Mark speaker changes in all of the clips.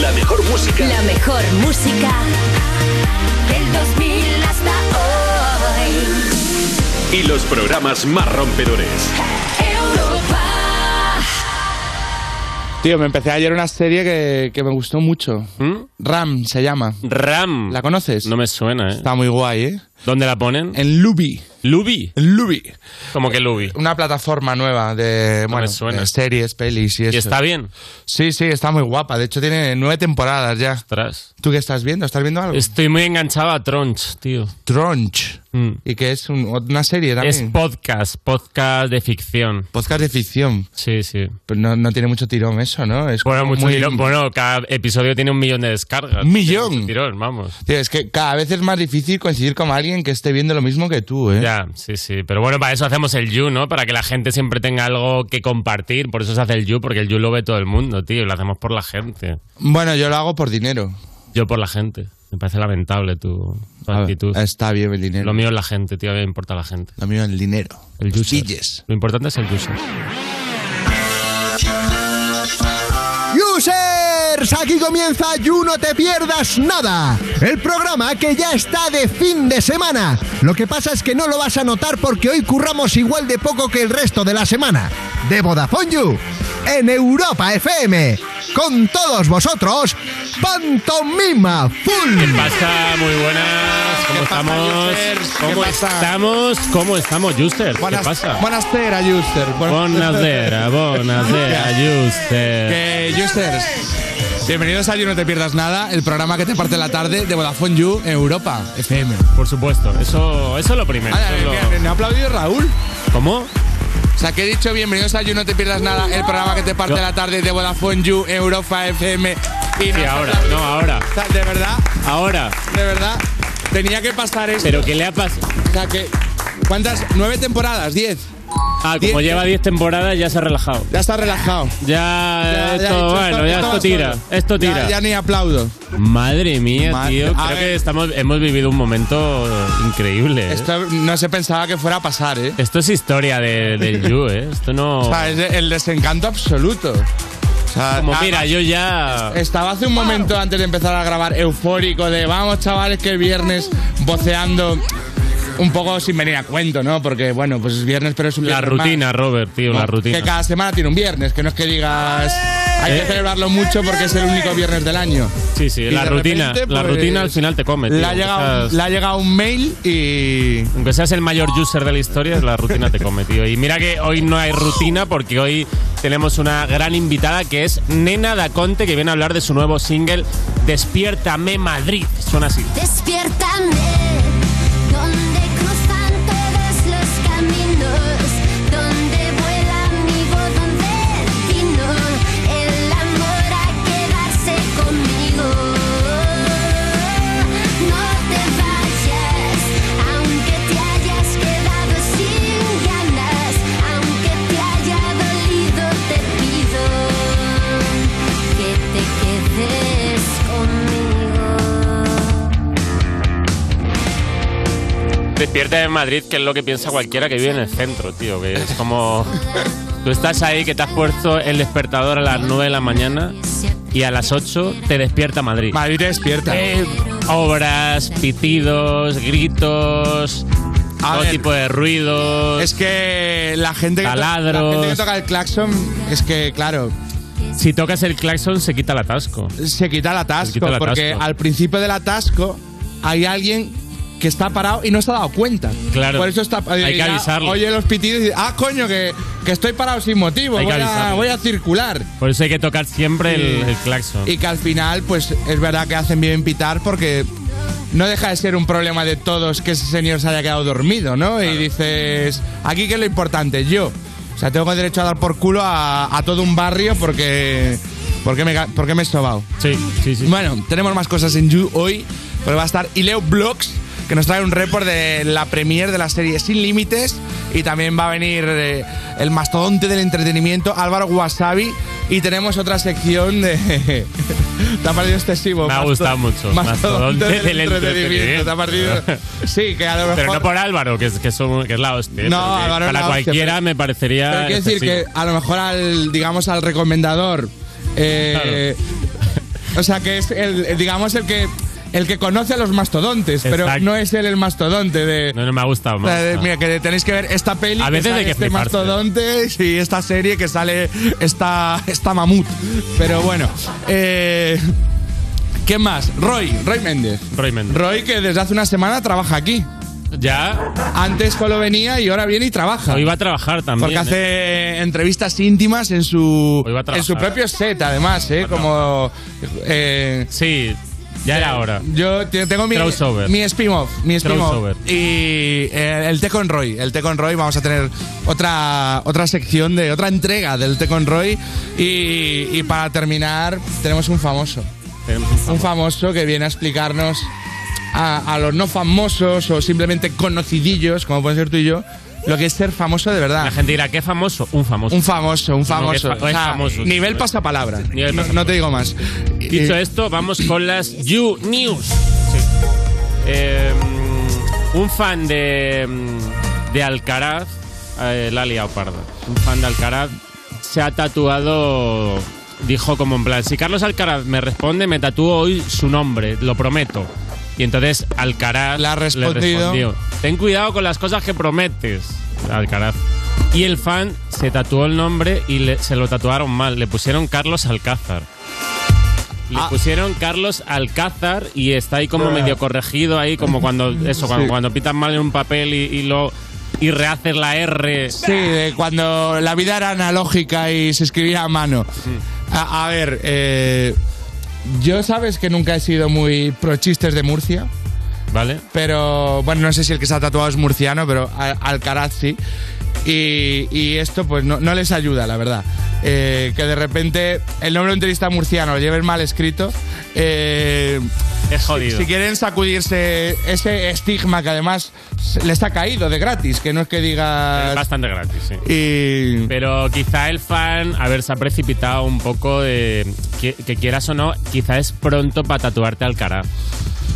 Speaker 1: La mejor música.
Speaker 2: La mejor música del 2000 hasta
Speaker 1: Y los programas más rompedores.
Speaker 2: hoy. Europa.
Speaker 3: Tío, me empecé ayer una serie que, que me gustó mucho. Ram se llama.
Speaker 4: ¿Mm? Ram.
Speaker 3: ¿La conoces?
Speaker 4: No me suena, ¿eh?
Speaker 3: Está muy guay, ¿eh?
Speaker 4: ¿Dónde la ponen?
Speaker 3: En Lubi.
Speaker 4: Lubi.
Speaker 3: En Lubi.
Speaker 4: Como que Lubi.
Speaker 3: Una plataforma nueva de, bueno,
Speaker 4: me suena.
Speaker 3: de series, pelis y eso.
Speaker 4: ¿Y está bien?
Speaker 3: Sí, sí, está muy guapa. De hecho, tiene nueve temporadas ya.
Speaker 4: Ostras.
Speaker 3: ¿Tú qué estás viendo? ¿Estás viendo algo?
Speaker 4: Estoy muy enganchado a Tronch, tío.
Speaker 3: Tronch.
Speaker 4: Mm.
Speaker 3: Y que es un- una serie
Speaker 4: Es
Speaker 3: también.
Speaker 4: podcast, podcast de ficción.
Speaker 3: Podcast de ficción.
Speaker 4: Sí, sí.
Speaker 3: Pero no, no tiene mucho tirón eso, ¿no? Es
Speaker 4: Bueno,
Speaker 3: como
Speaker 4: mucho
Speaker 3: muy-
Speaker 4: tirón. Bueno, cada episodio tiene un millón de descargas.
Speaker 3: ¿Un
Speaker 4: Tiene
Speaker 3: millón?
Speaker 4: mucho tirón, vamos.
Speaker 3: Tío, es que cada vez es más difícil coincidir con alguien que esté viendo lo mismo que tú, ¿eh?
Speaker 4: Ya, sí, sí. Pero bueno, para eso hacemos el You, ¿no? Para que la gente siempre tenga algo que compartir. Por eso se hace el You, porque el You lo ve todo el mundo, tío. y Lo hacemos por la gente.
Speaker 3: Bueno, yo lo hago por dinero.
Speaker 4: Yo por la gente. Me parece lamentable tu, tu
Speaker 3: A ver,
Speaker 4: actitud.
Speaker 3: Ah, Está bien el dinero.
Speaker 4: Lo mío es la gente, tío. A mí me importa la gente.
Speaker 3: Lo mío es el dinero.
Speaker 4: El
Speaker 3: Los
Speaker 4: user.
Speaker 3: DJs.
Speaker 4: Lo importante es el user.
Speaker 5: Users, aquí comienza You No Te Pierdas Nada, el programa que ya está de fin de semana. Lo que pasa es que no lo vas a notar porque hoy curramos igual de poco que el resto de la semana. De Vodafone You, en Europa FM, con todos vosotros, Pantomima
Speaker 4: ¿Qué
Speaker 5: Full.
Speaker 4: pasa? Muy buenas. ¿Cómo
Speaker 3: ¿Qué pasa,
Speaker 4: estamos?
Speaker 3: users?
Speaker 4: ¿Cómo
Speaker 3: ¿Qué pasa?
Speaker 4: estamos? ¿Cómo estamos, Oh, Juster? ¿Qué
Speaker 3: Buenas,
Speaker 4: pasa?
Speaker 3: Buenas tera, Juster.
Speaker 4: Buenasera, buenasera, Juster.
Speaker 3: Que, Justers, bienvenidos a You No Te Pierdas Nada, el programa que te parte la tarde de Vodafone You en Europa FM.
Speaker 4: Por supuesto, eso, eso es lo primero.
Speaker 3: Ahora,
Speaker 4: eso es lo-
Speaker 3: mira, ¿No ha aplaudido Raúl?
Speaker 4: ¿Cómo?
Speaker 3: O sea, que he dicho bienvenidos a You No Te Pierdas Nada, el programa que te parte
Speaker 4: Yo-
Speaker 3: la tarde de Vodafone You en Europa FM. Y
Speaker 4: Sí,
Speaker 3: nos
Speaker 4: ahora,
Speaker 3: aplaude.
Speaker 4: no, ahora,
Speaker 3: O sea, de verdad,
Speaker 4: ahora.
Speaker 3: de verdad, tenía que pasar esto.
Speaker 4: ¿Pero qué le ha pasado?
Speaker 3: O sea, que. ¿Cuántas? ¿Nueve temporadas? ¿Diez?
Speaker 4: Ah, como
Speaker 3: Diez-
Speaker 4: lleva 10 temporadas ya se ha relajado.
Speaker 3: Ya está relajado.
Speaker 4: Ya,
Speaker 3: Ya- ya he
Speaker 4: esto,
Speaker 3: dicho,
Speaker 4: bueno, ya esto
Speaker 3: va
Speaker 4: tira,
Speaker 3: solo.
Speaker 4: esto
Speaker 3: Ya-
Speaker 4: tira.
Speaker 3: Ya, ni aplaudo.
Speaker 4: Madre mía,
Speaker 3: Ma-
Speaker 4: tío,
Speaker 3: a
Speaker 4: creo
Speaker 3: ver.
Speaker 4: que estamos, hemos vivido un momento increíble. ¿eh?
Speaker 3: Esto no se pensaba que fuera a pasar, ¿eh?
Speaker 4: Esto es historia de- del You, ¿eh? Esto no...
Speaker 3: O sea, es de- el desencanto absoluto. O sea,
Speaker 4: Como
Speaker 3: ah,
Speaker 4: mira, yo ya...
Speaker 3: Estaba hace un momento antes de empezar a grabar eufórico de vamos chavales que el viernes voceando un poco sin venir a cuento, ¿no? Porque bueno, pues es viernes pero es un
Speaker 4: La
Speaker 3: viernes más.
Speaker 4: rutina, Robert, tío, la
Speaker 3: Bueno,
Speaker 4: rutina.
Speaker 3: Que cada semana tiene un viernes, que no es que digas hay
Speaker 4: Eh.
Speaker 3: que celebrarlo mucho porque es el único viernes del año.
Speaker 4: Sí, sí,
Speaker 3: Y
Speaker 4: la
Speaker 3: de
Speaker 4: rutina.
Speaker 3: repente,
Speaker 4: la
Speaker 3: pues,
Speaker 4: rutina al final te come, tío.
Speaker 3: Le ha, llegado,
Speaker 4: Estás-
Speaker 3: le ha llegado un mail y...
Speaker 4: Aunque seas el mayor user de la historia, la rutina te come, tío. Y mira que hoy no hay rutina porque hoy tenemos una gran invitada que es Nena Daconte, que viene a hablar de su nuevo single Despiértame Madrid. Suena así.
Speaker 6: Despiértame, donde cruzan todos los caminos, donde vuela mi voz, donde vino el amor a quedarse conmigo. No te vayas, aunque te hayas quedado sin ganas, aunque te haya dolido, te pido que te quedes conmigo.
Speaker 4: Despiértame Madrid, que es lo que piensa cualquiera que vive en el centro, tío. Que es como... Tú estás ahí, que te has puesto el despertador a las 9 de la mañana y a las 8 te despierta Madrid.
Speaker 3: Madrid te despierta.
Speaker 4: Eh, obras, pitidos, gritos,
Speaker 3: A
Speaker 4: todo
Speaker 3: ver.
Speaker 4: tipo de ruidos.
Speaker 3: Es que la gente que, to- la
Speaker 4: Taladros.
Speaker 3: gente que toca el claxon es que, claro,
Speaker 4: Si tocas el claxon se quita el atasco.
Speaker 3: se quita el atasco,
Speaker 4: quita el
Speaker 3: porque
Speaker 4: atasco.
Speaker 3: al principio del atasco hay alguien que está parado y no se ha dado cuenta.
Speaker 4: Claro.
Speaker 3: Por eso está. eh,
Speaker 4: Hay que
Speaker 3: ya
Speaker 4: avisarlo.
Speaker 3: Oye los pitidos y dice, ah, coño, que, que estoy parado sin motivo.
Speaker 4: Hay que
Speaker 3: Voy a,
Speaker 4: avisarlo.
Speaker 3: voy a circular.
Speaker 4: Por eso hay que tocar siempre el, el claxon.
Speaker 3: Y que al final, pues es verdad que hacen bien en pitar porque no deja de ser un problema de todos que ese señor se haya quedado dormido, ¿no? Y dices, aquí que es lo importante, yo. O sea, tengo derecho a dar por culo a, a todo un barrio porque, porque, me, ca- porque me he sobado.
Speaker 4: Sí, sí, sí.
Speaker 3: Bueno, tenemos más cosas en You hoy, porque va a estar Ileo Blogs, que nos trae un report de la premier de la serie Sin Límites, y también va a venir eh, el mastodonte del entretenimiento, Álvaro Wasabi, y tenemos otra sección de... Te ha parecido excesivo.
Speaker 4: Me ha
Speaker 3: masto-
Speaker 4: gustado mucho, mastodonte del entretenimiento.
Speaker 3: Te ha parecido... Sí, que a lo mejor...
Speaker 4: Pero no por Álvaro, que es, que es, un- que es la hostia.
Speaker 3: No,
Speaker 4: pero que
Speaker 3: Álvaro
Speaker 4: Para
Speaker 3: es la hostia,
Speaker 4: cualquiera
Speaker 3: pero-
Speaker 4: me parecería.
Speaker 3: Pero quiero decir
Speaker 4: excesivo.
Speaker 3: que a lo mejor al, digamos, al recomendador... eh, O sea, que es el, el- digamos, el que, el que conoce a los mastodontes, pero
Speaker 4: Exacto.
Speaker 3: no es él el mastodonte de...
Speaker 4: No, no me ha gustado
Speaker 3: O sea,
Speaker 4: más.
Speaker 3: de-
Speaker 4: no.
Speaker 3: Mira, que tenéis que ver esta peli,
Speaker 4: A
Speaker 3: que
Speaker 4: veces
Speaker 3: sale
Speaker 4: hay que
Speaker 3: este
Speaker 4: fliparse.
Speaker 3: mastodonte y esta serie que sale esta, esta mamut. Pero bueno, eh, ¿qué más? Roy, Roy Méndez.
Speaker 4: Roy Méndez.
Speaker 3: Roy que desde hace una semana trabaja aquí.
Speaker 4: Ya,
Speaker 3: Antes solo venía y ahora viene y trabaja.
Speaker 4: hoy va a trabajar también.
Speaker 3: Porque
Speaker 4: ¿eh?
Speaker 3: hace entrevistas íntimas en su
Speaker 4: Hoy va a trabajar.
Speaker 3: en su propio set, además, ¿eh? Como eh,
Speaker 4: Sí, ya era hora.
Speaker 3: yo te- tengo mi
Speaker 4: Crossover.
Speaker 3: mi spin-off, mi spin-off
Speaker 4: Crossover.
Speaker 3: y eh, el Té con Roy, el Té con Roy vamos a tener otra otra sección de otra entrega del Té con Roy y, y para terminar tenemos un famoso,
Speaker 4: Tenemos un
Speaker 3: un famoso que viene a explicarnos a, a los no famosos o simplemente conocidillos, como pueden ser tú y yo, lo que es ser famoso de verdad.
Speaker 4: La gente dirá, ¿qué famoso? Un famoso.
Speaker 3: Un famoso, un
Speaker 4: que es
Speaker 3: famoso.
Speaker 4: fa- es
Speaker 3: O sea,
Speaker 4: famoso,
Speaker 3: nivel
Speaker 4: sí.
Speaker 3: pasapalabra.
Speaker 4: Nivel
Speaker 3: No,
Speaker 4: pasapalabra.
Speaker 3: no te digo más.
Speaker 4: Dicho
Speaker 3: Eh,
Speaker 4: esto, vamos con las You News. Eh, un fan de, de Alcaraz, eh, la ha liado parda. Un fan de Alcaraz se ha tatuado, dijo como en plan, si Carlos Alcaraz me responde, me tatúo hoy su nombre, lo prometo. Y entonces Alcaraz
Speaker 3: Le ha respondido.
Speaker 4: respondió, ten cuidado con las cosas que prometes, Alcaraz. Y el fan se tatuó el nombre y le- se lo tatuaron mal, le pusieron Carlos Alcázar. Le
Speaker 3: Ah.
Speaker 4: pusieron Carlos Alcázar y está ahí como medio corregido ahí, como cuando eso, cuando, cuando pitas mal en un papel y, y lo y rehaces la R.
Speaker 3: Sí, de cuando la vida era analógica y se escribía a mano. A, a ver, eh, yo sabes que nunca he sido muy pro chistes de Murcia.
Speaker 4: ¿Vale?
Speaker 3: pero bueno, no sé si el que se ha tatuado es murciano, pero Al- Alcaraz sí. Y, y esto pues no, no les ayuda, la verdad. Eh, que de repente el nombre de un turista murciano lo lleven mal escrito. Eh,
Speaker 4: Es jodido.
Speaker 3: si quieren sacudirse ese estigma que además se- les ha caído de gratis, que no es que
Speaker 4: Es
Speaker 3: digas...
Speaker 4: bastante gratis, sí.
Speaker 3: Y...
Speaker 4: Pero quizá el fan, a ver, se ha precipitado un poco de que, que quieras o no, quizá es pronto para tatuarte Alcaraz.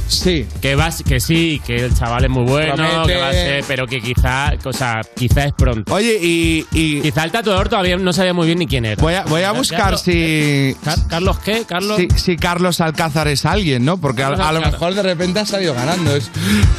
Speaker 3: Sí,
Speaker 4: Que vas, que sí, que el chaval es muy bueno,
Speaker 3: Promete.
Speaker 4: que va a ser, pero que quizá, o sea, quizá es pronto.
Speaker 3: oye, y... y
Speaker 4: Quizá el tatuador todavía no sabía muy bien ni quién era.
Speaker 3: voy, a, voy a buscar si...
Speaker 4: eh, Car- ¿Carlos qué? ¿Carlos?
Speaker 3: si, si Carlos Alcázar es alguien, ¿no? Porque a,
Speaker 4: Carlos
Speaker 3: a lo
Speaker 4: Alcázar.
Speaker 3: mejor de repente ha salido ganando. Es,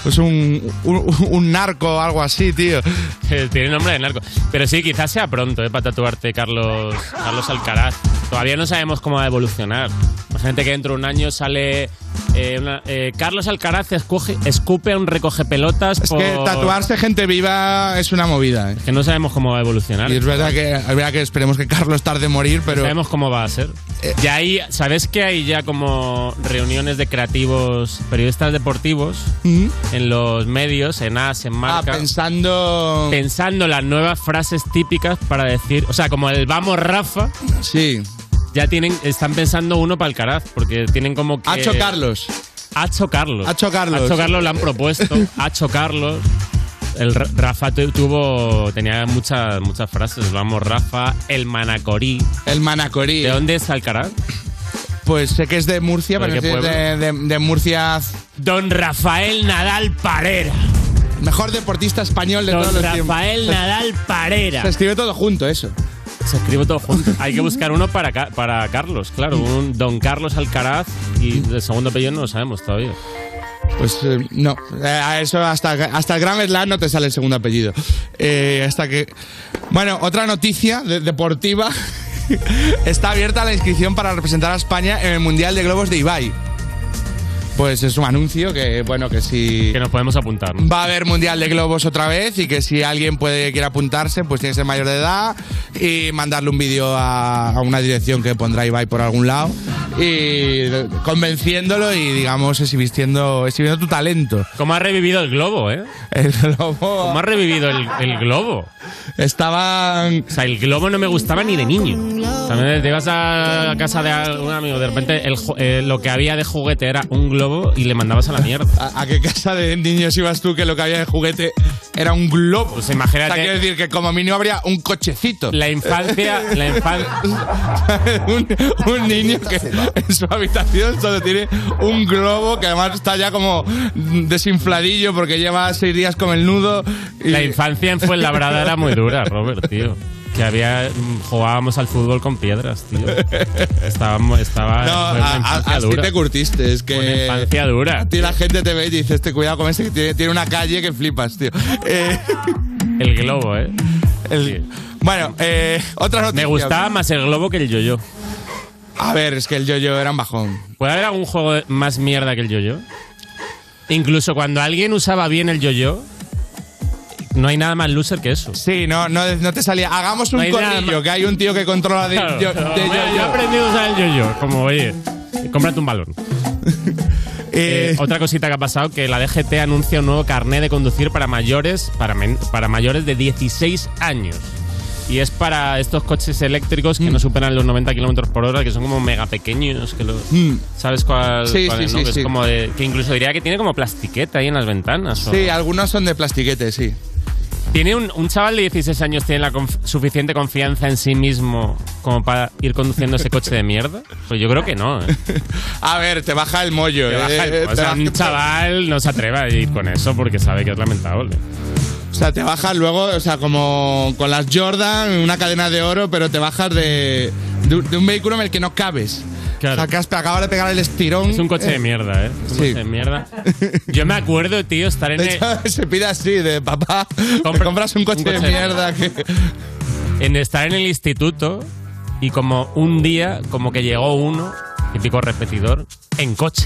Speaker 3: es un, un, un narco o algo así, tío.
Speaker 4: Eh, Tiene nombre de narco. Pero sí, quizás sea pronto, ¿eh? Para tatuarte Carlos, Carlos Alcaraz. Todavía no sabemos cómo va a evolucionar. Imagínate que dentro de un año sale. eh, una- eh, Carlos Alcaraz escoge- escupe un recoge pelotas.
Speaker 3: Es que tatuarse gente viva es una movida. ¿eh?
Speaker 4: Pues- Que no sabemos cómo va a evolucionar.
Speaker 3: Y es verdad que, es verdad que esperemos que Carlos tarde en morir,
Speaker 4: No
Speaker 3: pero...
Speaker 4: sabemos cómo va a ser.
Speaker 3: Eh.
Speaker 4: y ahí, ¿sabes que hay ya como reuniones de creativos, periodistas deportivos,
Speaker 3: Ujú.
Speaker 4: en los medios, en AS, en
Speaker 3: Ah,
Speaker 4: Marca?
Speaker 3: pensando...
Speaker 4: pensando las nuevas frases típicas para decir, o sea, como el vamos Rafa,
Speaker 3: Sí.
Speaker 4: ya tienen, están pensando uno para Alcaraz, porque tienen como que
Speaker 3: Hacho Carlos.
Speaker 4: Hacho Carlos,
Speaker 3: Hacho Carlos.
Speaker 4: Hacho Carlos lo han propuesto, Hacho Carlos. El Ra- Rafa tu- tuvo tenía muchas muchas frases, el vamos Rafa, el Manacorí.
Speaker 3: El Manacorí.
Speaker 4: ¿De dónde es Alcaraz?
Speaker 3: Pues sé que es de Murcia,
Speaker 4: ¿De
Speaker 3: pero
Speaker 4: qué
Speaker 3: no sé si es de,
Speaker 4: pueblo?
Speaker 3: de- de Murcia...
Speaker 4: Don Rafael Nadal Parera.
Speaker 3: Mejor deportista español de todos
Speaker 4: Don
Speaker 3: los tiempos.
Speaker 4: Rafael
Speaker 3: Se-
Speaker 4: Nadal Parera.
Speaker 3: se escribe todo junto, eso.
Speaker 4: Se escribe todo junto. Hay que buscar uno para, Ca- para Carlos, claro. Un Don Carlos Alcaraz y el segundo apellido no lo sabemos todavía.
Speaker 3: Pues eh, no, Eh, a eso hasta, hasta el Gran Slam no te sale el segundo apellido. Eh, hasta que. Bueno, otra noticia de- deportiva. Está abierta la inscripción para representar a España en el Mundial de Globos de Ibai. Pues es un anuncio que, bueno, que si
Speaker 4: Que nos podemos apuntar. ¿no?
Speaker 3: va a haber Mundial de Globos otra vez y que si alguien puede quiere apuntarse, pues tiene que ser mayor de edad y mandarle un vídeo a, a una dirección que pondrá Ibai por algún lado y convenciéndolo y, digamos, exhibiendo, exhibiendo tu talento.
Speaker 4: ¿Cómo ha revivido el globo, eh?
Speaker 3: El
Speaker 4: ¿Cómo
Speaker 3: globo.
Speaker 4: ha revivido el, el globo?
Speaker 3: Estaban.
Speaker 4: O sea, el globo no me gustaba ni de niño. También te ibas a casa de un amigo, de repente el ju- eh, lo que había de juguete era un globo y le mandabas a la mierda.
Speaker 3: ¿A, a qué casa de niños ibas tú que lo que había de juguete era un globo?
Speaker 4: Pues imagínate-
Speaker 3: O sea, quiero decir que como mínimo habría un cochecito.
Speaker 4: La infancia, la infancia.
Speaker 3: un, un niño que en su habitación solo tiene un globo que además está ya como desinfladillo porque lleva seis días con el nudo. y-
Speaker 4: Pues La infancia en Fuenlabrada era muy dura, Robert, tío. que había mm, jugábamos al fútbol con piedras, tío. Estábamos, estaba
Speaker 3: No,
Speaker 4: fue Ah, una
Speaker 3: a- a-
Speaker 4: infancia
Speaker 3: así
Speaker 4: dura.
Speaker 3: te curtiste. Es que.
Speaker 4: Una infancia dura.
Speaker 3: A ti la gente te ve y dice: Este cuidado con ese que tiene, tiene una calle que flipas, tío. Eh,
Speaker 4: El globo, ¿eh?
Speaker 3: el- bueno, eh, otra noticia.
Speaker 4: Me gustaba más el globo que el yo-yo.
Speaker 3: A ver, es que el yo-yo era un bajón.
Speaker 4: ¿Puede haber algún juego de- más mierda que el yo-yo? Incluso cuando alguien usaba bien el yo-yo, no hay nada más loser que eso.
Speaker 3: Sí, no, no, no te salía. Hagamos un
Speaker 4: No hay nada
Speaker 3: corrillo,
Speaker 4: más.
Speaker 3: que hay un tío que controla de,
Speaker 4: Claro.
Speaker 3: yo- de
Speaker 4: Bueno, Yo he
Speaker 3: yo-yo.
Speaker 4: aprendido a usar el yo-yo. Como, oye, cómprate un balón. Eh,
Speaker 3: Eh,
Speaker 4: otra cosita que ha pasado, que la DGT anuncia un nuevo carnet de conducir para mayores, para, men- para mayores de 16 años. Y es para estos coches eléctricos
Speaker 3: Mm.
Speaker 4: que no superan los 90 kilómetros por hora, que son como mega pequeños. Que lo- ¿Sabes cuál?
Speaker 3: Mm. Sí,
Speaker 4: cuál
Speaker 3: sí,
Speaker 4: es, no?
Speaker 3: sí,
Speaker 4: Que es
Speaker 3: sí.
Speaker 4: como de- que incluso diría que tiene como plastiqueta ahí en las ventanas. o-
Speaker 3: sí, algunos son de plastiquete, sí.
Speaker 4: ¿Tiene un, un chaval de 16 años tiene la conf- suficiente confianza en sí mismo como para ir conduciendo ese coche de mierda? Pues yo creo que no. ¿eh?
Speaker 3: A ver, te baja el mollo.
Speaker 4: Te baja el-
Speaker 3: eh,
Speaker 4: o
Speaker 3: te
Speaker 4: sea,
Speaker 3: baja-
Speaker 4: un chaval no se atreva a ir con eso porque sabe que es lamentable.
Speaker 3: O sea, te bajas luego, o sea, como con las Jordan, una cadena de oro, pero te bajas de, de, un- de un vehículo en el que no cabes.
Speaker 4: Claro.
Speaker 3: O sea, que has- acabas de pegar el estirón.
Speaker 4: Es un coche de
Speaker 3: Eh,
Speaker 4: mierda, ¿eh? Es un
Speaker 3: Sí.
Speaker 4: coche de mierda. Yo me acuerdo, tío, estar en
Speaker 3: De
Speaker 4: el,
Speaker 3: hecho, se pide así, de papá, me
Speaker 4: Compra-
Speaker 3: compras un coche,
Speaker 4: un coche
Speaker 3: de
Speaker 4: de-
Speaker 3: mierda. Que...
Speaker 4: Pues en estar en el instituto y como un día, como que llegó uno, típico repetidor, en coche.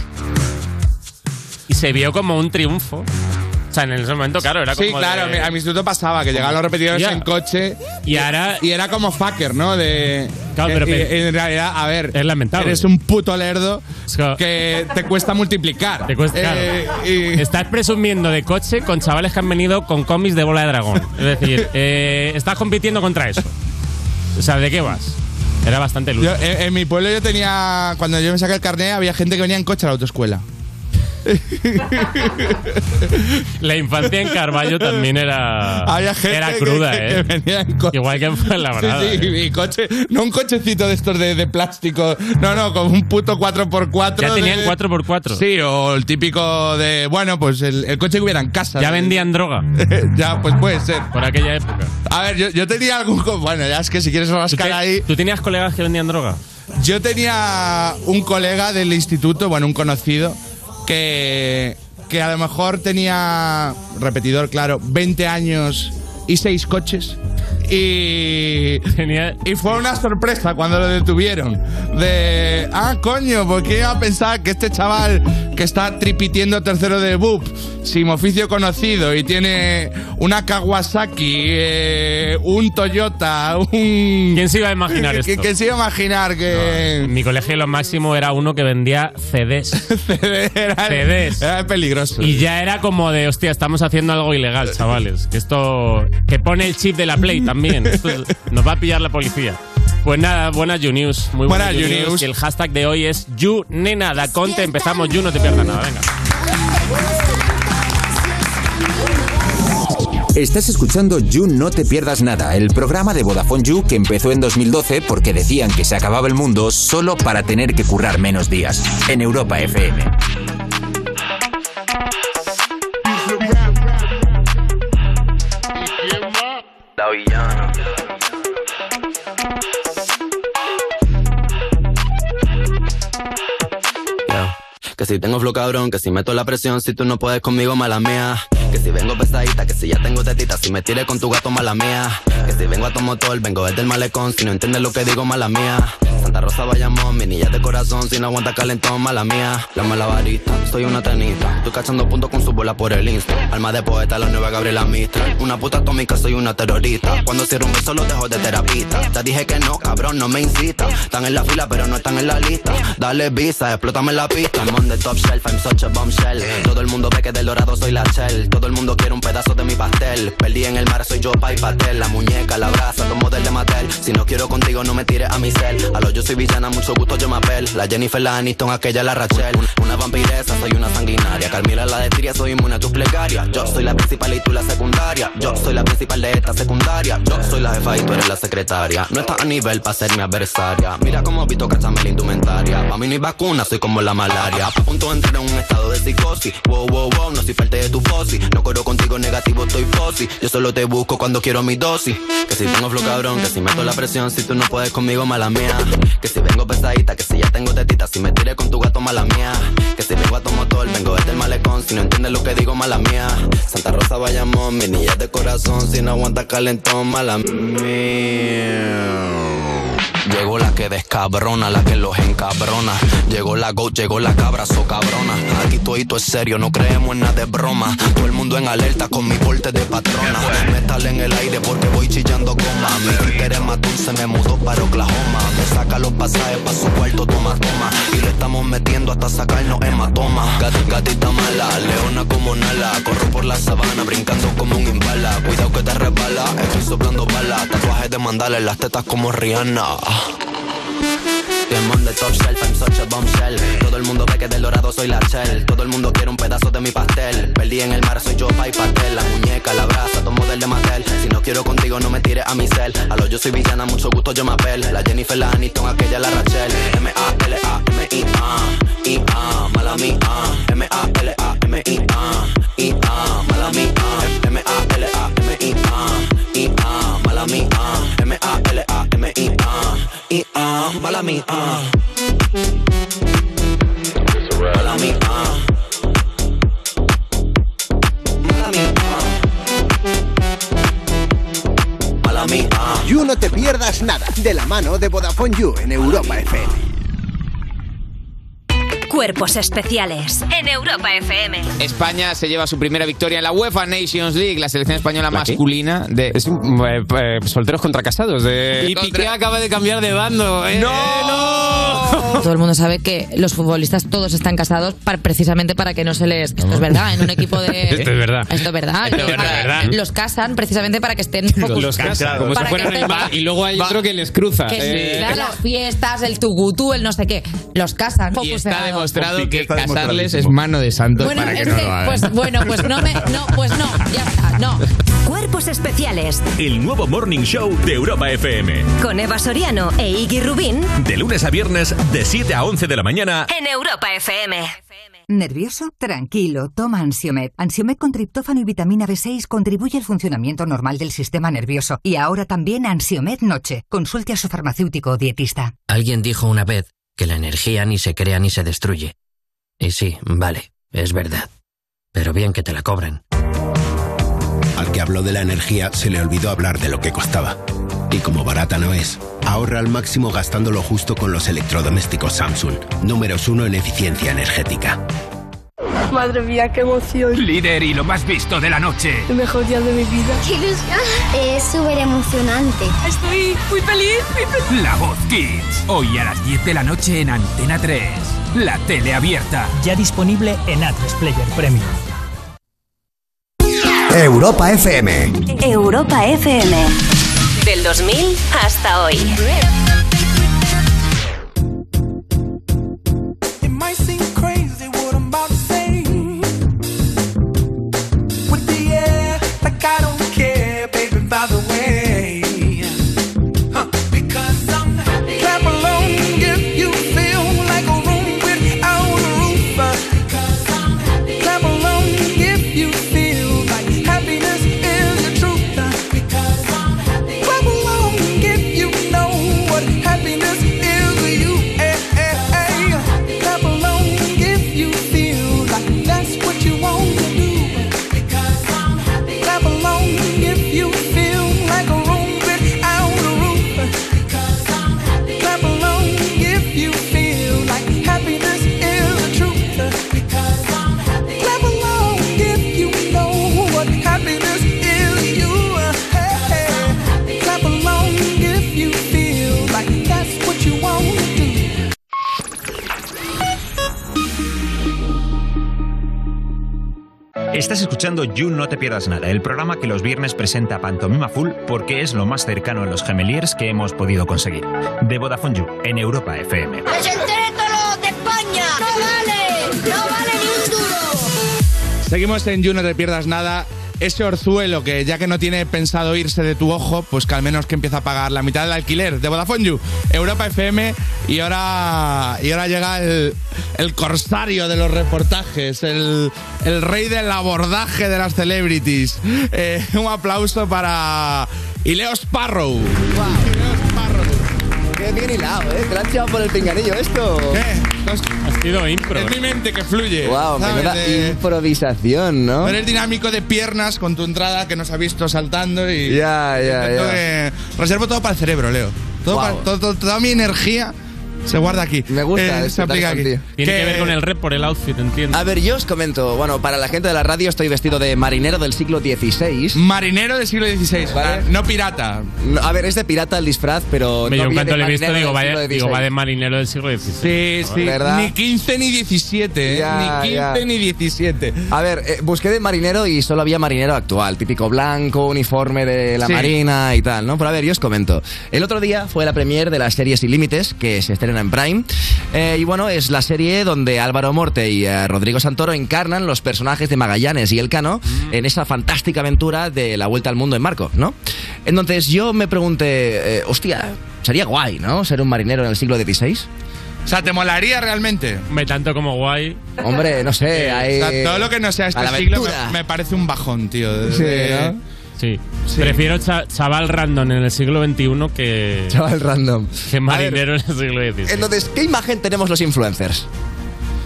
Speaker 4: Y se vio como un triunfo. O sea, en ese momento, claro, era como
Speaker 3: Sí, claro,
Speaker 4: de-
Speaker 3: a mi instituto pasaba, que llegaban los repetidores
Speaker 4: Ya.
Speaker 3: en coche.
Speaker 4: Y ahora-
Speaker 3: Y era como fucker, ¿no? De.
Speaker 4: Claro, pero
Speaker 3: eh,
Speaker 4: pe-
Speaker 3: eh, en realidad, a ver.
Speaker 4: Es lamentable.
Speaker 3: Eres un puto lerdo
Speaker 4: Es que-
Speaker 3: que te cuesta multiplicar.
Speaker 4: Te cuesta, claro.
Speaker 3: Eh, y-
Speaker 4: Estás presumiendo de coche con chavales que han venido con cómics de bola de dragón. Es decir, eh, estás compitiendo contra eso. O sea, ¿de qué vas? Era bastante luz.
Speaker 3: Yo, eh, en, en mi pueblo yo tenía, cuando yo me saqué el carnet, había gente que venía en coche a la autoescuela.
Speaker 4: La infancia en Carballo también era,
Speaker 3: había gente
Speaker 4: era
Speaker 3: que-
Speaker 4: cruda,
Speaker 3: que,
Speaker 4: ¿eh?
Speaker 3: que venía en coche.
Speaker 4: Igual que en
Speaker 3: Sí,
Speaker 4: Fuenlabrada.
Speaker 3: sí,
Speaker 4: ¿eh?
Speaker 3: y coche, no un cochecito de estos de, de plástico, no, no, con un puto 4x4.
Speaker 4: Ya tenían
Speaker 3: de-
Speaker 4: 4x4.
Speaker 3: Sí, o el típico de, bueno, pues el, el coche que hubiera en casa.
Speaker 4: Ya vendían droga
Speaker 3: ya, pues puede ser.
Speaker 4: por aquella época.
Speaker 3: A ver, yo, yo tenía algún... co- Bueno, ya es que si quieres
Speaker 4: ¿Tú,
Speaker 3: rascar
Speaker 4: te-
Speaker 3: ahí...
Speaker 4: tú tenías colegas que vendían droga?
Speaker 3: Yo tenía un colega del instituto, bueno, un conocido, que, que a lo mejor tenía, repetidor, claro, 20 años y 6 coches. Y,
Speaker 4: Tenía,
Speaker 3: y fue una sorpresa cuando lo detuvieron. De, ah, coño, ¿por qué iba a pensar que este chaval que está tripitiendo tercero de BUP, sin oficio conocido y tiene una Kawasaki, eh, un Toyota, un...
Speaker 4: ¿Quién se iba a imaginar
Speaker 3: ¿Qué-
Speaker 4: esto?
Speaker 3: qué se iba a imaginar
Speaker 4: En
Speaker 3: que
Speaker 4: Mi colegio lo máximo era uno que vendía CDs.
Speaker 3: era,
Speaker 4: CDs.
Speaker 3: era peligroso?
Speaker 4: Y ya era como de, hostia, estamos haciendo algo ilegal, chavales. Que esto. Que pone el chip de la Play también. Esto es- nos va a pillar la policía. Pues nada, buenas YouNews. Muy buenas,
Speaker 3: Buenas
Speaker 4: YouNews.
Speaker 3: YouNews.
Speaker 4: Y el hashtag de hoy es YouNena da Conte. Empezamos You, no te pierdas nada, venga.
Speaker 7: Estás escuchando You No Te Pierdas Nada, el programa de Vodafone You que empezó en 2012 porque decían que se acababa el mundo solo para tener que currar menos días. En Europa FM.
Speaker 8: Yeah. Que si tengo flow cabrón, que si meto la presión, si tú no puedes conmigo, mala mía. Que si vengo pesadita, que si ya tengo tetita, si me tires con tu gato, mala mía. Que si vengo a tu motor, vengo desde el malecón, si no entiendes lo que digo, mala mía. Santa Rosa Bayamón, mi niña de corazón, si no aguanta calentón, mala mía. La mala varita, soy una tenista, tú cachando puntos con su bola por el insta. Alma de poeta, la nueva Gabriela Mistral. Una puta atómica, soy una terrorista. Cuando cierro un beso, lo dejo de terapista. Te dije que no, cabrón, no me insista. Están en la fila, pero no están en la lista. Dale visa, explótame la pista. I'm on the top shelf, I'm such a bombshell. Todo el mundo ve que del dorado soy la shell. Todo el mundo quiere un pedazo de mi pastel. Perdí en el mar, soy yo, pa' y pastel. La muñeca, la brasa, tomo del de Mattel. Si no quiero contigo, no me tires a mi cel. A lo yo soy villana, mucho gusto, yo me apel. La Jennifer, la Aniston, aquella, la Rachel. Una vampiresa, soy una sanguinaria. Carmila, la de Tiria, soy inmune a tus plegarias. Yo soy la principal y tú la secundaria. Yo soy la principal de esta secundaria. Yo soy la jefa y tú eres la secretaria. No estás a nivel para ser mi adversaria. Mira cómo Vito cachame la indumentaria. Pa' mí no hay vacuna, soy como la malaria. A punto de entrar en un estado de psicosis. Wow, wow, wow, no soy parte de tu fosi. No corro contigo negativo, estoy fosi. Yo solo te busco cuando quiero mi dosis. Que si tengo flow cabrón, que si meto la presión, si tú no puedes conmigo, mala mía. Que si vengo pesadita, que si ya tengo tetita, si me tiré con tu gato, mala mía. Que si vengo a tu motor, vengo desde el malecón, si no entiendes lo que digo, mala mía. Santa Rosa, Bayamón, mi niña de corazón, si no aguanta calentón, mala mía. Llegó la que descabrona, la que los encabrona. Llegó la go, llegó la cabra, so cabrona. Aquí todo es serio, no creemos en nada de broma. Todo el mundo en alerta con mi porte de patrona. Metal en el aire porque voy chillando goma. Mi títere matón se me mudó para Oklahoma. Me saca los pasajes pa' su cuarto, toma, toma. Y le estamos metiendo hasta sacarnos hematoma. Gat, gatita mala, leona como Nala. Corro por la sabana, brincando como un impala. Cuidado que te resbala, estoy soplando balas. Tatuajes de mandala en las tetas como Rihanna. Them on the top shelf, I'm such a bombshell. Todo el mundo ve que del dorado soy la shell. Todo el mundo quiere un pedazo de mi pastel. Perdí en el mar, soy yo, pa' y pastel. La muñeca, la brasa, tomo del de Mattel. Si no quiero contigo, no me tires a mi cel. A lo yo soy villana, mucho gusto, yo me apel. La Jennifer, la Aniston, aquella, la Rachel. M-A-L-A-M-I-A, I-A, mala mía. M-A-L-A-M-I-A, I-A, mala mía. M-A-L-A-M-I-A, I-A, mala mía. M-A-L-A-M-I-A, I-A, mala mía. Mala mía. Mala mía. Mala mía.
Speaker 5: You No Te Pierdas Nada, de la mano de Vodafone You en Europa FM.
Speaker 9: Cuerpos especiales en Europa FM.
Speaker 10: España se lleva su primera victoria en la UEFA Nations League, la selección española
Speaker 11: ¿La qué?
Speaker 10: masculina de...
Speaker 11: Es un, eh, eh, solteros contra casados. De...
Speaker 10: Y Piqué acaba de cambiar de bando. eh, ¡No!
Speaker 12: Todo el mundo sabe que los futbolistas todos están casados par- precisamente para que no se les... Esto es verdad, en un equipo de...
Speaker 11: Esto es verdad.
Speaker 12: Esto es verdad.
Speaker 10: Esto es
Speaker 12: Para-
Speaker 10: verdad, ¿verdad?
Speaker 12: Los casan precisamente para que estén focus-
Speaker 11: Los casados. Como si
Speaker 12: Para
Speaker 11: fueran
Speaker 12: que estén-
Speaker 11: animales. Y luego hay otro que les cruza.
Speaker 12: que
Speaker 10: Eh,
Speaker 12: sí, claro, las fiestas, el tugutú, el no sé qué. Los casan.
Speaker 10: Y
Speaker 12: focus
Speaker 10: está
Speaker 12: cerrado.
Speaker 10: demostrado
Speaker 13: Con Piqué
Speaker 10: que
Speaker 13: está
Speaker 10: casarles
Speaker 13: demostradísimo.
Speaker 10: es mano de santo
Speaker 12: Bueno,
Speaker 10: para que
Speaker 12: es
Speaker 10: no
Speaker 12: que-
Speaker 10: lo hagan.
Speaker 12: pues, bueno, pues no me... No, pues no, ya está, no.
Speaker 9: Cuerpos especiales
Speaker 14: El nuevo Morning Show de Europa FM.
Speaker 9: con Eva Soriano e Iggy Rubín
Speaker 14: De lunes a viernes, de 7 a 11 de la mañana.
Speaker 9: en Europa FM.
Speaker 15: ¿Nervioso? Tranquilo, toma Ansiomed. Ansiomed con triptófano y vitamina B6 contribuye al funcionamiento normal del sistema nervioso. Y ahora también Ansiomed Noche. Consulte a su farmacéutico o dietista.
Speaker 16: Alguien dijo una vez que la energía ni se crea ni se destruye. Y sí, vale, es verdad. Pero bien que te la cobran.
Speaker 17: Al que habló de la energía se le olvidó hablar de lo que costaba. Y como barata no es, ahorra al máximo gastando lo justo con los electrodomésticos Samsung, números uno en eficiencia energética.
Speaker 18: Madre mía, qué emoción.
Speaker 19: Líder y lo más visto de la noche.
Speaker 18: El mejor día de mi vida.
Speaker 20: ¡Qué ilusión! Es súper emocionante. Estoy muy feliz, muy feliz.
Speaker 19: La Voz Kids. Hoy a las 10 de la noche en Antena 3. La tele abierta.
Speaker 21: Ya disponible en Atlas Player Premium.
Speaker 5: Europa FM.
Speaker 9: Europa FM. Del 2000 hasta hoy.
Speaker 22: It might seem crazy what I'm about to say. With the air, like I don't care, baby, by the way. Huh, Because I'm happy. Clap along if you feel like a room without a roof. Uh, Clap along if you feel like happiness is the truth. Uh, Clap along if you know
Speaker 7: Estás escuchando You No Te Pierdas Nada, el programa que los viernes presenta Pantomima Full porque es lo más cercano a los gemeliers que hemos podido conseguir. De Vodafone You, en Europa FM.
Speaker 23: ¡Que se entere todo lo de España! ¡No vale! ¡No vale ni un duro!
Speaker 3: Seguimos en You, no te pierdas nada. Ese orzuelo que ya que no tiene pensado irse de tu ojo, pues que al menos que empieza a pagar la mitad del alquiler de Vodafone You, Europa FM y ahora y ahora llega el, el corsario de los reportajes, el, el rey del abordaje de las celebrities. Eh, un aplauso para Ileo Sparrow.
Speaker 24: Qué bien hilado, ¿eh? Te lo han tirado por el pinganillo esto.
Speaker 3: Ha
Speaker 4: sido impro.
Speaker 3: Es mi mente que fluye.
Speaker 24: Wow,
Speaker 3: ¿sabes?
Speaker 24: Oh, menuda
Speaker 3: De-
Speaker 24: improvisación, ¿no?
Speaker 3: Pero eres dinámico de piernas con tu entrada que nos ha visto saltando y.
Speaker 24: Ya, ya,
Speaker 3: Intento
Speaker 24: ya.
Speaker 3: que- Reservo todo para el cerebro, Leo. Todo
Speaker 24: Guau.
Speaker 3: para- todo- todo- toda mi energía se guarda aquí. Me
Speaker 24: gusta
Speaker 3: Se
Speaker 24: disfrutar
Speaker 3: aplica aquí.
Speaker 24: contigo.
Speaker 4: Tiene que ver con el rep por el outfit, entiendo.
Speaker 24: A ver, yo os comento. Bueno, para la gente de la radio estoy vestido de marinero del siglo XVI.
Speaker 3: Eh, Marinero del siglo XVI, no pirata.
Speaker 24: a ver, es de pirata el disfraz, pero.
Speaker 4: Me yo
Speaker 24: no
Speaker 4: en
Speaker 24: viene
Speaker 4: cuanto le he visto,
Speaker 24: marinero
Speaker 4: digo,
Speaker 24: del
Speaker 4: vaya,
Speaker 24: siglo
Speaker 4: digo, va
Speaker 24: XVI.
Speaker 4: de marinero del siglo XVI.
Speaker 24: sí. ¿Verdad?
Speaker 3: Ni 15 ni 17, ¿eh?
Speaker 24: Ya,
Speaker 3: ni 15
Speaker 24: ya.
Speaker 3: ni 17.
Speaker 24: A ver, eh, busqué de marinero y solo había marinero actual, típico blanco, uniforme de la
Speaker 3: Sí.
Speaker 24: marina y tal, ¿no? Pero a ver, yo os comento. El otro día fue la premier de la serie Sin Límites, que se estrena en Prime. Eh, y bueno, es la serie donde Álvaro Morte y eh, Rodrigo Santoro encarnan los personajes de Magallanes y El Cano en esa fantástica aventura de la vuelta al mundo en Marco, ¿no? Entonces yo me pregunté, eh, hostia, sería guay, ¿no? Ser un marinero en el siglo XVI.
Speaker 3: O sea, ¿te molaría realmente? Eh,
Speaker 4: Me tanto como guay.
Speaker 24: Hombre, no sé, hay...
Speaker 3: O sea, todo lo que no sea
Speaker 24: a
Speaker 3: este
Speaker 24: la
Speaker 3: siglo me,
Speaker 24: aventura.
Speaker 3: me parece un bajón, tío. de-
Speaker 24: Sí,
Speaker 3: de-
Speaker 24: ¿no?
Speaker 4: Sí. Prefiero cha- chaval random en el siglo XXI que.
Speaker 24: Chaval random.
Speaker 4: Que marinero en el siglo XVI.
Speaker 24: Entonces, ¿qué imagen tenemos los influencers?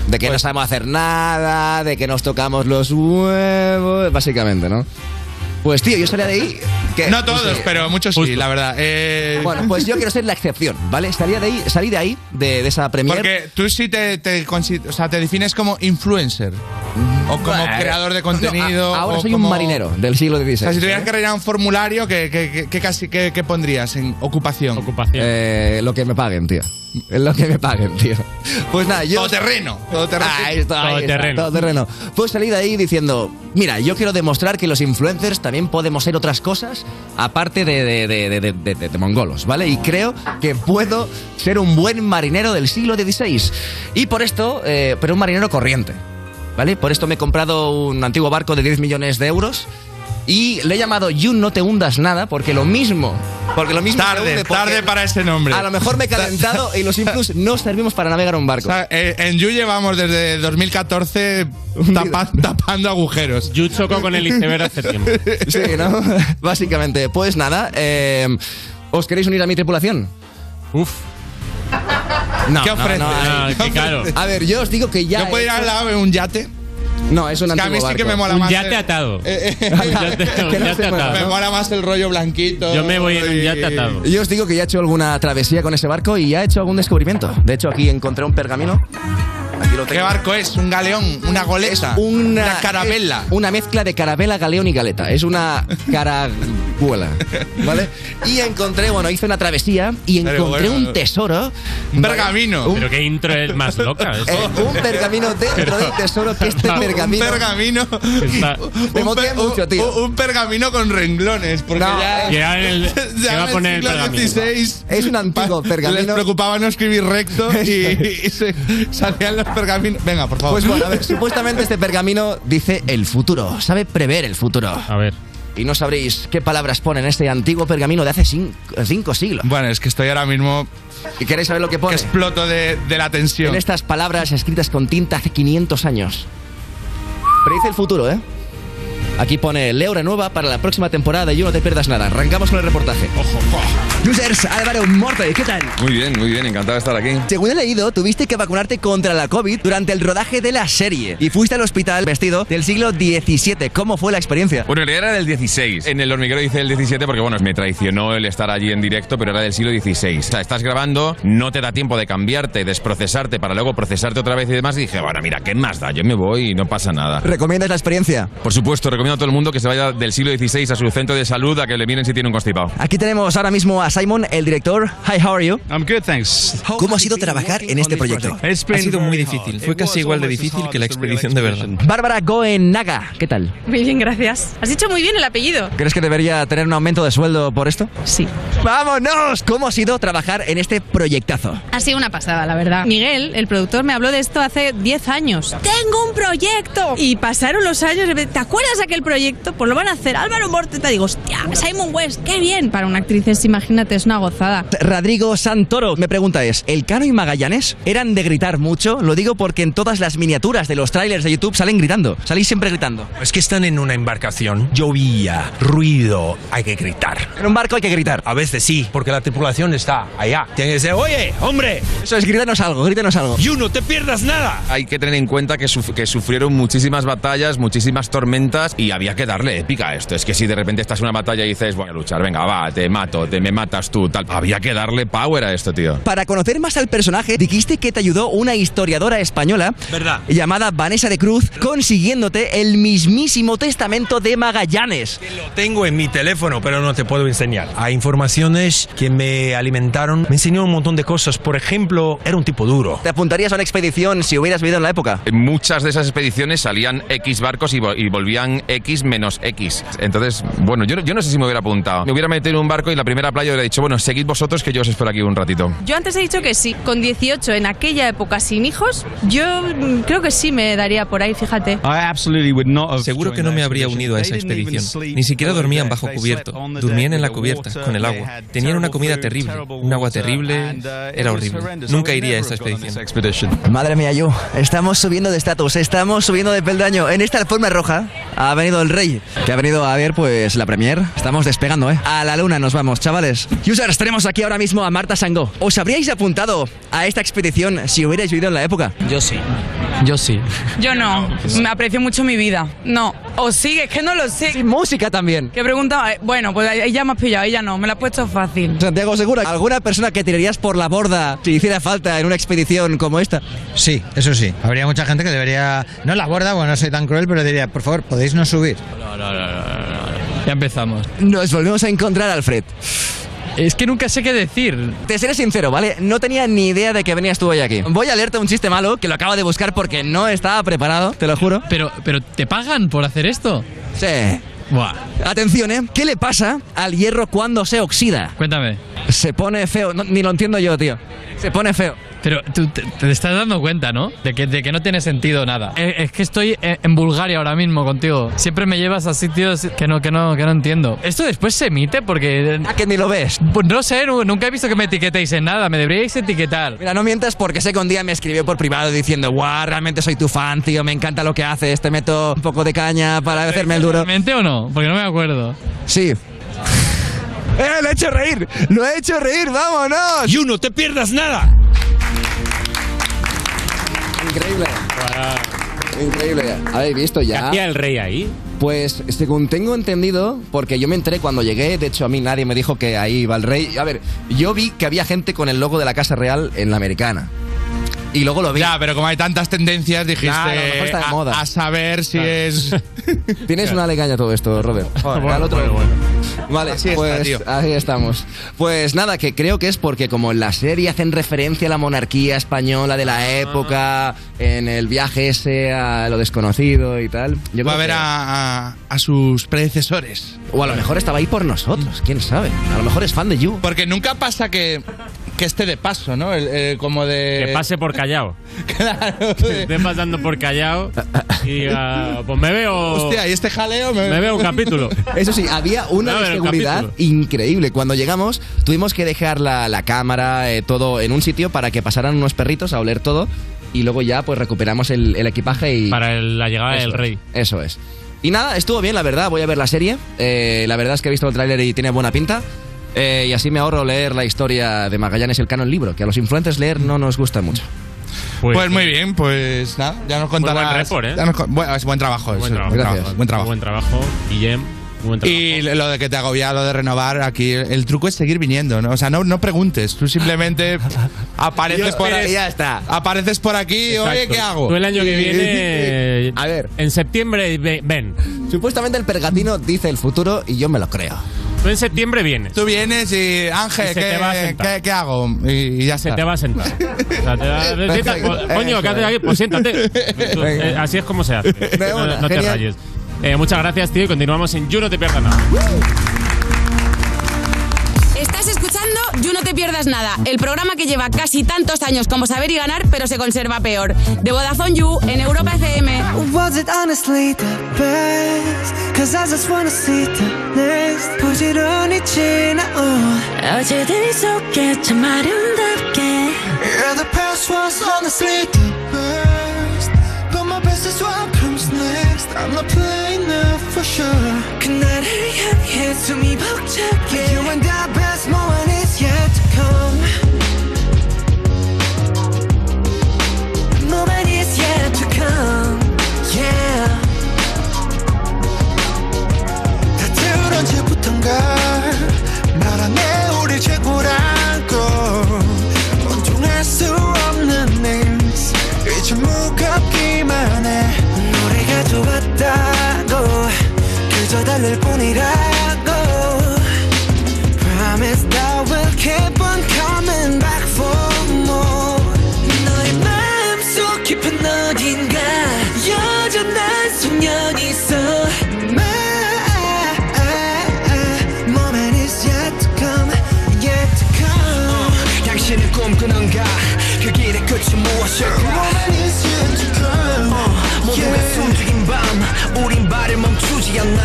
Speaker 24: De
Speaker 3: Pues-
Speaker 24: que no sabemos hacer nada, de que nos tocamos los huevos, básicamente, ¿no? Pues tío, yo salía de ahí. que-
Speaker 3: No todos, pero muchos sí, la verdad. Eh,
Speaker 24: Bueno, pues yo quiero ser la excepción, ¿vale? Salía de ahí, salí de ahí, de, de esa premier.
Speaker 3: Porque tú sí te, te, consi- o sea, te defines como influencer. O como
Speaker 24: Bueno,
Speaker 3: creador de
Speaker 24: no, a-
Speaker 3: contenido.
Speaker 24: ahora
Speaker 3: o
Speaker 24: soy
Speaker 3: como-
Speaker 24: un marinero del siglo XVI.
Speaker 3: O sea, si tuvieras
Speaker 24: ¿eh?
Speaker 3: que rellenar un formulario, ¿qué, qué, qué- qué casi, qué, qué pondrías en ocupación?
Speaker 4: Ocupación.
Speaker 24: Eh, lo que me paguen, tío. Lo que me paguen, tío. Pues nada, yo.
Speaker 3: Todo terreno. Todo terreno.
Speaker 24: Ahí está, ahí está, todo terreno. Pues salir de ahí diciendo, mira, yo quiero demostrar que los influencers también podemos ser otras cosas aparte de, de- de- de- de- de- de- de mongolos, ¿vale? Y creo que puedo ser un buen marinero del siglo XVI. Y por esto, eh, pero un marinero corriente, ¿vale? Por esto me he comprado un antiguo barco de 10 millones de euros. Y le he llamado You no te hundas nada porque lo mismo, porque lo mismo se
Speaker 3: Tarde,
Speaker 24: hunde porque
Speaker 3: tarde para ese nombre.
Speaker 24: A lo mejor me he calentado y los influs no servimos para navegar un barco.
Speaker 3: O sea, eh, en You llevamos desde 2014 tapa- tapando agujeros.
Speaker 4: You chocó con el iceberg hace tiempo.
Speaker 24: Sí, ¿no? Básicamente. Pues nada, eh, ¿os queréis unir a mi tripulación?
Speaker 4: Uf.
Speaker 24: No,
Speaker 3: ¿Qué
Speaker 24: no,
Speaker 3: ofrece?
Speaker 24: no, no.
Speaker 3: ¿Qué ofrece?
Speaker 24: claro. A ver, yo os digo que ya
Speaker 3: ¿Yo puedo
Speaker 24: he
Speaker 3: ir al
Speaker 24: hecho-
Speaker 3: lado en un yate?
Speaker 24: No, es un
Speaker 3: Es que a
Speaker 24: antiguo
Speaker 3: mí sí que
Speaker 24: barco.
Speaker 3: me mola
Speaker 4: Un
Speaker 3: más.
Speaker 4: yate
Speaker 3: el-
Speaker 4: atado.
Speaker 3: eh, eh,
Speaker 4: Un yate-
Speaker 3: que no
Speaker 4: un
Speaker 3: se
Speaker 4: yate
Speaker 3: mueva,
Speaker 4: atado.
Speaker 3: Me mola más el rollo blanquito.
Speaker 4: Yo me voy en un
Speaker 3: Eh,
Speaker 4: yate atado.
Speaker 24: Yo os digo que ya he hecho alguna travesía con ese barco y ya he hecho algún descubrimiento. De hecho, aquí encontré un pergamino.
Speaker 3: ¿Qué barco es? ¿Un galeón? ¿Una goleta?
Speaker 24: Una,
Speaker 3: carabela.
Speaker 24: es Una mezcla de carabela, galeón y galeta. Es una caraguela. eh, ¿Vale? Y encontré, bueno, hice una travesía y
Speaker 4: Pero
Speaker 24: encontré
Speaker 4: bueno.
Speaker 24: un tesoro.
Speaker 4: Un
Speaker 24: Un-
Speaker 4: Pero qué intro es más loca. eso.
Speaker 24: Eh, un pergamino dentro
Speaker 4: Pero-
Speaker 24: del tesoro que este
Speaker 4: Un
Speaker 24: pergamino.
Speaker 3: pergamino.
Speaker 4: Está-
Speaker 24: Me motiva
Speaker 3: un-
Speaker 24: mucho, tío.
Speaker 3: un- un pergamino con renglones. Porque
Speaker 24: No.
Speaker 3: ya,
Speaker 24: Que ahora el-
Speaker 3: ya
Speaker 24: que va a
Speaker 3: en
Speaker 24: poner el
Speaker 3: siglo
Speaker 24: pergamino.
Speaker 3: XVI
Speaker 24: Es un antiguo
Speaker 3: les
Speaker 24: pergamino.
Speaker 3: preocupaba no escribir recto y, y se, salían los pergaminos. Venga, por favor.
Speaker 24: Pues bueno, a ver, supuestamente este pergamino dice el futuro, sabe prever el futuro. A
Speaker 4: ver.
Speaker 24: Y no sabréis qué palabras pone en este antiguo pergamino de hace cin- cinco, siglos.
Speaker 3: Bueno, es que estoy ahora mismo.
Speaker 24: ¿Y queréis saber lo que pone?
Speaker 3: exploto de, de la
Speaker 24: En
Speaker 3: tensión.
Speaker 24: estas palabras escritas con tinta hace 500 años. Predice el futuro, ¿eh? Aquí pone Leo Renueva para la próxima temporada y yo no te pierdas nada. Arrancamos con el reportaje. Ojo, Users, Álvaro Morte, ¿qué tal?
Speaker 11: Muy bien, muy bien, encantado de estar aquí.
Speaker 24: Según he leído, tuviste que vacunarte contra la COVID durante el rodaje de la serie y fuiste al hospital vestido del siglo XVII. ¿Cómo fue la experiencia?
Speaker 11: Bueno, en realidad era del 16. En el hormiguero dice el 17 porque, bueno, me traicionó el estar allí en directo, pero era del siglo XVI. O sea, estás grabando, no te da tiempo de cambiarte, desprocesarte para luego procesarte otra vez y demás. Y dije, bueno, mira, ¿qué más da? Yo me voy y no pasa nada.
Speaker 24: ¿Recomiendas la experiencia?
Speaker 11: Por supuesto, recomiendo a todo el mundo que se vaya del siglo XVI a su centro de salud a que le miren si tiene un constipado.
Speaker 24: Aquí tenemos ahora mismo a a Simon, el director. Hi, how are you? I'm good, thanks.
Speaker 10: ¿Cómo ha sido trabajar en este proyecto?
Speaker 24: Ha sido muy
Speaker 10: difícil. Fue casi igual de difícil que la expedición de verdad.
Speaker 24: Bárbara Goenaga, ¿qué tal?
Speaker 16: Muy bien, gracias. Has dicho muy bien el apellido.
Speaker 24: ¿Crees que debería tener un aumento de sueldo por esto?
Speaker 16: Sí.
Speaker 24: ¡Vámonos! ¿Cómo ha sido trabajar en este proyectazo?
Speaker 16: Ha sido una pasada, la verdad. Miguel, el productor, me habló de esto hace 10 años. ¡Tengo un proyecto! Y pasaron los años. y me- ¿Te acuerdas de aquel proyecto? Pues lo van a hacer. Álvaro Morteta. Digo, hostia, Simon West, qué bien. Para una actriz es, imagínate, es una gozada.
Speaker 24: Rodrigo Santoro, me pregunta es, ¿el Cano y Magallanes eran de gritar mucho? Lo digo porque en todas las miniaturas de los trailers de YouTube salen gritando, salís siempre gritando.
Speaker 14: Es que están en una embarcación, llovía, ruido, hay que gritar.
Speaker 24: En un barco hay que gritar.
Speaker 14: A veces sí, porque la tripulación está allá. Tienen que decir, oye, hombre.
Speaker 24: Eso es, grítanos algo, grítanos algo.
Speaker 14: You no te pierdas nada.
Speaker 11: Hay que tener en cuenta que, suf- que sufrieron muchísimas batallas, muchísimas tormentas y había que darle épica a esto. Es que si de repente estás en una batalla y dices, voy a luchar, venga, va, te mato, te me matas tú, tal. Había que darle power a esto, tío.
Speaker 24: Para conocer más al personaje, dijiste que te ayudó una historiadora española
Speaker 14: Verdad.
Speaker 24: llamada Vanessa de Cruz, consiguiéndote el mismísimo testamento de Magallanes.
Speaker 14: Lo tengo en mi teléfono, pero no te puedo enseñar. Hay informaciones que me alimentaron, me enseñó un montón de cosas. Por ejemplo, era un tipo duro.
Speaker 24: ¿Te apuntarías a una expedición si hubieras vivido en la época?
Speaker 11: En muchas de esas expediciones salían X barcos y, vo- y volvían X menos X. Entonces, bueno, yo, no- yo no sé si me hubiera apuntado. Me hubiera metido en un barco y en la primera playa hubiera dicho, bueno, seguid vosotros que yo os espero aquí un ratito.
Speaker 16: Yo antes he dicho que sí. Con 18, en aquella época sin hijos, yo mm, creo que sí me daría por ahí, fíjate.
Speaker 10: Seguro que no me habría unido a esa expedición. Ni siquiera dormían bajo cubierto. Dormían en la cubierta, con el agua. Tenían una comida terrible, uh, un agua terrible. Era horrible. Nunca iría a esa expedición.
Speaker 24: Madre mía, yo. Estamos subiendo de estatus, estamos subiendo de peldaño. En esta alfombra roja ha venido el rey, que ha venido a ver pues la premier. Estamos despegando, ¿eh? A la luna nos vamos, chavales. Users, tenemos aquí ahora mismo a Marta Sangó. ¿Os habríais apuntado a esta expedición si hubierais vivido en la época? Yo sí. Yo sí.
Speaker 25: Yo no, me aprecio mucho mi vida. No, o sí, es que no lo sé.
Speaker 24: música también.
Speaker 25: ¿Qué pregunta? Eh, Bueno, pues ahí ya me has pillado, ella no, me la has puesto fácil.
Speaker 24: Santiago Segura, ¿alguna persona que tirarías por la borda si hiciera falta en una expedición como esta?
Speaker 26: Sí, eso sí. Habría mucha gente que debería. No la borda, bueno, no soy tan cruel, pero diría, por favor, podéis no subir.
Speaker 27: No, no, no, no, no. Ya empezamos.
Speaker 24: Nos volvemos a encontrar, Alfred.
Speaker 27: Es que nunca sé qué decir.
Speaker 24: Te seré sincero, ¿vale? No tenía ni idea de que venías tú hoy aquí. Voy a leerte un chiste malo que lo acabo de buscar porque no estaba preparado, te lo juro.
Speaker 27: Pero, pero ¿te pagan por hacer esto?
Speaker 24: Sí.
Speaker 27: Buah.
Speaker 24: Atención, ¿eh? ¿Qué le pasa al hierro cuando se oxida?
Speaker 27: Cuéntame.
Speaker 24: Se pone feo. No, ni lo entiendo yo, tío. Se pone feo.
Speaker 27: Pero tú te, te estás dando cuenta, ¿no? De que, de que no tiene sentido nada. Eh, Es, que estoy eh, en Bulgaria ahora mismo contigo. Siempre me llevas a sitios que no, que no, que no entiendo. ¿Esto después se emite? Porque...
Speaker 24: ¿A que ni lo ves?
Speaker 27: Pues no sé, nu- nunca he visto que me etiquetéis en nada. Me deberíais etiquetar.
Speaker 24: Mira, no mientas porque sé que un día me escribió por privado diciendo, guau, realmente soy tu fan, tío, me encanta lo que haces, te meto un poco de caña para hacerme el duro.
Speaker 27: ¿Mente o no? Porque no me acuerdo.
Speaker 24: Sí. ¡Eh, lo he hecho reír! ¡Lo he hecho reír! ¡Vámonos!
Speaker 14: You no te pierdas nada.
Speaker 24: Increíble. Increíble. ¿Habéis visto ya?
Speaker 4: ¿Qué hacía el
Speaker 24: rey ahí? Pues según tengo entendido, porque yo me entré cuando llegué, de hecho a mí nadie me dijo que ahí iba el rey. A ver, yo vi que había gente con el logo de la Casa Real en la americana. Y luego lo vi.
Speaker 3: Ya, pero como hay tantas tendencias, dijiste
Speaker 24: Nah, a lo mejor está de
Speaker 3: a,
Speaker 24: moda.
Speaker 3: a saber si
Speaker 24: Claro.
Speaker 3: es...
Speaker 24: Tienes una legaña todo esto, Robert.
Speaker 3: Bueno,
Speaker 24: Al otro-
Speaker 3: bueno, bueno.
Speaker 24: Vale,
Speaker 3: Así está,
Speaker 24: pues
Speaker 3: tío.
Speaker 24: así estamos. Pues nada, que creo que es porque como en la serie hacen referencia a la monarquía española de
Speaker 3: Ah.
Speaker 24: la época, en el viaje ese a lo desconocido y tal. Yo
Speaker 3: Va
Speaker 24: creo
Speaker 3: a ver
Speaker 24: que-
Speaker 3: a, a- a sus predecesores.
Speaker 24: O a lo mejor estaba ahí por nosotros, quién sabe. A lo mejor es fan de You.
Speaker 3: Porque nunca pasa que, que esté de paso, ¿no? El- el- como de...
Speaker 4: Que pase por callado.
Speaker 3: claro.
Speaker 4: Que esté pasando por callado y diga, pues me veo.
Speaker 24: Hostia,
Speaker 3: y este jaleo me,
Speaker 4: veo un capítulo.
Speaker 24: Eso sí, había
Speaker 4: A
Speaker 24: una
Speaker 4: ver, el
Speaker 24: inseguridad increíble. Cuando llegamos, tuvimos que dejar la, la cámara, eh, todo en un sitio para que pasaran unos perritos a oler todo. Y luego ya, pues recuperamos el, el equipaje y.
Speaker 4: Para el- la llegada
Speaker 24: Eso
Speaker 4: del
Speaker 24: es,
Speaker 4: rey.
Speaker 24: eso es. Y nada, estuvo bien, la verdad. Voy a ver la serie. Eh, la verdad es que he visto el tráiler y tiene buena pinta. Eh, y así me ahorro leer la historia de Magallanes el canon libro, que a los influencers leer no nos gusta mucho.
Speaker 3: Pues, muy bien, pues nada, ya nos contarás.
Speaker 24: buen report, ¿eh?
Speaker 3: ya nos con- bueno, es buen trabajo.
Speaker 24: Buen
Speaker 3: es
Speaker 24: trabajo. Gracias.
Speaker 3: Buen trabajo.
Speaker 4: Buen trabajo, Guillem. Buen trabajo.
Speaker 3: Y lo de que te agobia, lo de renovar aquí, el, el truco es seguir viniendo, ¿no? O sea, no, no preguntes, tú simplemente apareces
Speaker 24: Yo
Speaker 3: por
Speaker 24: esperé-
Speaker 3: aquí.
Speaker 24: ya está.
Speaker 3: Apareces por aquí, oye,
Speaker 4: Exacto.
Speaker 3: ¿qué hago?
Speaker 4: Tú el año que
Speaker 3: Y-
Speaker 4: viene.
Speaker 24: A ver.
Speaker 4: En septiembre, ve- ven.
Speaker 24: Supuestamente el pergatino dice el futuro y yo me lo creo.
Speaker 4: Tú en septiembre vienes.
Speaker 3: Tú vienes y Ángel,
Speaker 4: Y se
Speaker 3: ¿qué,
Speaker 4: te va a sentar.
Speaker 27: Eh,
Speaker 3: qué- qué hago? Y, y ya
Speaker 4: Se te va a sentar. O sea, te va-
Speaker 3: Perfecto.
Speaker 4: siéntate, Eh, coño, ¿qué haces aquí? Pues siéntate. Tú,
Speaker 3: eh, Venga.
Speaker 4: eh, así es como se hace.
Speaker 3: De
Speaker 4: No,
Speaker 3: una,
Speaker 4: no te
Speaker 3: genial.
Speaker 4: rayes. Eh, muchas gracias, tío, y continuamos en You No Te Pierdas Nada.
Speaker 1: Estás escuchando You No Te Pierdas Nada, el programa que lleva casi tantos años como saber y ganar, pero se conserva peor. De Vodafone You en Europa FM.
Speaker 22: Was it honestly the best? Cause I just wanna see the next 부지런히 지나온 어제들이 속에 참 아름답게 Yeah, the past was honestly the best But my best is what comes next I'm not playing now for sure 그날을 향해 숨이 벅차게 You and I best moment is yet to come moment is yet to come. Yeah.
Speaker 7: 다들 언제부턴가 말하네 우리 최고라고 온종할 수 없는 names 이제 무겁기만 해
Speaker 22: 노래가 좋았다고 그저 달랠 뿐이라고 Promise that we'll keep on coming back for more 너의 마음속 깊은 어딘가 여전한 소년이 있어
Speaker 7: My moment is yet to come yet to come
Speaker 8: 당신은 꿈꾸는가 그 길의 끝이 무엇일까
Speaker 7: moment is yet to come
Speaker 8: 어, 모두가
Speaker 7: Yeah.
Speaker 8: 숨죽인 밤 우린 발을 멈추지 않아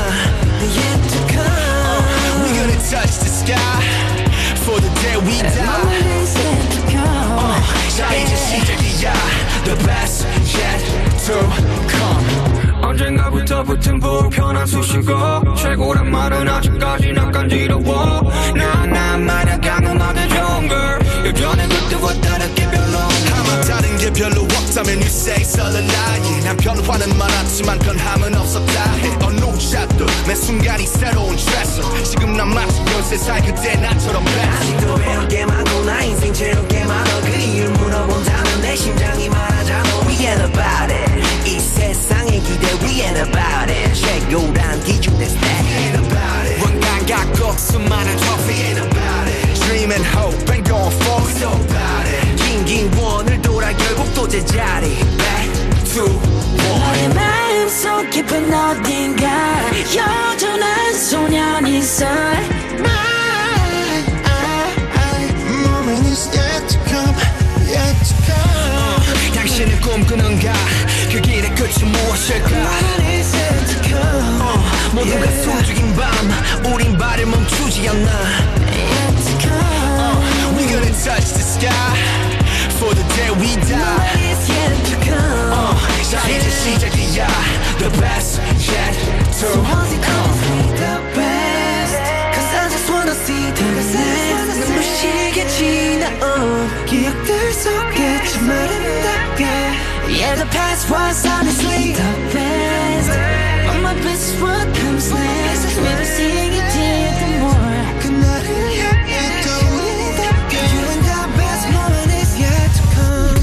Speaker 22: Yet to come
Speaker 8: uh, We're gonna touch the sky For the day we die
Speaker 22: moment is yet to come
Speaker 8: 어, 자 이제 시작이야 The best yet to come 언젠가부터 붙은 불편한 수식어 최고란 말은 아직까지 난 간지러워 나 나만의 강음하게 좋은 걸 여전히 그때와 다르게 별로
Speaker 12: 아마 다른 게 별로 없다면 you say 설레나이 난 변화는 많았지만 변함은 없었다 해 어느 샷도 매 순간이 새로운 트레서 지금 난 마치 연세 살 그때 나처럼
Speaker 22: 아직도 외롭게 많고 나 인생 채롭게 많아 그 이유를 물어본다면 내 심장이 말하잖아 We ain't about it 이 세상의 기대 We ain't about it 최고란 기준에 stand
Speaker 8: 왕관 갖고 수많은 trophy ain't about it Dream and hope and going for it so about it 긴긴 원을 돌아 결국 또 제자리 Back to
Speaker 22: 너의 마음속 깊은 어딘가 여전한 소년 있어
Speaker 8: My moment is yet to come Yet to come 당신은 꿈꾸는가 그 길의 끝이 무엇일까
Speaker 22: Moment is yet to come
Speaker 8: 어, 모두가
Speaker 22: Yeah.
Speaker 8: 숨죽인 밤 우린 발을 멈추지 않아
Speaker 22: Yet to come
Speaker 8: 어, We're gonna touch the sky For the day we die Uh,
Speaker 22: Moment is yet to come
Speaker 8: 어, 자 이제 시작이야 The best yet to
Speaker 22: So won't you call me the best? Cause I just wanna see the next 눈부시게 지나온 기억들 속에 참 아름답게 Yeah the past was honestly the best But my best is what comes next Maybe seeing it did the more 그날을 향해 떠오른답게 You and the best moment is yet to come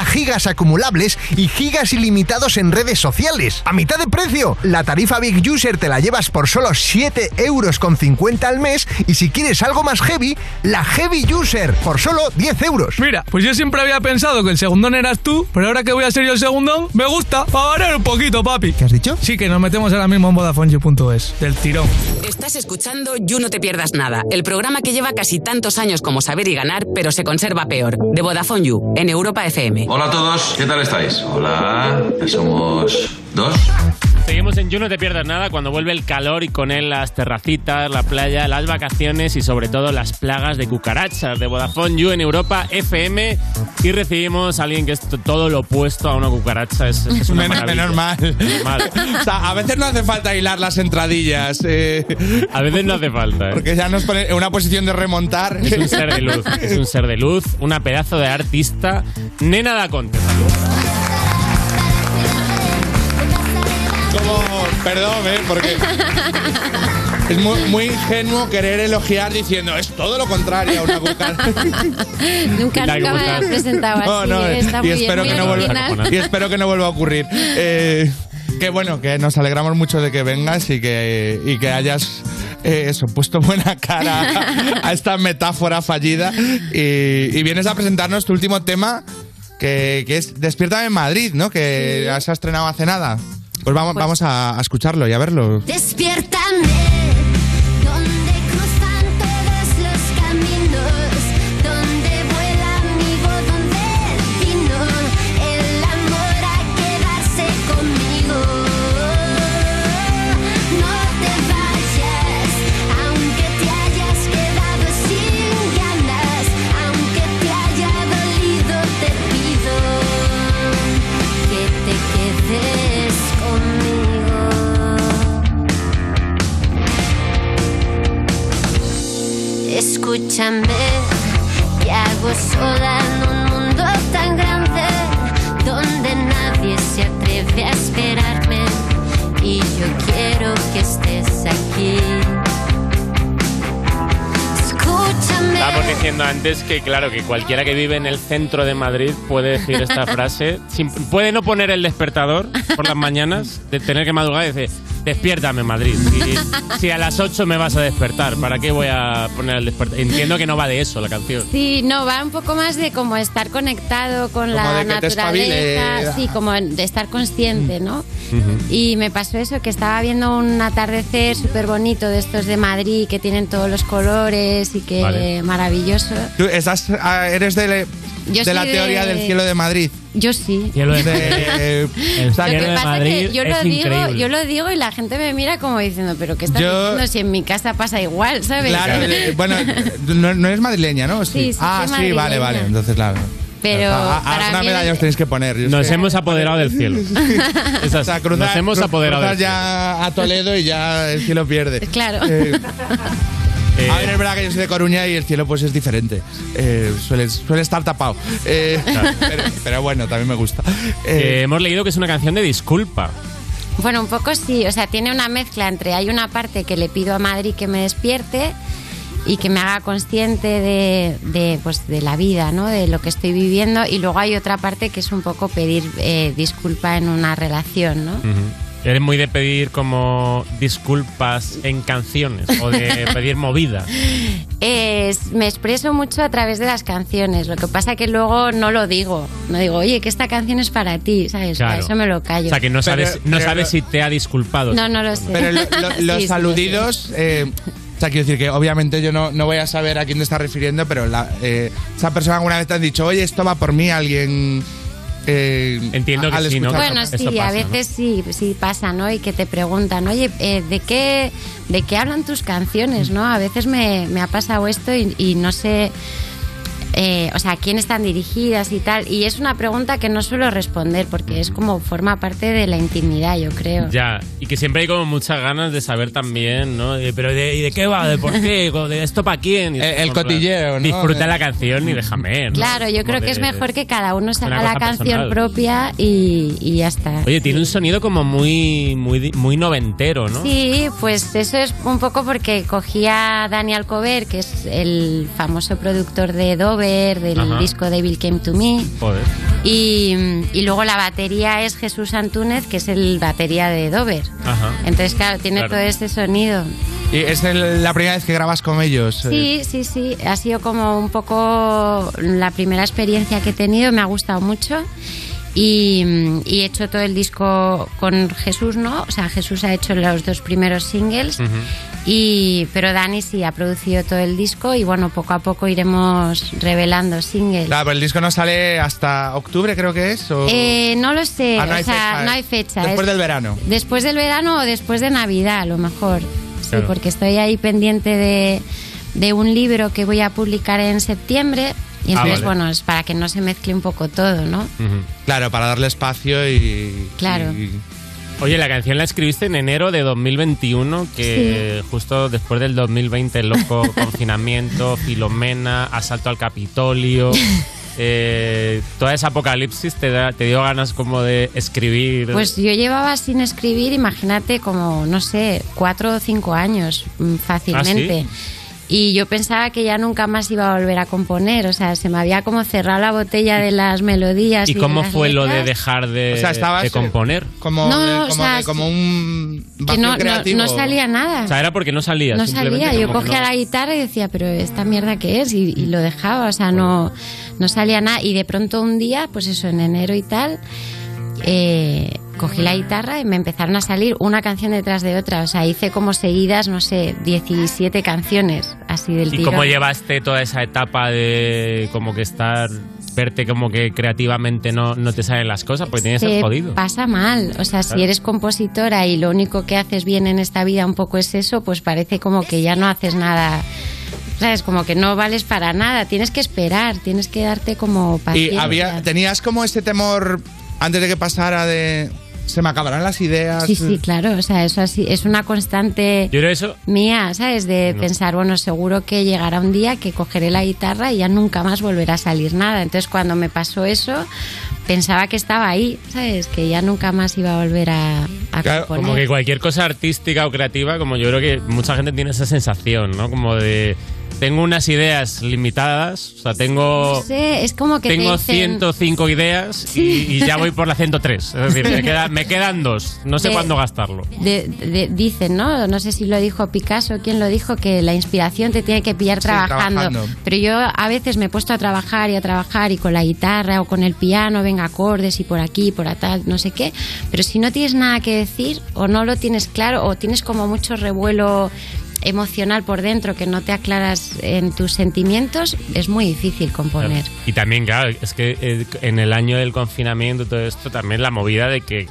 Speaker 5: gigas acumulables y gigas ilimitados en redes sociales. ¡A mitad de precio! La tarifa Big User te la llevas por solo 7 euros con 50 al mes y si quieres algo más heavy, la Heavy User por solo 10 euros.
Speaker 28: Mira, pues yo siempre había pensado que el segundón eras tú, pero ahora que voy a ser yo el segundón, me gusta, para variar un poquito, papi. ¿Qué
Speaker 5: has dicho?
Speaker 28: Sí, que nos metemos ahora mismo en VodafoneYou.es, del tirón.
Speaker 1: Estás escuchando You No Te Pierdas Nada, el programa que lleva casi tantos años como saber y ganar, pero se conserva peor. De Vodafone You en Europa FM.
Speaker 29: Hola a todos, ¿qué tal estáis? Hola, somos dos.
Speaker 4: Seguimos en You, no te pierdas nada cuando vuelve el calor y con él las terracitas, la playa, las vacaciones y sobre todo las plagas de cucarachas de Vodafone You en Europa FM. Y recibimos a alguien que es t- todo lo opuesto a una cucaracha. Es, es una
Speaker 3: Menos-
Speaker 4: maravilla.
Speaker 3: menos mal.
Speaker 4: Mal.
Speaker 3: O sea, a veces no hace falta hilar las entradillas. eh.
Speaker 4: A veces no hace falta. ¿eh?
Speaker 3: Porque ya nos pone en una posición de remontar.
Speaker 4: Es un ser de luz, es un ser de luz, una pedazo de artista. Nena da Conte.
Speaker 3: Como, perdón, ¿eh? Porque es muy, muy ingenuo querer elogiar diciendo es todo lo contrario a una cucaracha.
Speaker 6: nunca,
Speaker 3: Hay que
Speaker 6: nunca me
Speaker 3: buscar.
Speaker 6: habías presentado
Speaker 3: No,
Speaker 6: así. eh,
Speaker 3: no,
Speaker 6: está
Speaker 3: y
Speaker 6: muy
Speaker 3: espero
Speaker 6: bien,
Speaker 3: que
Speaker 6: muy
Speaker 3: no vuelva,
Speaker 6: original.
Speaker 3: y espero que no vuelva a ocurrir. Eh, que bueno, que nos alegramos mucho de que vengas y que, y que hayas eh, eso, puesto buena cara a esta metáfora fallida. Y, y vienes a presentarnos tu último tema, que, que es Despierta en Madrid, ¿no? Que has estrenado hace nada. Pues vamos,
Speaker 6: Pues-
Speaker 3: vamos a, a escucharlo y a verlo.
Speaker 6: Despiértame, donde cruzan todos los caminos, donde vuela amigo, donde el vino, el amor a quedarse conmigo. No te vayas, aunque te hayas quedado sin ganas, aunque te haya dolido, te pido que te quedes conmigo. Escúchame, que hago sola en un mundo tan grande donde nadie se atreve a esperarme y yo quiero que estés aquí.
Speaker 4: Estábamos
Speaker 6: Escúchame.
Speaker 4: diciendo antes que, claro, que cualquiera que vive en el centro de Madrid puede decir esta frase. sin- puede no poner el despertador por las mañanas, de tener que madrugar y decir, despiértame Madrid. Si, si a las 8 me vas a despertar, ¿para qué voy a poner el despertador? Entiendo que no va de eso la canción.
Speaker 6: Sí, no, va un poco más de como estar conectado con
Speaker 4: Como
Speaker 6: la
Speaker 4: de que te espabiles.
Speaker 6: naturaleza, sí, como en- de estar
Speaker 3: Mm.
Speaker 6: consciente, ¿no? Y me pasó eso, que estaba viendo un atardecer súper bonito de estos de Madrid, que tienen todos los colores y que
Speaker 3: Vale.
Speaker 6: maravilloso.
Speaker 3: Tú estás, ah, eres de, le-
Speaker 6: Yo
Speaker 3: de la
Speaker 6: soy de-
Speaker 3: teoría del cielo de Madrid.
Speaker 6: Yo sí.
Speaker 4: Cielo
Speaker 3: de,
Speaker 4: El
Speaker 6: Lo que pasa es que yo lo, digo, yo lo digo y la gente me mira como diciendo, pero ¿qué estás
Speaker 3: Yo-
Speaker 6: diciendo si en mi casa pasa igual, sabes?
Speaker 3: Claro, de- bueno, no, no eres madrileña, ¿no?
Speaker 6: Sí, sí,
Speaker 3: ah,
Speaker 6: soy
Speaker 3: sí, vale,
Speaker 6: madrileña.
Speaker 3: vale. Entonces, claro.
Speaker 6: pero
Speaker 3: Ah, ah,
Speaker 6: para
Speaker 3: alguna
Speaker 6: mí...
Speaker 3: medalla os tenéis que poner.
Speaker 4: Nos hemos apoderado del cielo. Es así. Nos hemos
Speaker 3: cru-
Speaker 4: apoderado
Speaker 3: cruzar
Speaker 4: del cielo.
Speaker 3: ya a Toledo y ya el cielo pierde.
Speaker 6: Claro.
Speaker 3: Eh, A ver, es verdad que yo soy de Coruña y el cielo pues es diferente. Eh, suele, suele estar tapado. Eh,
Speaker 4: Claro.
Speaker 3: pero, pero bueno, también me gusta.
Speaker 4: Eh, hemos leído que es una canción de disculpa.
Speaker 6: Bueno, un poco sí, o sea, tiene una mezcla entre hay una parte que le pido a Madrid que me despierte y que me haga consciente de, de, pues, de la vida, ¿no? de lo que estoy viviendo, y luego hay otra parte que es un poco pedir eh, disculpa en una relación, ¿no?
Speaker 4: Eres muy de pedir como disculpas en canciones o de pedir movida.
Speaker 6: Es- me expreso mucho a través de las canciones, lo que pasa que luego no lo digo, no digo, oye, que esta canción es para ti, ¿sabes?
Speaker 4: Claro.
Speaker 6: Para eso me lo
Speaker 4: O
Speaker 6: callo.
Speaker 4: sea, que no sabes, no sabes si te ha disculpado.
Speaker 6: No, no lo sé.
Speaker 3: Pero lo- lo-
Speaker 6: Sí,
Speaker 3: los
Speaker 6: sí, lo
Speaker 3: aludidos. eh, o sea, quiero decir que obviamente yo no, no voy a saber a quién te estás refiriendo, pero la- eh, esa persona alguna vez te han dicho, oye, esto va por mí, alguien. eh, Entiendo
Speaker 4: que sí, ¿no?
Speaker 6: Bueno, sí, a veces sí, sí pasa, ¿no? Y que te preguntan, oye, eh, ¿de, qué, ¿de qué hablan tus canciones, no? A veces me, me ha pasado esto y, y no sé, eh, o sea, ¿a quién están dirigidas y tal? Y es una pregunta que no suelo responder porque es como forma parte de la intimidad, yo creo.
Speaker 4: Ya, y que siempre hay como muchas ganas de saber también, ¿no? De, pero ¿de, y de qué va? ¿De por qué? ¿De esto para quién?
Speaker 3: El- el cotilleo, ¿no?
Speaker 4: Disfruta la canción y déjame, ¿no?
Speaker 6: Claro, yo
Speaker 4: Como
Speaker 6: creo
Speaker 4: de-
Speaker 6: que es mejor que cada uno se
Speaker 4: una
Speaker 6: haga la
Speaker 4: cosa
Speaker 6: canción
Speaker 4: personal.
Speaker 6: propia y, y ya está.
Speaker 4: Oye, tiene un sonido como muy, muy, muy noventero, ¿no?
Speaker 6: Sí, pues eso es un poco porque cogí a Dani Alcover, que es el famoso productor de Dover, del
Speaker 4: Ajá.
Speaker 6: disco Devil Came to Me.
Speaker 4: Joder.
Speaker 6: Y, y luego la batería es Jesús Antúnez, que es el batería de Dover.
Speaker 3: Ajá.
Speaker 6: Entonces, claro, tiene
Speaker 3: Claro.
Speaker 6: todo ese sonido.
Speaker 3: Y es el- la primera vez que grabas con ellos. eh.
Speaker 6: Sí, sí, sí. Ha sido como un poco la primera experiencia que he tenido. Me ha gustado mucho. Y, mm, y he hecho todo el disco con Jesús, ¿no? O sea, Jesús ha hecho los dos primeros singles. Y, pero Dani sí ha producido todo el disco y bueno, poco a poco iremos revelando singles.
Speaker 3: Claro, pero el disco no sale hasta octubre, creo que es. o-
Speaker 6: Eh, no lo sé,
Speaker 3: Ah, no
Speaker 6: o
Speaker 3: hay
Speaker 6: sea,
Speaker 3: fecha,
Speaker 6: no
Speaker 3: ¿eh?
Speaker 6: hay fecha.
Speaker 3: Después
Speaker 6: es-
Speaker 3: del verano.
Speaker 6: Después del verano o después de Navidad, a lo mejor. Sí,
Speaker 3: Claro.
Speaker 6: porque estoy ahí pendiente de, de un libro que voy a publicar en septiembre. Y
Speaker 3: Ah,
Speaker 6: entonces,
Speaker 3: vale.
Speaker 6: bueno, es para que no se mezcle un poco todo, ¿no?
Speaker 3: Claro, para darle espacio y.
Speaker 6: Claro.
Speaker 3: y-
Speaker 4: Oye, la canción la escribiste en enero de 2021, que justo después del 2020, el loco confinamiento, Filomena, asalto al Capitolio, eh, toda esa apocalipsis te, da- te dio ganas como de escribir.
Speaker 6: Pues yo llevaba sin escribir, imagínate, como, no sé, cuatro o cinco años mm, fácilmente.
Speaker 4: ¿Ah,
Speaker 6: Y yo pensaba que ya nunca más iba a volver a componer, o sea, se me había como cerrado la botella de las melodías.
Speaker 4: ¿Y
Speaker 6: de
Speaker 4: cómo
Speaker 6: las
Speaker 4: fue lo de
Speaker 6: letras.
Speaker 4: dejar de,
Speaker 3: O sea, estabas,
Speaker 4: de
Speaker 3: eh,
Speaker 4: componer?
Speaker 3: Como,
Speaker 6: No,
Speaker 3: de-
Speaker 6: o
Speaker 3: como,
Speaker 6: sea,
Speaker 3: de- como un.
Speaker 6: Que
Speaker 3: vacío
Speaker 6: no, no,
Speaker 3: creativo.
Speaker 6: no salía nada.
Speaker 4: O sea, era porque no salías.
Speaker 6: No
Speaker 4: simplemente
Speaker 6: salía, yo
Speaker 4: como que
Speaker 6: cogía
Speaker 4: no-
Speaker 6: la guitarra y decía, pero esta mierda que es, y, y lo dejaba, o sea, no, no salía nada. Y de pronto un día, pues eso, en enero y tal, eh, cogí la guitarra y me empezaron a salir una canción detrás de otra, o sea, hice como seguidas, no sé, 17 canciones así del
Speaker 4: ¿Y
Speaker 6: tirón.
Speaker 4: cómo llevaste toda esa etapa de como que estar, verte como que creativamente no, no te salen las cosas? Porque tienes
Speaker 6: Te
Speaker 4: el jodido.
Speaker 6: pasa mal, o sea,
Speaker 4: Claro.
Speaker 6: si eres compositora y lo único que haces bien en esta vida un poco es eso, pues parece como que ya no haces nada. ¿Sabes? Como que no vales para nada, tienes que esperar, tienes que darte como
Speaker 3: Y
Speaker 6: paciencia.
Speaker 3: había, tenías como ese temor antes de que pasara de. Se me acabarán las ideas.
Speaker 6: Sí, sí, claro, o sea, eso así, es una constante
Speaker 3: Yo creo eso.
Speaker 6: mía, ¿sabes? De pensar, bueno, seguro que llegará un día que cogeré la guitarra y ya nunca más volverá a salir nada. Entonces, cuando me pasó eso, pensaba que estaba ahí, ¿sabes? Que ya nunca más iba a volver a, a componer.
Speaker 4: Como que cualquier cosa artística o creativa, como yo creo que mucha gente tiene esa sensación, ¿no? Como de. Tengo unas ideas limitadas, o sea, tengo.
Speaker 6: No sé, es como que te
Speaker 4: Tengo
Speaker 6: dicen-
Speaker 4: 105 ideas y, y ya voy por la 103. Es decir, me, queda- me quedan dos. No sé
Speaker 6: De-
Speaker 4: cuándo gastarlo.
Speaker 6: de- de- dicen, ¿no? No sé si lo dijo Picasso, quién lo dijo, que la inspiración te tiene que pillar
Speaker 4: Sí,
Speaker 6: trabajando.
Speaker 4: trabajando.
Speaker 6: Pero yo a veces me he puesto a trabajar y a trabajar y con la guitarra o con el piano, venga acordes y por aquí, por tal, no sé qué. Pero si no tienes nada que decir o no lo tienes claro o tienes como mucho revuelo emocional por dentro que no te aclaras en tus sentimientos, es muy difícil componer.
Speaker 4: Y también, claro, es que eh, en el año del confinamiento, todo esto, también la movida de que.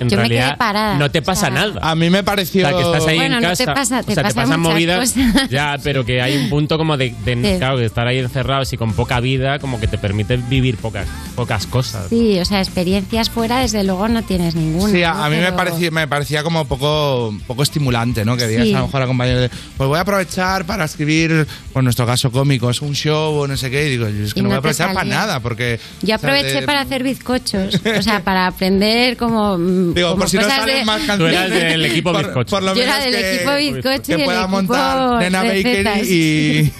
Speaker 4: En
Speaker 6: Yo me quedé
Speaker 4: realidad
Speaker 6: parada,
Speaker 4: no te pasa
Speaker 6: o sea-
Speaker 4: nada.
Speaker 3: A mí me pareció.
Speaker 4: O sea, que estás ahí
Speaker 6: Bueno,
Speaker 4: en
Speaker 6: no
Speaker 4: casa.
Speaker 6: te pasa-
Speaker 4: o
Speaker 6: te
Speaker 4: sea,
Speaker 6: pasan
Speaker 4: pasan
Speaker 6: muchas
Speaker 4: movidas.
Speaker 6: cosas.
Speaker 4: Ya, pero que hay un punto como de, de-
Speaker 6: Sí.
Speaker 4: claro, de estar ahí encerrados y con poca vida, como que te permite vivir pocas, pocas cosas.
Speaker 6: Sí, o sea, experiencias fuera desde luego no tienes ninguna.
Speaker 3: Sí, a,
Speaker 6: ¿no?
Speaker 3: a mí me
Speaker 6: Pero-
Speaker 3: parecía, me parecía como poco, poco estimulante, ¿no? Que veías
Speaker 6: Sí.
Speaker 3: a lo mejor a compañeros de, pues voy a aprovechar para escribir, pues en nuestro caso cómicos, un show o no sé qué, y digo, es que
Speaker 6: Y
Speaker 3: no,
Speaker 6: no
Speaker 3: voy a
Speaker 6: te
Speaker 3: aprovechar para
Speaker 6: salió.
Speaker 3: nada, porque...
Speaker 6: Yo
Speaker 3: o sea, de-
Speaker 6: aproveché para hacer bizcochos, o sea, para aprender como. mm,
Speaker 3: Digo,
Speaker 6: como
Speaker 3: por si no
Speaker 6: cosas
Speaker 3: salen
Speaker 6: de-
Speaker 3: más canciones. Por- Por lo
Speaker 6: Yo
Speaker 3: menos
Speaker 6: era del
Speaker 3: que-
Speaker 6: equipo bizcocho y
Speaker 3: Que
Speaker 6: del
Speaker 3: pueda
Speaker 6: equipo
Speaker 3: montar Nena
Speaker 6: recetas.
Speaker 3: Bakery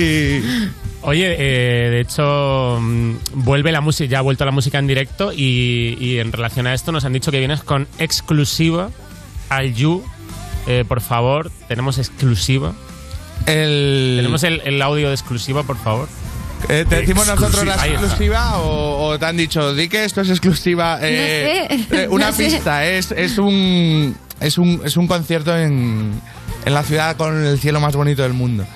Speaker 3: y...
Speaker 4: Oye, eh, de hecho, mm, vuelve la música, ya ha vuelto la música en directo y, y en relación a esto nos han dicho que vienes con exclusiva al You. Eh, por favor, tenemos exclusiva. Tenemos el, el audio de exclusiva, por favor.
Speaker 3: Eh, ¿Te decimos nosotros la
Speaker 4: Ahí está.
Speaker 3: exclusiva o, o te han dicho, di que esto es exclusiva? eh,
Speaker 6: sé,
Speaker 3: eh, una
Speaker 6: no sé.
Speaker 3: pista, es, es, un, es, un, es un concierto en, en la ciudad con el cielo más bonito del mundo.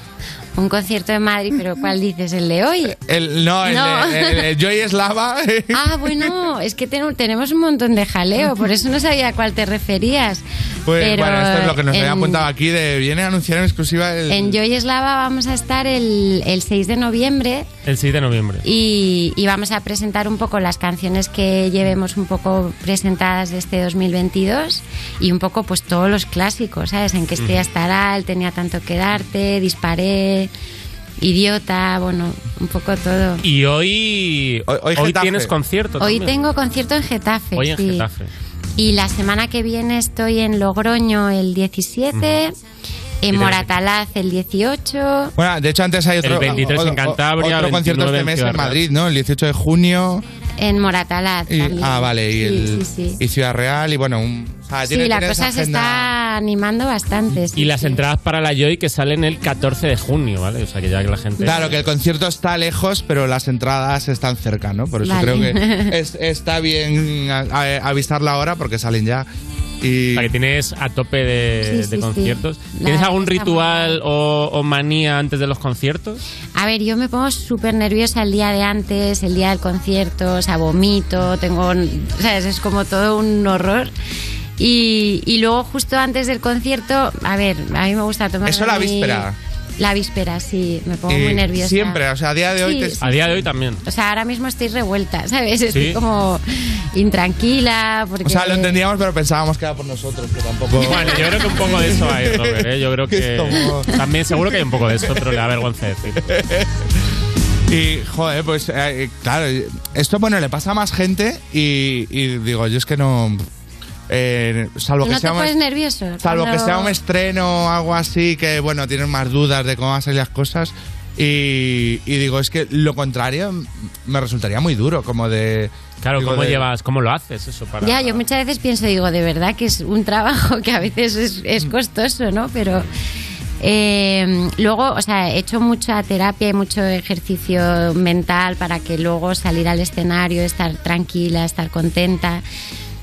Speaker 6: Un concierto de Madrid, pero ¿cuál dices? ¿El de hoy?
Speaker 3: El, no, el,
Speaker 6: No.
Speaker 3: el- el- el Joy Slava.
Speaker 6: Ah, bueno, es que ten- tenemos un montón de jaleo, por eso no sabía a cuál te referías.
Speaker 3: Pues,
Speaker 6: Pero eh,
Speaker 3: bueno, esto es lo que nos había
Speaker 6: en-
Speaker 3: apuntado aquí de viene a anunciar en exclusiva el...
Speaker 6: En Joy Slava vamos a estar el, el 6 de noviembre
Speaker 4: El 6 de noviembre.
Speaker 6: y, y vamos a presentar un poco las canciones que llevemos un poco presentadas de este 2022 y un poco pues todos los clásicos, ¿sabes? En que estoy
Speaker 4: Ujú.
Speaker 6: hasta el tenía tanto que darte, disparé, idiota, bueno, un poco todo.
Speaker 4: Y hoy, hoy,
Speaker 3: Getafe.
Speaker 4: tienes concierto.
Speaker 6: Hoy
Speaker 4: también.
Speaker 6: tengo concierto en Getafe.
Speaker 4: Hoy en
Speaker 6: sí.
Speaker 4: Getafe.
Speaker 6: Y la semana que viene estoy en Logroño el 17, en
Speaker 3: tenemos-
Speaker 6: Moratalaz el 18.
Speaker 3: Bueno, de hecho antes hay otro...
Speaker 4: El 23 en Cantabria,
Speaker 3: Otro
Speaker 4: 29
Speaker 3: concierto este
Speaker 4: en
Speaker 3: mes
Speaker 4: Ciudad
Speaker 3: en
Speaker 4: Real.
Speaker 3: Madrid, ¿no? El 18 de junio.
Speaker 6: En Moratalaz
Speaker 3: y-
Speaker 6: también.
Speaker 3: ah, vale. Y,
Speaker 6: Sí,
Speaker 3: el,
Speaker 6: sí, sí.
Speaker 3: y Ciudad Real y bueno... Un, ah,
Speaker 6: Sí,
Speaker 3: tiene-
Speaker 6: la
Speaker 3: tienes
Speaker 6: cosa se
Speaker 3: agenda.
Speaker 6: está animando bastante. sí.
Speaker 4: Y las entradas para la Joy que salen el 14 de junio, ¿vale? O sea que ya que la gente.
Speaker 3: Claro, que el concierto está lejos, pero las entradas están cerca, ¿no? Por eso
Speaker 4: Vale.
Speaker 3: creo que es- está bien a- a- avisar la hora porque salen ya.
Speaker 4: O sea, que tienes a tope de,
Speaker 6: Sí,
Speaker 4: de
Speaker 6: sí, sí.
Speaker 4: conciertos.
Speaker 6: La
Speaker 4: ¿Tienes
Speaker 6: verdad
Speaker 4: algún
Speaker 6: que está
Speaker 4: ritual o, o manía antes de los conciertos?
Speaker 6: A ver, yo me pongo súper nerviosa el día de antes, el día del concierto, o sea, vomito, tengo, un- ¿sabes? Es como todo un horror. Y, y luego justo antes del concierto, a ver, a mí me gusta tomar...
Speaker 3: Eso la
Speaker 6: mi-
Speaker 3: víspera.
Speaker 6: La víspera, sí, me pongo
Speaker 3: Y
Speaker 6: muy nerviosa.
Speaker 3: Siempre, o sea, a día de hoy.
Speaker 6: Sí,
Speaker 3: te-
Speaker 6: sí,
Speaker 4: A día de hoy también.
Speaker 6: O sea, ahora mismo estoy revuelta, ¿sabes? Estoy
Speaker 3: Sí.
Speaker 6: como intranquila porque...
Speaker 3: O sea, lo entendíamos, pero pensábamos que era por nosotros, que tampoco.
Speaker 4: Bueno, yo creo que un poco de eso hay, Robert. ¿eh? Yo creo que también seguro que hay un poco de eso, pero le da vergüenza decir.
Speaker 3: Y, joder, pues, eh, claro, esto, bueno, le pasa a más gente y, y digo, yo es que no. eh, salvo que
Speaker 6: ¿No te
Speaker 3: sea un-
Speaker 6: pones nervioso?
Speaker 3: Salvo que
Speaker 6: Cuando-
Speaker 3: sea un estreno o algo así, que bueno, tienes más dudas de cómo van a salir las cosas. Y, y digo, es que lo contrario me resultaría muy duro, como de.
Speaker 4: Claro,
Speaker 3: digo,
Speaker 4: ¿cómo
Speaker 3: de-
Speaker 4: llevas? ¿Cómo lo haces eso para.?
Speaker 6: Ya, yo muchas veces pienso, digo, de verdad que es un trabajo que a veces es, es costoso, ¿no? Pero eh, luego, o sea, he hecho mucha terapia y mucho ejercicio mental para que luego salir al escenario, estar tranquila, estar contenta.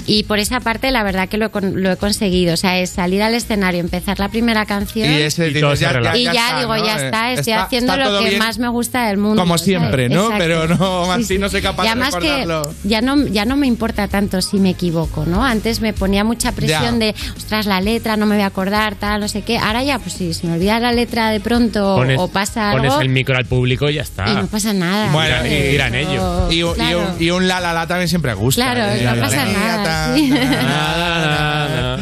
Speaker 6: Y por esa parte, la verdad que lo, he con- lo he conseguido. O sea, es salir al escenario, empezar la primera canción.
Speaker 3: Y ese dices, ya- ya-
Speaker 6: Y
Speaker 3: ya
Speaker 6: ya
Speaker 3: está,
Speaker 6: digo,
Speaker 3: ¿no?
Speaker 6: ya
Speaker 3: Eh,
Speaker 6: está, estoy
Speaker 3: está-
Speaker 6: haciendo
Speaker 3: está
Speaker 6: lo
Speaker 3: todo
Speaker 6: que
Speaker 3: bien.
Speaker 6: más me gusta del mundo.
Speaker 3: Como
Speaker 6: ¿sabes?
Speaker 3: siempre, ¿no?
Speaker 6: Exacto.
Speaker 3: Pero no,
Speaker 6: Sí,
Speaker 3: así no soy capaz
Speaker 6: y
Speaker 3: de
Speaker 6: además
Speaker 3: recordarlo.
Speaker 6: que ya no, ya no me importa tanto si me equivoco, ¿no? Antes me ponía mucha presión
Speaker 3: Ya.
Speaker 6: de, ostras, la letra, no me voy a acordar, tal, no sé qué. Ahora ya, pues si se me olvida la letra de pronto
Speaker 4: Pones-
Speaker 6: o pasa
Speaker 4: Pones
Speaker 6: algo
Speaker 4: el micro al público y ya
Speaker 6: y
Speaker 4: está.
Speaker 6: no pasa nada.
Speaker 4: Bueno,
Speaker 6: ¿no?
Speaker 4: y dirán
Speaker 6: Pero-
Speaker 4: ellos.
Speaker 3: Y, un- y
Speaker 6: Ah. claro.
Speaker 3: un, y un la la la también siempre gusta.
Speaker 6: Claro,
Speaker 3: Eh,
Speaker 6: no
Speaker 3: la-
Speaker 6: pasa
Speaker 3: la-
Speaker 6: nada.
Speaker 3: ta-
Speaker 6: sí.
Speaker 3: Y la-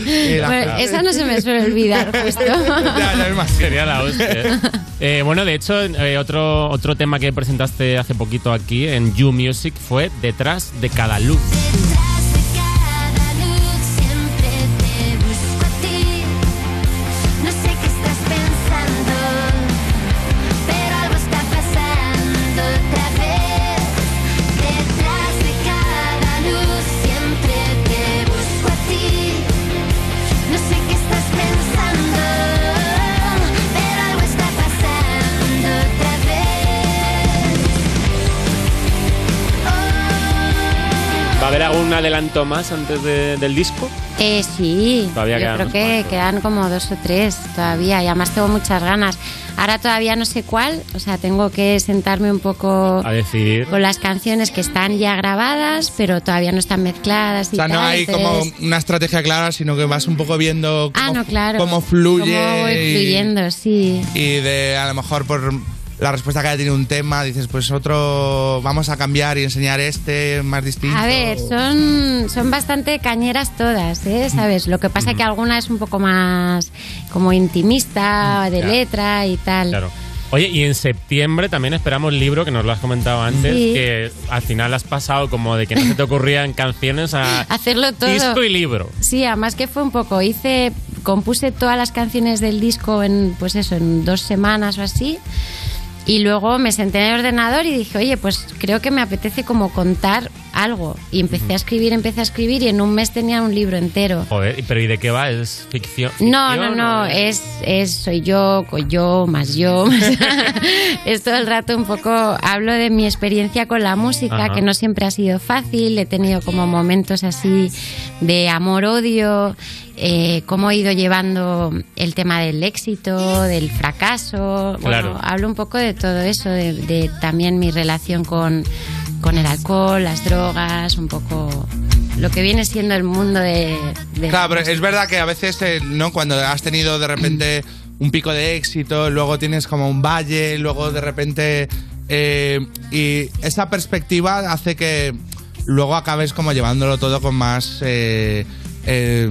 Speaker 6: Bueno, esa no se me suele olvidar, justo.
Speaker 4: Sería la hostia. Eh, bueno, de hecho, eh, otro, otro tema que presentaste hace poquito aquí en You Music fue Detrás de cada luz.
Speaker 2: cada luz siempre te busco a ti. No sé qué estás pensando, pero algo está pasando otra vez. Detrás de cada luz siempre te busco a ti. No sé qué estás pensando, pero algo está pasando otra vez.
Speaker 4: ¿Va a haber algún adelanto más antes de- del disco?
Speaker 6: Eh, sí,
Speaker 4: Todavía
Speaker 6: yo
Speaker 4: quedan
Speaker 6: creo
Speaker 4: unos
Speaker 6: que quedan como dos o tres todavía y además tengo muchas ganas. Ahora todavía no sé cuál, o sea, tengo que sentarme un poco
Speaker 4: A decidir.
Speaker 6: con las canciones que están ya grabadas, pero todavía no están mezcladas.
Speaker 3: O
Speaker 6: Y
Speaker 3: sea, no
Speaker 6: tal,
Speaker 3: hay como
Speaker 6: entonces-
Speaker 3: una estrategia clara, sino que vas un poco viendo cómo,
Speaker 6: Ah, no, claro.
Speaker 3: cómo fluye.
Speaker 6: Cómo voy
Speaker 3: y-
Speaker 6: fluyendo, sí.
Speaker 3: y de a lo mejor por la respuesta que haya tenido un tema, dices, pues otro, vamos a cambiar y enseñar este más distinto.
Speaker 6: A ver, son, son bastante cañeras todas, ¿eh? ¿Sabes? Lo que pasa que alguna es un poco más como intimista, de
Speaker 4: Ya.
Speaker 6: letra y tal.
Speaker 4: Claro. Oye, y en septiembre también esperamos libro, que nos lo has comentado antes,
Speaker 6: Sí.
Speaker 4: que al final has pasado como de que no se te ocurrían canciones a
Speaker 6: Hacerlo todo.
Speaker 4: disco y libro.
Speaker 6: Sí, además que fue un poco, hice, compuse todas las canciones del disco en, pues eso, en dos semanas o así. Y luego me senté en el ordenador y dije, oye, pues creo que me apetece como contar algo. Y empecé a escribir, empecé a escribir y en un mes tenía un libro entero.
Speaker 4: Joder, pero ¿y de qué va? ¿Es ficción?
Speaker 6: No, no,
Speaker 4: ficción
Speaker 6: no,
Speaker 4: o-
Speaker 6: es, es soy yo, co- yo, más yo. más- es todo el rato un poco, hablo de mi experiencia con la música,
Speaker 2: Ajá.
Speaker 6: que no siempre ha sido fácil, he tenido como momentos así de amor-odio, eh, cómo he ido llevando el tema del éxito, del fracaso.
Speaker 2: Claro.
Speaker 6: Bueno, hablo un poco de todo eso, de, de también mi relación con, con el alcohol, las drogas, un poco lo que viene siendo el mundo de... de
Speaker 3: Claro, pero es verdad que a veces, eh, ¿no? Cuando has tenido de repente un pico de éxito, luego tienes como un valle, luego de repente... eh, y esa perspectiva hace que luego acabes como llevándolo todo con más eh, eh,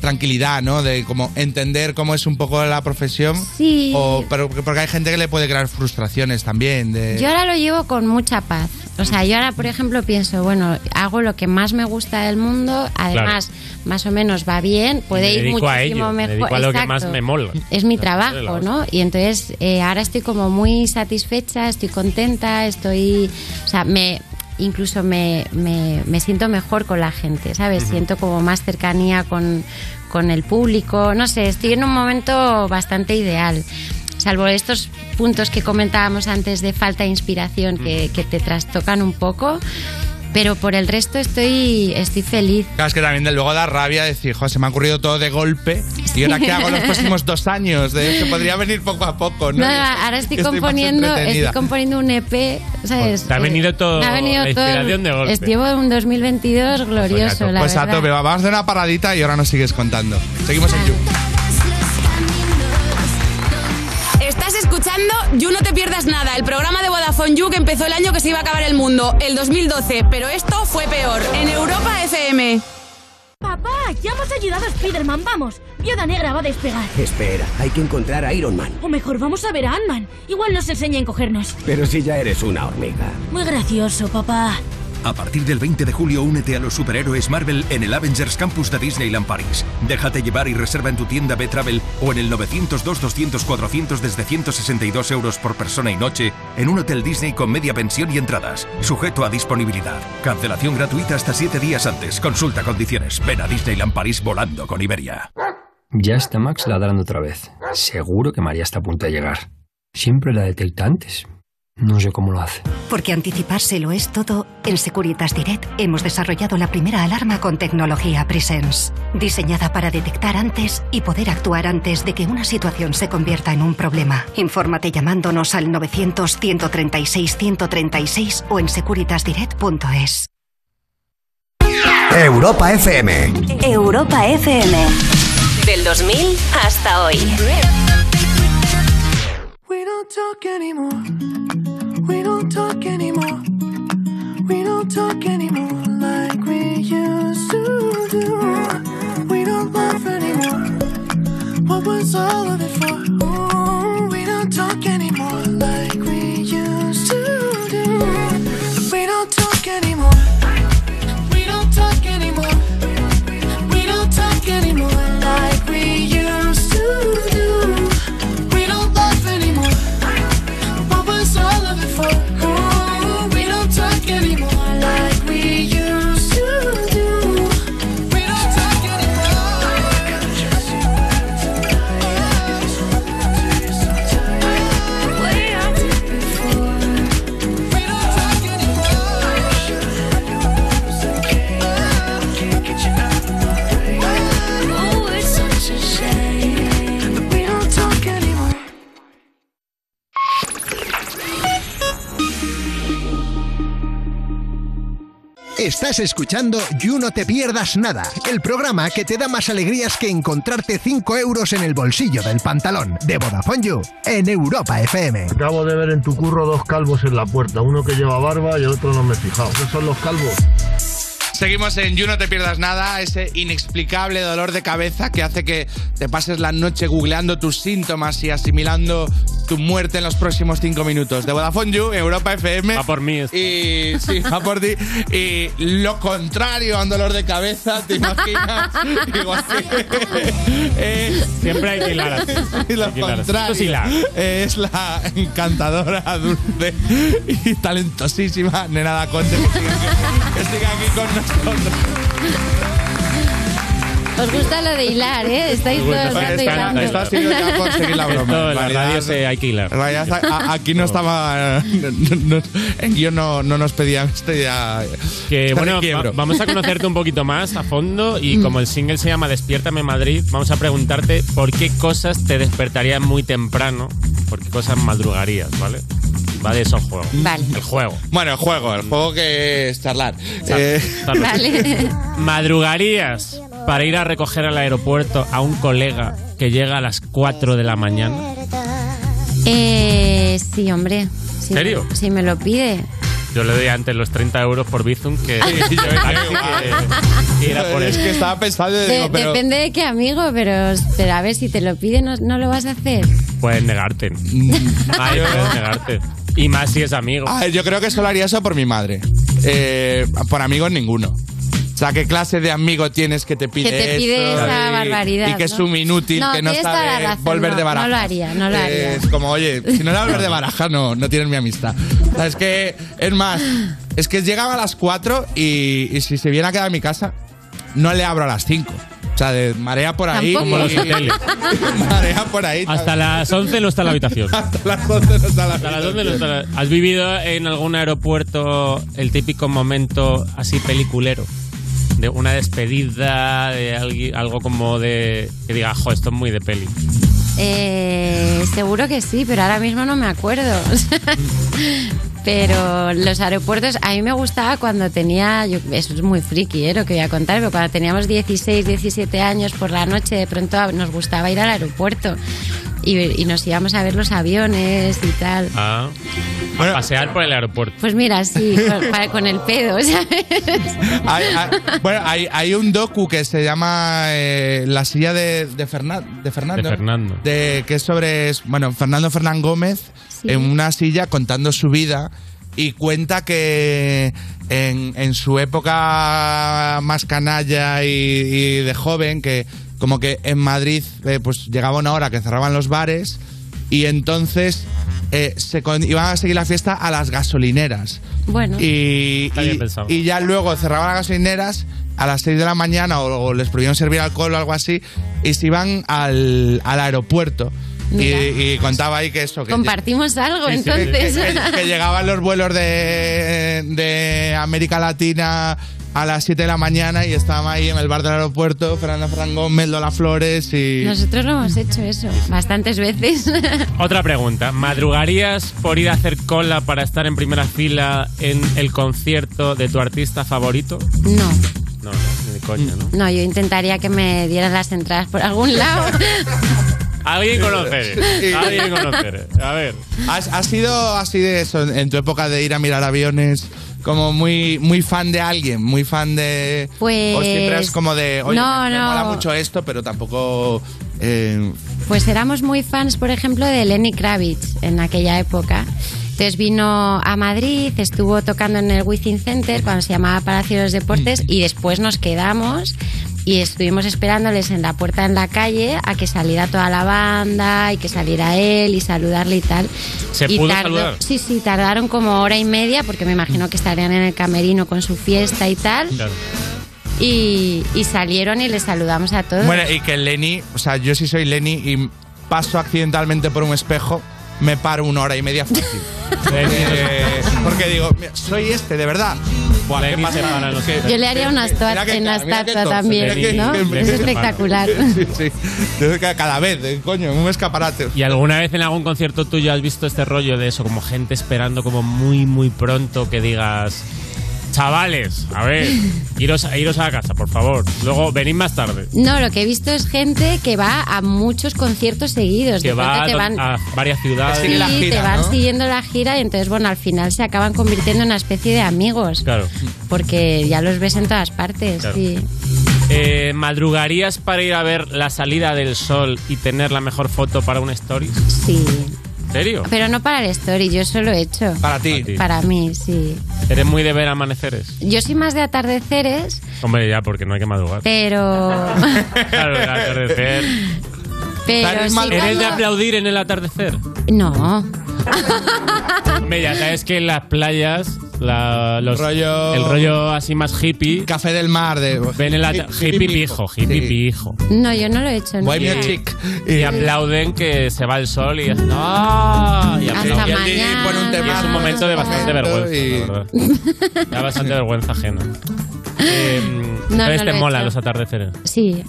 Speaker 3: tranquilidad, ¿no? De como entender cómo es un poco la profesión.
Speaker 6: Sí.
Speaker 3: O, pero, porque hay gente que le puede crear frustraciones también. De,
Speaker 6: Yo ahora lo llevo con mucha paz. O sea, yo ahora, por ejemplo, pienso, bueno, hago lo que más me gusta del mundo, además, más o menos va bien, puede
Speaker 4: me
Speaker 6: ir
Speaker 4: dedico
Speaker 6: muchísimo
Speaker 4: a ello, me
Speaker 6: mejor.
Speaker 4: dedico a lo que más
Speaker 6: Exacto.
Speaker 4: me mola.
Speaker 6: Es mi
Speaker 4: de la
Speaker 6: trabajo,
Speaker 4: hostia.
Speaker 6: ¿no? Y entonces eh, ahora estoy como muy satisfecha, estoy contenta, estoy. O sea, me. Incluso me, me, me siento mejor con la gente, ¿sabes?
Speaker 2: Ujú.
Speaker 6: Siento como más cercanía con, con el público. No sé, estoy en un momento bastante ideal. Salvo estos puntos que comentábamos antes de falta de inspiración que, que te trastocan un poco. pero por el resto estoy, estoy feliz.
Speaker 3: Claro, es que también de- luego da rabia decir, "Jo, se me ha ocurrido todo de golpe. ¿Y ahora qué hago en los próximos dos años? De, que podría venir poco a poco, ¿no?
Speaker 6: Nada, ahora estoy,
Speaker 3: Que estoy más
Speaker 6: componiendo,
Speaker 3: entretenida.
Speaker 6: estoy componiendo un EP, ¿sabes? Eh,
Speaker 3: te ha venido todo-
Speaker 6: Me ha venido
Speaker 3: la
Speaker 6: todo-
Speaker 3: inspiración de golpe.
Speaker 6: es- Llevo un 2022 glorioso, la
Speaker 3: Pues a
Speaker 6: verdad.
Speaker 3: tope, va, vamos a hacer una paradita y ahora nos sigues contando. Seguimos en You.
Speaker 1: Estás escuchando You No Te Pierdas Nada, el programa de Vodafone You que empezó el año que se iba a acabar el mundo, el 2012, pero esto fue peor, en Europa FM.
Speaker 30: Papá, ya hemos ayudado a Spider-Man, vamos. Viuda Negra va a despegar.
Speaker 17: Espera, hay que encontrar a Iron Man.
Speaker 30: O mejor, vamos a ver a Ant-Man. Igual nos enseña a encogernos.
Speaker 17: Pero si ya eres una hormiga.
Speaker 30: Muy gracioso, papá.
Speaker 14: A partir del 20 de julio únete a los superhéroes Marvel en el Avengers Campus de Disneyland París. Déjate llevar y reserva en tu tienda B-Travel o en el 902-200-400 desde 162 euros por persona y noche en un hotel Disney con media pensión y entradas, sujeto a disponibilidad. Cancelación gratuita hasta 7 días antes. Consulta condiciones. Ven a Disneyland París volando con Iberia.
Speaker 31: Ya está Max ladrando otra vez. Seguro que María está a punto de llegar. Siempre la detecta antes. No sé cómo lo hace.
Speaker 15: Porque anticipárselo es todo, en Securitas Direct hemos desarrollado la primera alarma con tecnología Presence, diseñada para detectar antes y poder actuar antes de que una situación se convierta en un problema. Infórmate llamándonos al 900-136-136 o en securitasdirect.es.
Speaker 9: Europa FM.
Speaker 15: Europa FM.
Speaker 9: Del 2000 hasta hoy.
Speaker 22: We don't talk anymore. We don't talk anymore. We don't talk anymore like we used to do. We don't laugh anymore. What was all of it for? Ooh, we don't talk anymore like we used to do. We don't talk anymore. We don't talk anymore. We don't talk anymore like we used to do. We don't laugh anymore. What was all of it for? Ooh, we don't talk anymore like we used to do. We don't talk anymore. Way I did before. We don't talk anymore. Can't get you out of my way. Oh, it's such a shame that we don't talk anymore.
Speaker 5: Estás escuchando You No Te Pierdas Nada, el programa que te da más alegrías que encontrarte 5 euros en el bolsillo del pantalón de Vodafone You en Europa FM.
Speaker 32: Acabo de ver en tu curro dos calvos en la puerta, uno que lleva barba y otro no me he fijado. ¿Qué son los calvos?
Speaker 3: Seguimos en You, no te pierdas nada, ese inexplicable dolor de cabeza que hace que te pases la noche googleando tus síntomas y asimilando tu muerte en los próximos cinco minutos. De Vodafone You, Europa FM. Va por mí. Y, sí, va por ti. Y lo contrario a un dolor de cabeza, ¿te imaginas? Igual que- Eh,
Speaker 4: Siempre hay que hilar así.
Speaker 3: Y lo
Speaker 4: Hay que hilar así.
Speaker 3: contrario Eh,
Speaker 4: Esto es hilar.
Speaker 3: es la encantadora, dulce y talentosísima Nenada Conte. que sigue aquí- Que sigue aquí con nosotros.
Speaker 6: Os gusta lo de hilar, ¿eh? Estáis todos el rato hilando.
Speaker 3: Está sirviendo ya por seguir la broma.
Speaker 4: Esto, en la
Speaker 3: Realidad,
Speaker 4: radio se hay que hilar.
Speaker 3: en realidad, a- a- aquí no estaba. no- no- en guión no, no nos pedían este ya.
Speaker 4: Que
Speaker 3: este
Speaker 4: bueno,
Speaker 3: requiebro.
Speaker 4: va- vamos a conocerte un poquito más a fondo
Speaker 3: Mm.
Speaker 4: y como el single se llama Despiértame Madrid, vamos a preguntarte por qué cosas te despertarías muy temprano, por qué cosas madrugarías, ¿vale? Va de esos juegos.
Speaker 6: Vale.
Speaker 4: El juego.
Speaker 3: Bueno, el juego, el juego que es charlar. Eh,
Speaker 6: Vale.
Speaker 4: ¿Madrugarías para ir a recoger al aeropuerto a un colega que llega a las 4 de la mañana?
Speaker 6: Eh, sí, hombre. Sí,
Speaker 4: ¿Serio?
Speaker 6: Si me lo pide.
Speaker 4: Yo le doy antes los 30 euros por Bizum que,
Speaker 3: Sí, yo-
Speaker 4: que era por
Speaker 3: es
Speaker 4: eso.
Speaker 3: que estaba pensando y
Speaker 6: De-
Speaker 3: digo, pero.
Speaker 6: Depende de qué amigo, pero, pero a ver, si te lo pide, no, no lo vas a hacer.
Speaker 4: Puedes negarte.
Speaker 3: Mm.
Speaker 4: Ay, puedes negarte. Y más si es amigo.
Speaker 3: Ah, yo creo que solo haría eso por mi madre. Eh, por amigos, ninguno. O sea, ¿qué clase de amigo tienes que te pide
Speaker 6: que te pide
Speaker 3: esto?
Speaker 6: esa
Speaker 3: Y-
Speaker 6: barbaridad.
Speaker 3: Y que es un inútil, que no
Speaker 6: tienes toda la
Speaker 3: sabe
Speaker 6: razón,
Speaker 3: volver
Speaker 6: no,
Speaker 3: de barajas.
Speaker 6: No lo haría, no lo haría.
Speaker 3: Es como, oye, si no era volver de baraja, no, no tienen mi amistad. O sea, es que, es más, es que llegaba a las 4 y, y si se viene a quedar en mi casa, no le abro a las 5. O sea, de marea por ahí.
Speaker 4: Tampoco. Como los hoteles.
Speaker 3: marea por ahí.
Speaker 4: Hasta las 11 no está la habitación.
Speaker 3: Hasta las 11 no está la
Speaker 4: Hasta las 11 no está la- ¿Has vivido en algún aeropuerto el típico momento así peliculero? De una despedida, de algui- algo como de. que diga, jo, esto es muy de peli.
Speaker 6: Eh, seguro que sí, pero ahora mismo no me acuerdo. pero los aeropuertos, a mí me gustaba cuando tenía, yo- eso es muy friki eh, lo que voy a contar, pero cuando teníamos 16, 17 años por la noche, de pronto a- nos gustaba ir al aeropuerto y, y nos íbamos a ver los aviones y tal.
Speaker 4: Ah. a pasear por el aeropuerto.
Speaker 6: Pues mira, sí, con, para- con el pedo, ¿sabes?
Speaker 3: Hay- hay- bueno, hay, hay un docu que se llama eh, La silla de, de, Fernan- de Fernando.
Speaker 4: De Fernando.
Speaker 3: de- que es sobre bueno, Fernando Fernán Gómez en una silla contando su vida y cuenta que en, en su época más canalla y, y de joven, que como que en Madrid eh, pues llegaba una hora que cerraban los bares y entonces eh, se con- iban a seguir la fiesta a las gasolineras.
Speaker 6: Bueno.
Speaker 3: Y, y- y ya luego cerraban las gasolineras a las 6 de la mañana o, o les prohibieron servir alcohol o algo así y se iban al, al aeropuerto. Y, y contaba ahí que eso, que,
Speaker 6: Compartimos algo,
Speaker 3: Sí, sí, que-
Speaker 6: entonces.
Speaker 3: que- que llegaban los vuelos de, de América Latina a las 7 de la mañana y estaban ahí en el bar del aeropuerto, Fernando Frangón, Lola Flores y...
Speaker 6: Nosotros lo hemos hecho eso bastantes veces.
Speaker 4: Otra pregunta. ¿Madrugarías por ir a hacer cola para estar en primera fila en el concierto de tu artista favorito?
Speaker 6: No.
Speaker 4: No, no, ni de coña, ¿no?
Speaker 6: No, yo intentaría que me dieran las entradas por algún lado.
Speaker 4: Alguien conocer. Alguien conocer. A ver.
Speaker 3: ¿Has, has sido así de eso en, en tu época de ir a mirar aviones? Como muy, muy fan de alguien, muy fan de...
Speaker 6: Pues-
Speaker 3: O siempre es como de... Oye,
Speaker 6: No,
Speaker 3: me, me
Speaker 6: no.
Speaker 3: mola mucho esto, pero tampoco... eh,
Speaker 6: Pues éramos muy fans, por ejemplo, de Lenny Kravitz en aquella época. Entonces vino a Madrid, estuvo tocando en el Within Center cuando se llamaba Palacio de los
Speaker 4: Mm.
Speaker 6: Deportes y después nos quedamos y estuvimos esperándoles en la puerta en la calle a que saliera toda la banda y que saliera él y saludarle y tal.
Speaker 4: ¿Se
Speaker 6: Y
Speaker 4: pudo
Speaker 6: tardó-
Speaker 4: saludar?
Speaker 6: Sí, sí, tardaron como hora y media porque me imagino que estarían en el camerino con su fiesta y tal. Y, y salieron y les saludamos a todos.
Speaker 3: Eh. Bueno, y que Lenny, o sea, yo sí soy Lenny y paso accidentalmente por un espejo, me paro una hora y media fácil. porque, porque digo, "Mira, soy este, de verdad. eh. Buah, ¿qué pasa? Que-
Speaker 6: Yo le haría una, estua-
Speaker 3: mira qué
Speaker 6: una
Speaker 3: cara, mira qué
Speaker 6: estatua
Speaker 3: torso, mira
Speaker 6: también,
Speaker 3: qué- mira
Speaker 6: ¿no?
Speaker 3: qué
Speaker 6: Es
Speaker 3: semana.
Speaker 6: espectacular.
Speaker 3: Sí, sí. Yo ca- Cada vez, eh, coño, en un escaparate.
Speaker 4: ¿Y alguna vez en algún concierto tuyo has visto este rollo de eso, como gente esperando como muy, muy pronto que digas, chavales, a ver, iros, iros a la casa, por favor, luego venid más tarde.
Speaker 6: No, lo que he visto es gente que va a muchos conciertos seguidos.
Speaker 4: Que
Speaker 6: de pronto
Speaker 4: va
Speaker 6: te
Speaker 4: a,
Speaker 6: van,
Speaker 4: a varias ciudades.
Speaker 6: sí, te van siguiendo la gira y entonces, bueno, al final se acaban convirtiendo en una especie de amigos.
Speaker 4: Claro.
Speaker 6: Porque ya los ves en todas partes.
Speaker 4: Claro.
Speaker 6: sí.
Speaker 4: Eh, ¿Madrugarías para ir a ver la salida del sol y tener la mejor foto para un story?
Speaker 6: Sí.
Speaker 4: ¿En serio?
Speaker 6: Pero no para el story, yo solo he hecho.
Speaker 4: Para ti.
Speaker 6: Para mí, sí.
Speaker 4: Eres muy de ver amaneceres.
Speaker 6: Yo soy más de atardeceres,
Speaker 4: Hombre, ya, porque no hay que madrugar.
Speaker 6: pero.
Speaker 4: Claro, el atardecer.
Speaker 6: pero sí,
Speaker 4: ¿Eres de
Speaker 6: cuando-
Speaker 4: aplaudir en el atardecer?
Speaker 6: No.
Speaker 4: Hombre, ya sabes que en las playas, la- los-
Speaker 3: Rollo-
Speaker 4: el rollo así más hippie.
Speaker 3: Café del mar. De,
Speaker 4: ven en la, hippie pijo, hippie pijo.
Speaker 6: No, yo no lo he hecho. nunca.
Speaker 4: Y- Y aplauden que se va el sol y hacen, "Ah", y
Speaker 6: Hasta
Speaker 4: aplauden.
Speaker 6: mañana.
Speaker 4: Y es un momento de bastante vergüenza, la verdad. Da bastante vergüenza ajena. Eh, entonces te
Speaker 6: no lo he
Speaker 4: mola
Speaker 6: hecho.
Speaker 4: los atardeceres.
Speaker 6: Sí.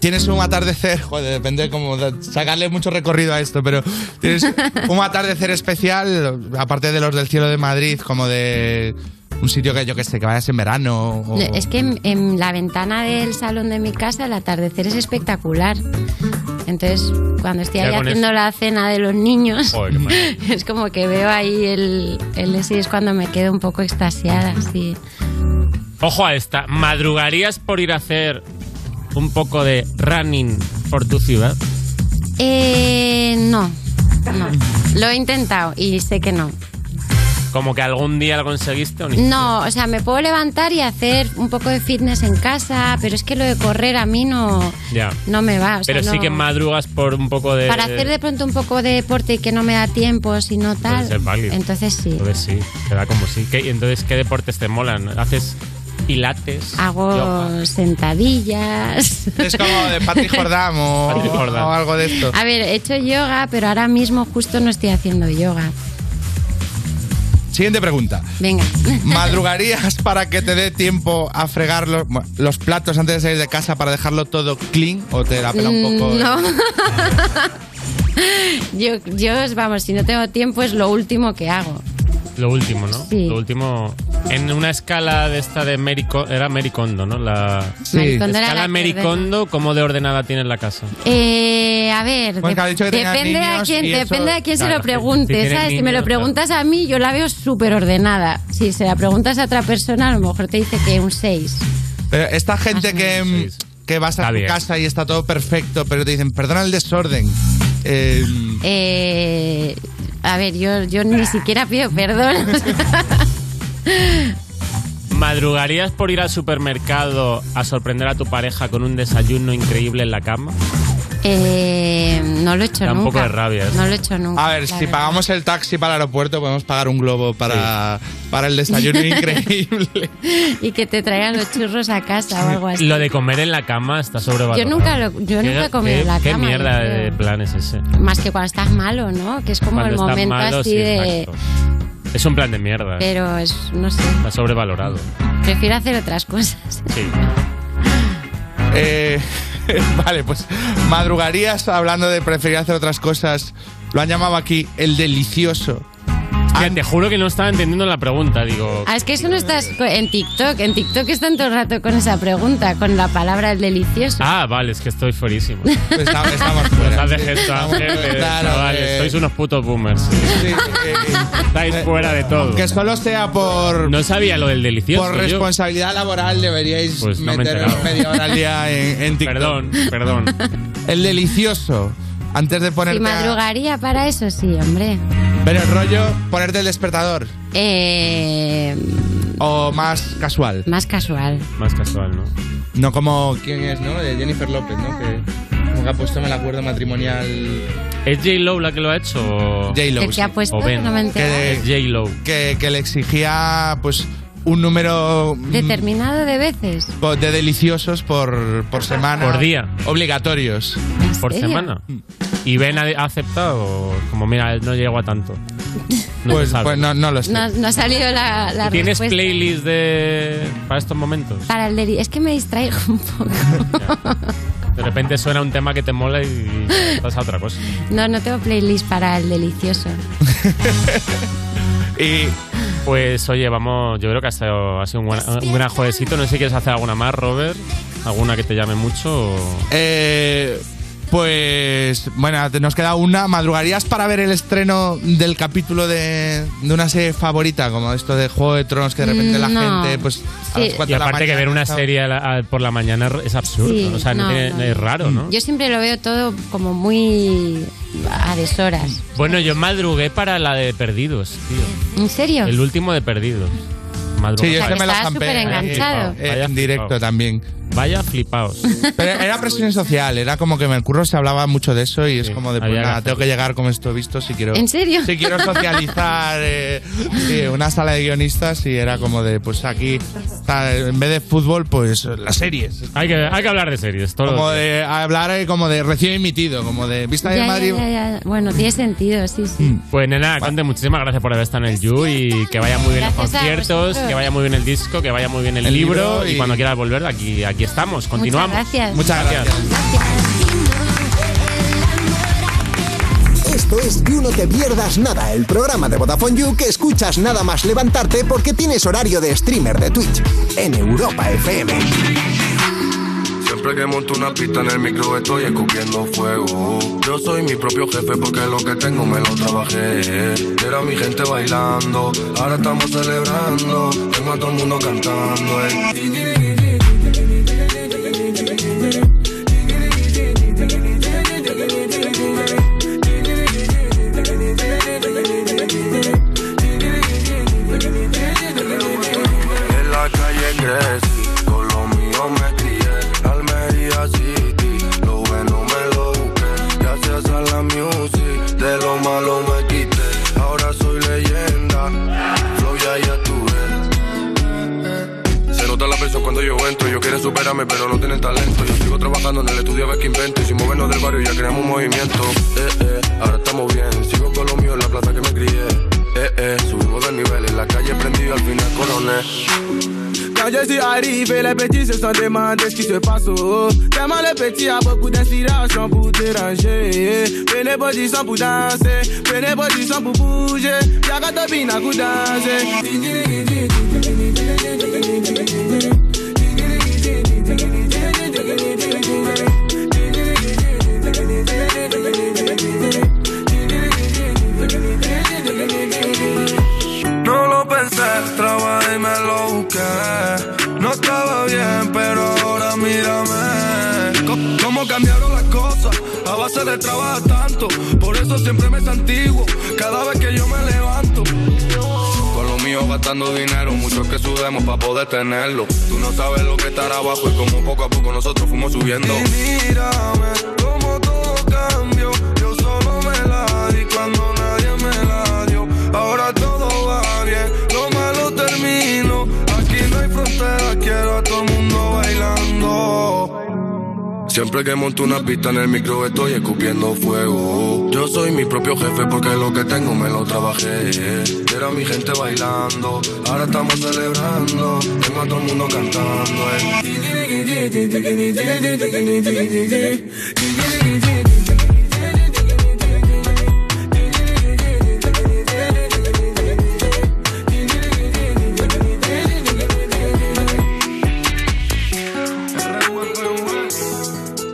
Speaker 3: Tienes un atardecer, joder, depende como de- sacarle mucho recorrido a esto, pero tienes un atardecer especial, aparte de los del cielo de Madrid, como de un sitio que yo que sé, que vayas en verano. o-
Speaker 6: No,
Speaker 4: Oh.
Speaker 6: es que en, en la ventana del salón de mi casa el atardecer es espectacular. Entonces, cuando estoy
Speaker 3: Ya
Speaker 6: ahí
Speaker 3: con
Speaker 6: haciendo
Speaker 3: eso.
Speaker 6: la cena de los niños,
Speaker 4: Joder, qué maravilla.
Speaker 6: es como que veo ahí el, el ese y es cuando me quedo un poco extasiada. Sí.
Speaker 4: Ojo a esta. ¿Madrugarías por ir a hacer un poco de running por tu ciudad?
Speaker 6: Eh, no, no. Lo he intentado y sé que no.
Speaker 4: Como que algún día lo conseguiste o ni.
Speaker 6: No, o sea, me puedo levantar y hacer un poco de fitness en casa, pero es que lo de correr a mí no,
Speaker 4: Ya.
Speaker 6: no me va. o sea,
Speaker 4: Pero sí
Speaker 6: no-
Speaker 4: que eh, madrugas por un poco de.
Speaker 6: Para hacer de pronto un poco de deporte y que no me da tiempo, si no tal.
Speaker 4: ser válido.
Speaker 6: Entonces sí.
Speaker 4: Entonces sí, te da como sí. ¿Qué- entonces, ¿qué deportes te molan? ¿Haces pilates.
Speaker 6: Hago sentadillas.
Speaker 3: Es como de Patrick Jordán o,
Speaker 4: Patrick Jordán.
Speaker 3: o algo de esto.
Speaker 6: A ver, he hecho yoga, pero ahora mismo justo no estoy haciendo yoga.
Speaker 3: Siguiente pregunta.
Speaker 6: Venga.
Speaker 3: ¿Madrugarías para que te dé tiempo a fregar los, bueno, los platos antes de salir de casa para dejarlo todo clean o te la pela Ah, un poco? ¿eh?
Speaker 6: Mm, No. yo, yo, vamos, si no tengo tiempo es lo último que hago.
Speaker 4: Lo último, ¿no?
Speaker 6: Sí.
Speaker 4: Lo último. En una escala de esta de Mary Con- era Mary Kondo, ¿no? La
Speaker 6: Sí. Mary Kondo era
Speaker 4: escala
Speaker 6: la que
Speaker 4: Mary
Speaker 6: ordena.
Speaker 4: Kondo, ¿cómo de ordenada tienes la casa?
Speaker 6: Eh, a ver,
Speaker 4: Juanca ha dicho que tenía
Speaker 6: depende, a
Speaker 4: niños
Speaker 6: quién,
Speaker 4: y eso-
Speaker 6: depende a quién se
Speaker 4: Claro,
Speaker 6: lo
Speaker 4: si- si
Speaker 6: preguntes,
Speaker 4: tienes
Speaker 6: ¿sabes? si me
Speaker 4: niños,
Speaker 6: lo preguntas a mí, yo la veo súper ordenada. Si se la preguntas a otra persona, a lo mejor te dice que un 6.
Speaker 3: Pero esta gente que, mm, que vas a tu casa y está todo perfecto, pero te dicen, perdona el desorden. Eh,
Speaker 6: Eh, a ver, yo, yo ni siquiera pido perdón.
Speaker 4: ¿Madrugarías por ir al supermercado a sorprender a tu pareja con un desayuno increíble en la cama?
Speaker 6: Eh, no lo he hecho
Speaker 4: Da un
Speaker 6: nunca.
Speaker 4: poco de rabia ¿eh? eso.
Speaker 6: No lo he hecho nunca.
Speaker 3: a ver,
Speaker 6: la
Speaker 3: si
Speaker 6: verdad.
Speaker 3: pagamos el taxi para el aeropuerto, podemos pagar un globo para, para el desayuno increíble.
Speaker 6: Y que te traigan los churros a casa o algo así.
Speaker 4: Lo de comer en la cama está sobrevalorado.
Speaker 6: Yo nunca, lo- yo
Speaker 4: ¿Qué-
Speaker 6: nunca he comido
Speaker 4: qué-
Speaker 6: en la
Speaker 4: ¿Qué
Speaker 6: cama. yo
Speaker 4: mierda
Speaker 6: creo.
Speaker 4: de plan es ese?
Speaker 6: Más que cuando estás malo, ¿no? Que es como
Speaker 4: Cuando
Speaker 6: el
Speaker 4: estás
Speaker 6: momento
Speaker 4: malo,
Speaker 6: así
Speaker 4: sí,
Speaker 6: de...
Speaker 4: exacto. Es un plan de mierda. eh.
Speaker 6: Pero es, no sé,
Speaker 4: Está sobrevalorado.
Speaker 6: prefiero hacer otras cosas.
Speaker 4: Sí.
Speaker 3: Eh, vale, pues madrugarías hablando de preferir hacer otras cosas. Lo han llamado aquí el delicioso.
Speaker 4: Ya, te juro que no estaba entendiendo la pregunta, digo.
Speaker 6: Ah, es que eso no estás co- en TikTok. En TikTok están todo el rato con esa pregunta, con la palabra el delicioso.
Speaker 4: Ah, vale, es que estoy fuerísimo.
Speaker 3: Pues estamos,
Speaker 4: fuera. Nos has dejado, gente,
Speaker 3: Claro,
Speaker 4: chavales,
Speaker 3: eh.
Speaker 4: sois unos putos boomers. Estáis fuera de todo.
Speaker 3: Que solo sea por.
Speaker 4: No sabía lo del delicioso.
Speaker 3: Por
Speaker 4: yo.
Speaker 3: responsabilidad laboral deberíais
Speaker 4: Pues no me he
Speaker 3: meteros
Speaker 4: enterado.
Speaker 3: media hora al día en, en TikTok.
Speaker 4: Perdón, perdón.
Speaker 3: El delicioso. Antes de
Speaker 6: Si
Speaker 3: ponerte. a-
Speaker 6: madrugaría para eso, sí, hombre.
Speaker 3: pero el rollo, ponerte el despertador.
Speaker 6: Eh,
Speaker 3: O más casual.
Speaker 6: más casual.
Speaker 4: Más casual, ¿no?
Speaker 3: No como. ¿Quién es, no? De Jennifer López, ¿no? Que como que ha puesto en el acuerdo matrimonial.
Speaker 4: ¿Es J-Lo la que lo ha hecho? o-
Speaker 3: J-Lo,
Speaker 6: ¿El que sí. ha puesto?
Speaker 4: Oh. O Ben.
Speaker 6: No me he enterado.
Speaker 4: Es J-Lo.
Speaker 3: Que, que le exigía, pues, un número
Speaker 6: Determinado de veces.
Speaker 3: po- de deliciosos por, por semana.
Speaker 4: Por día.
Speaker 3: Obligatorios.
Speaker 4: Por
Speaker 6: serio?
Speaker 4: semana. ¿Y Ben ha ha aceptado? Como, mira, no llego a tanto.
Speaker 3: pues, pues no, no lo sé.
Speaker 6: No, no ha salido la, la
Speaker 4: ¿Tienes
Speaker 6: respuesta.
Speaker 4: playlist de... para estos momentos?
Speaker 6: Para el deli- Es que me distraigo un poco.
Speaker 4: De repente suena un tema que te mola y pasa otra cosa.
Speaker 6: No, no tengo playlist para el delicioso.
Speaker 3: Y
Speaker 4: pues oye, vamos, yo creo que ha sido, ha sido un, buen- un gran jueguecito. No sé si quieres hacer alguna más, Robert. ¿Alguna que te llame mucho? o-
Speaker 3: Eh, pues bueno, te- nos queda una. ¿Madrugarías para ver el estreno del capítulo de, de una serie favorita? Como esto de Juego de Tronos, que de repente la
Speaker 4: Mm, No.
Speaker 3: gente, pues a las
Speaker 6: Mm, Sí.
Speaker 3: cuatro
Speaker 4: Y
Speaker 3: de la
Speaker 4: aparte que
Speaker 3: mañana
Speaker 4: ver una
Speaker 3: está-
Speaker 4: serie a la- a- por la mañana es absurdo.
Speaker 6: Sí,
Speaker 4: o sea, no
Speaker 6: no,
Speaker 4: tiene-
Speaker 6: no.
Speaker 4: es raro, ¿no?
Speaker 6: Yo siempre lo veo todo como muy a deshoras.
Speaker 4: Bueno, yo madrugué para la de Perdidos, tío.
Speaker 6: ¿En serio?
Speaker 4: El último de Perdidos. Madrugué
Speaker 3: Sí, yo es que me la
Speaker 6: Estaba
Speaker 3: zampé,
Speaker 6: súper enganchado.
Speaker 3: eh, en directo también.
Speaker 4: Vaya flipaos.
Speaker 3: Pero era presión social, era como que en el curro se hablaba mucho de eso y es como de, pues
Speaker 4: había
Speaker 3: nada,
Speaker 4: gasto.
Speaker 3: tengo que llegar con esto visto si quiero...
Speaker 6: ¿En serio?
Speaker 3: Si quiero socializar eh, sí, una sala de guionistas y era como de, pues aquí, está, en vez de fútbol, pues las series.
Speaker 4: Hay que, hay que hablar de series. Todo
Speaker 3: Como de hablar eh, como de recién emitido, como de vista de
Speaker 6: Ya, ya,
Speaker 3: Madrid.
Speaker 6: ya, ya. Bueno, tiene sentido, sí, sí.
Speaker 4: Pues nena, Conte, muchísimas gracias por haber estado en el You y que vaya muy bien los
Speaker 6: Gracias a
Speaker 4: conciertos,
Speaker 6: vosotros.
Speaker 4: que vaya muy bien el disco, que vaya muy bien el,
Speaker 3: El
Speaker 4: libro,
Speaker 3: libro
Speaker 4: y...
Speaker 3: y-
Speaker 4: cuando quieras volver aquí aquí estamos, continuamos.
Speaker 6: gracias.
Speaker 3: Muchas
Speaker 5: Esto es You No Te Pierdas Nada, el programa de Vodafone You que escuchas nada más levantarte porque tienes horario de streamer de Twitch en Europa FM.
Speaker 33: Siempre que monto una pista en el micro estoy escupiendo fuego. Yo soy mi propio jefe porque lo que tengo me lo trabajé. Era mi gente bailando, ahora estamos celebrando. Tengo a todo el mundo cantando. eh. En la calle en Grecia, con lo mío me crié. Almería City, lo bueno me lo busqué. Gracias a la music, de lo malo me quité. Ahora soy leyenda, flow ya ya tuve. Se nota la yo entro. Yo quieren superarme, pero no tienen talento. Yo sigo trabajando en el estudio a ver qué invento. Y sin movernos del barrio ya creamos un movimiento. Eh, eh, ahora estamos bien. Sigo con lo mío en la plaza que me crié. Eh, eh, subimos de nivel. En la calle prendido al final coroné.
Speaker 22: Quand je suis arrivé, les petits se sont demandés ce qui se passe. Oh, oh. Tellement les petits a beaucoup d'inspiration pour déranger. Prenez position pour danser, prenez position pour bouger. Y'a qu'à topine à coup danser.
Speaker 33: No lo pensé, trabajé y me lo busqué. No estaba bien, pero ahora mírame. Co- Cómo cambiaron las cosas a base de trabajar tanto. Por eso siempre me santiguo cada vez que yo me levanto.
Speaker 12: Con lo mío
Speaker 33: gastando dinero, muchos que sudemos para poder tenerlo. Tú no sabes lo que estará abajo y como poco a poco nosotros fuimos subiendo.
Speaker 22: Mírame como todo cambió. Yo solo me la di cuando nadie me la dio. Ahora todo va bien, lo malo termino. Aquí no hay frontera, quiero a todo el mundo bailando.
Speaker 33: Siempre que monto una pista en el micro estoy escupiendo fuego. Yo soy mi propio jefe porque lo que tengo me lo trabajé. Era mi gente bailando, ahora estamos celebrando. Tengo a todo el mundo cantando. eh.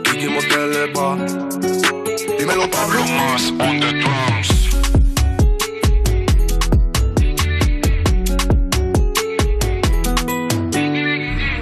Speaker 33: Kiki Motel va. Dímelo Pablo. on the drums.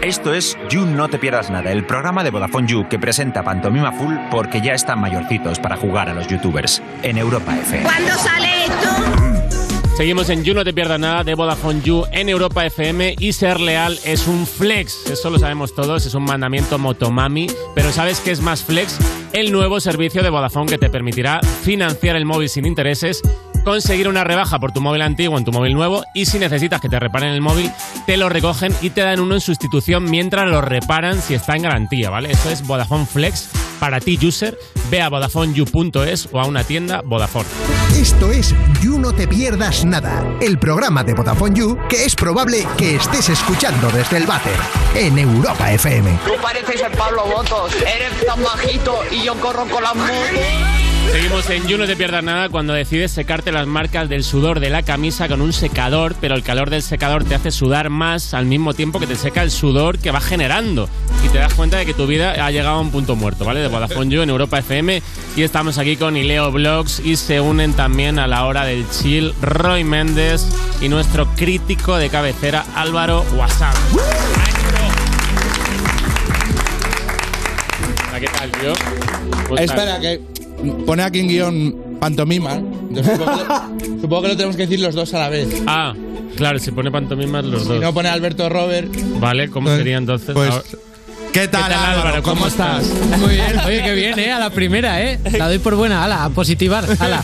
Speaker 11: Esto es You No Te Pierdas Nada, el programa de Vodafone You que presenta Pantomima Full porque ya están mayorcitos para jugar a los youtubers en Europa FM.
Speaker 16: ¿Cuándo sale esto?
Speaker 4: Seguimos en You, no te pierdas nada de Vodafone You en Europa FM y ser leal es un flex, eso lo sabemos todos, es un mandamiento motomami, pero ¿sabes qué es más flex? El nuevo servicio de Vodafone que te permitirá financiar el móvil sin intereses, conseguir una rebaja por tu móvil antiguo en tu móvil nuevo y si necesitas que te reparen el móvil, te lo recogen y te dan uno en sustitución mientras lo reparan si está en garantía, ¿vale? Eso es Vodafone Flex para ti, user. Ve a vodafoneyou.es o a una tienda Vodafone.
Speaker 5: Esto es You No Te Pierdas Nada, el programa de Vodafone You que es probable que estés escuchando desde el váter en Europa FM.
Speaker 22: Tú pareces el Pablo Botos, eres tan bajito y yo corro con las motos.
Speaker 4: Seguimos en You, no te pierdas nada cuando decides secarte las marcas del sudor de la camisa con un secador, pero el calor del secador te hace sudar más al mismo tiempo que te seca el sudor que va generando. Y te das cuenta de que tu vida ha llegado a un punto muerto, ¿vale? De Vodafone You en Europa FM. Y estamos aquí con Ileo Blogs y se unen también a la hora del chill Roy Méndez y nuestro crítico de cabecera Álvaro Wasabi. Hola, ¿Qué tal, tío? ¿Cómo estás?
Speaker 3: Espera, que pone aquí en guión pantomima. Yo supongo, que, supongo que lo tenemos que decir los dos a la vez.
Speaker 4: Ah, claro, se pone pantomimas los
Speaker 3: Si
Speaker 4: dos.
Speaker 3: no pone Alberto Robert.
Speaker 4: Vale, ¿cómo sería entonces?
Speaker 3: pues,
Speaker 4: Ahora-
Speaker 3: ¿Qué tal, Álvaro? ¿Cómo estás?
Speaker 27: Muy bien, oye, qué bien, ¿eh? A la primera, ¿eh? La doy por buena, ala, a positivar, ala.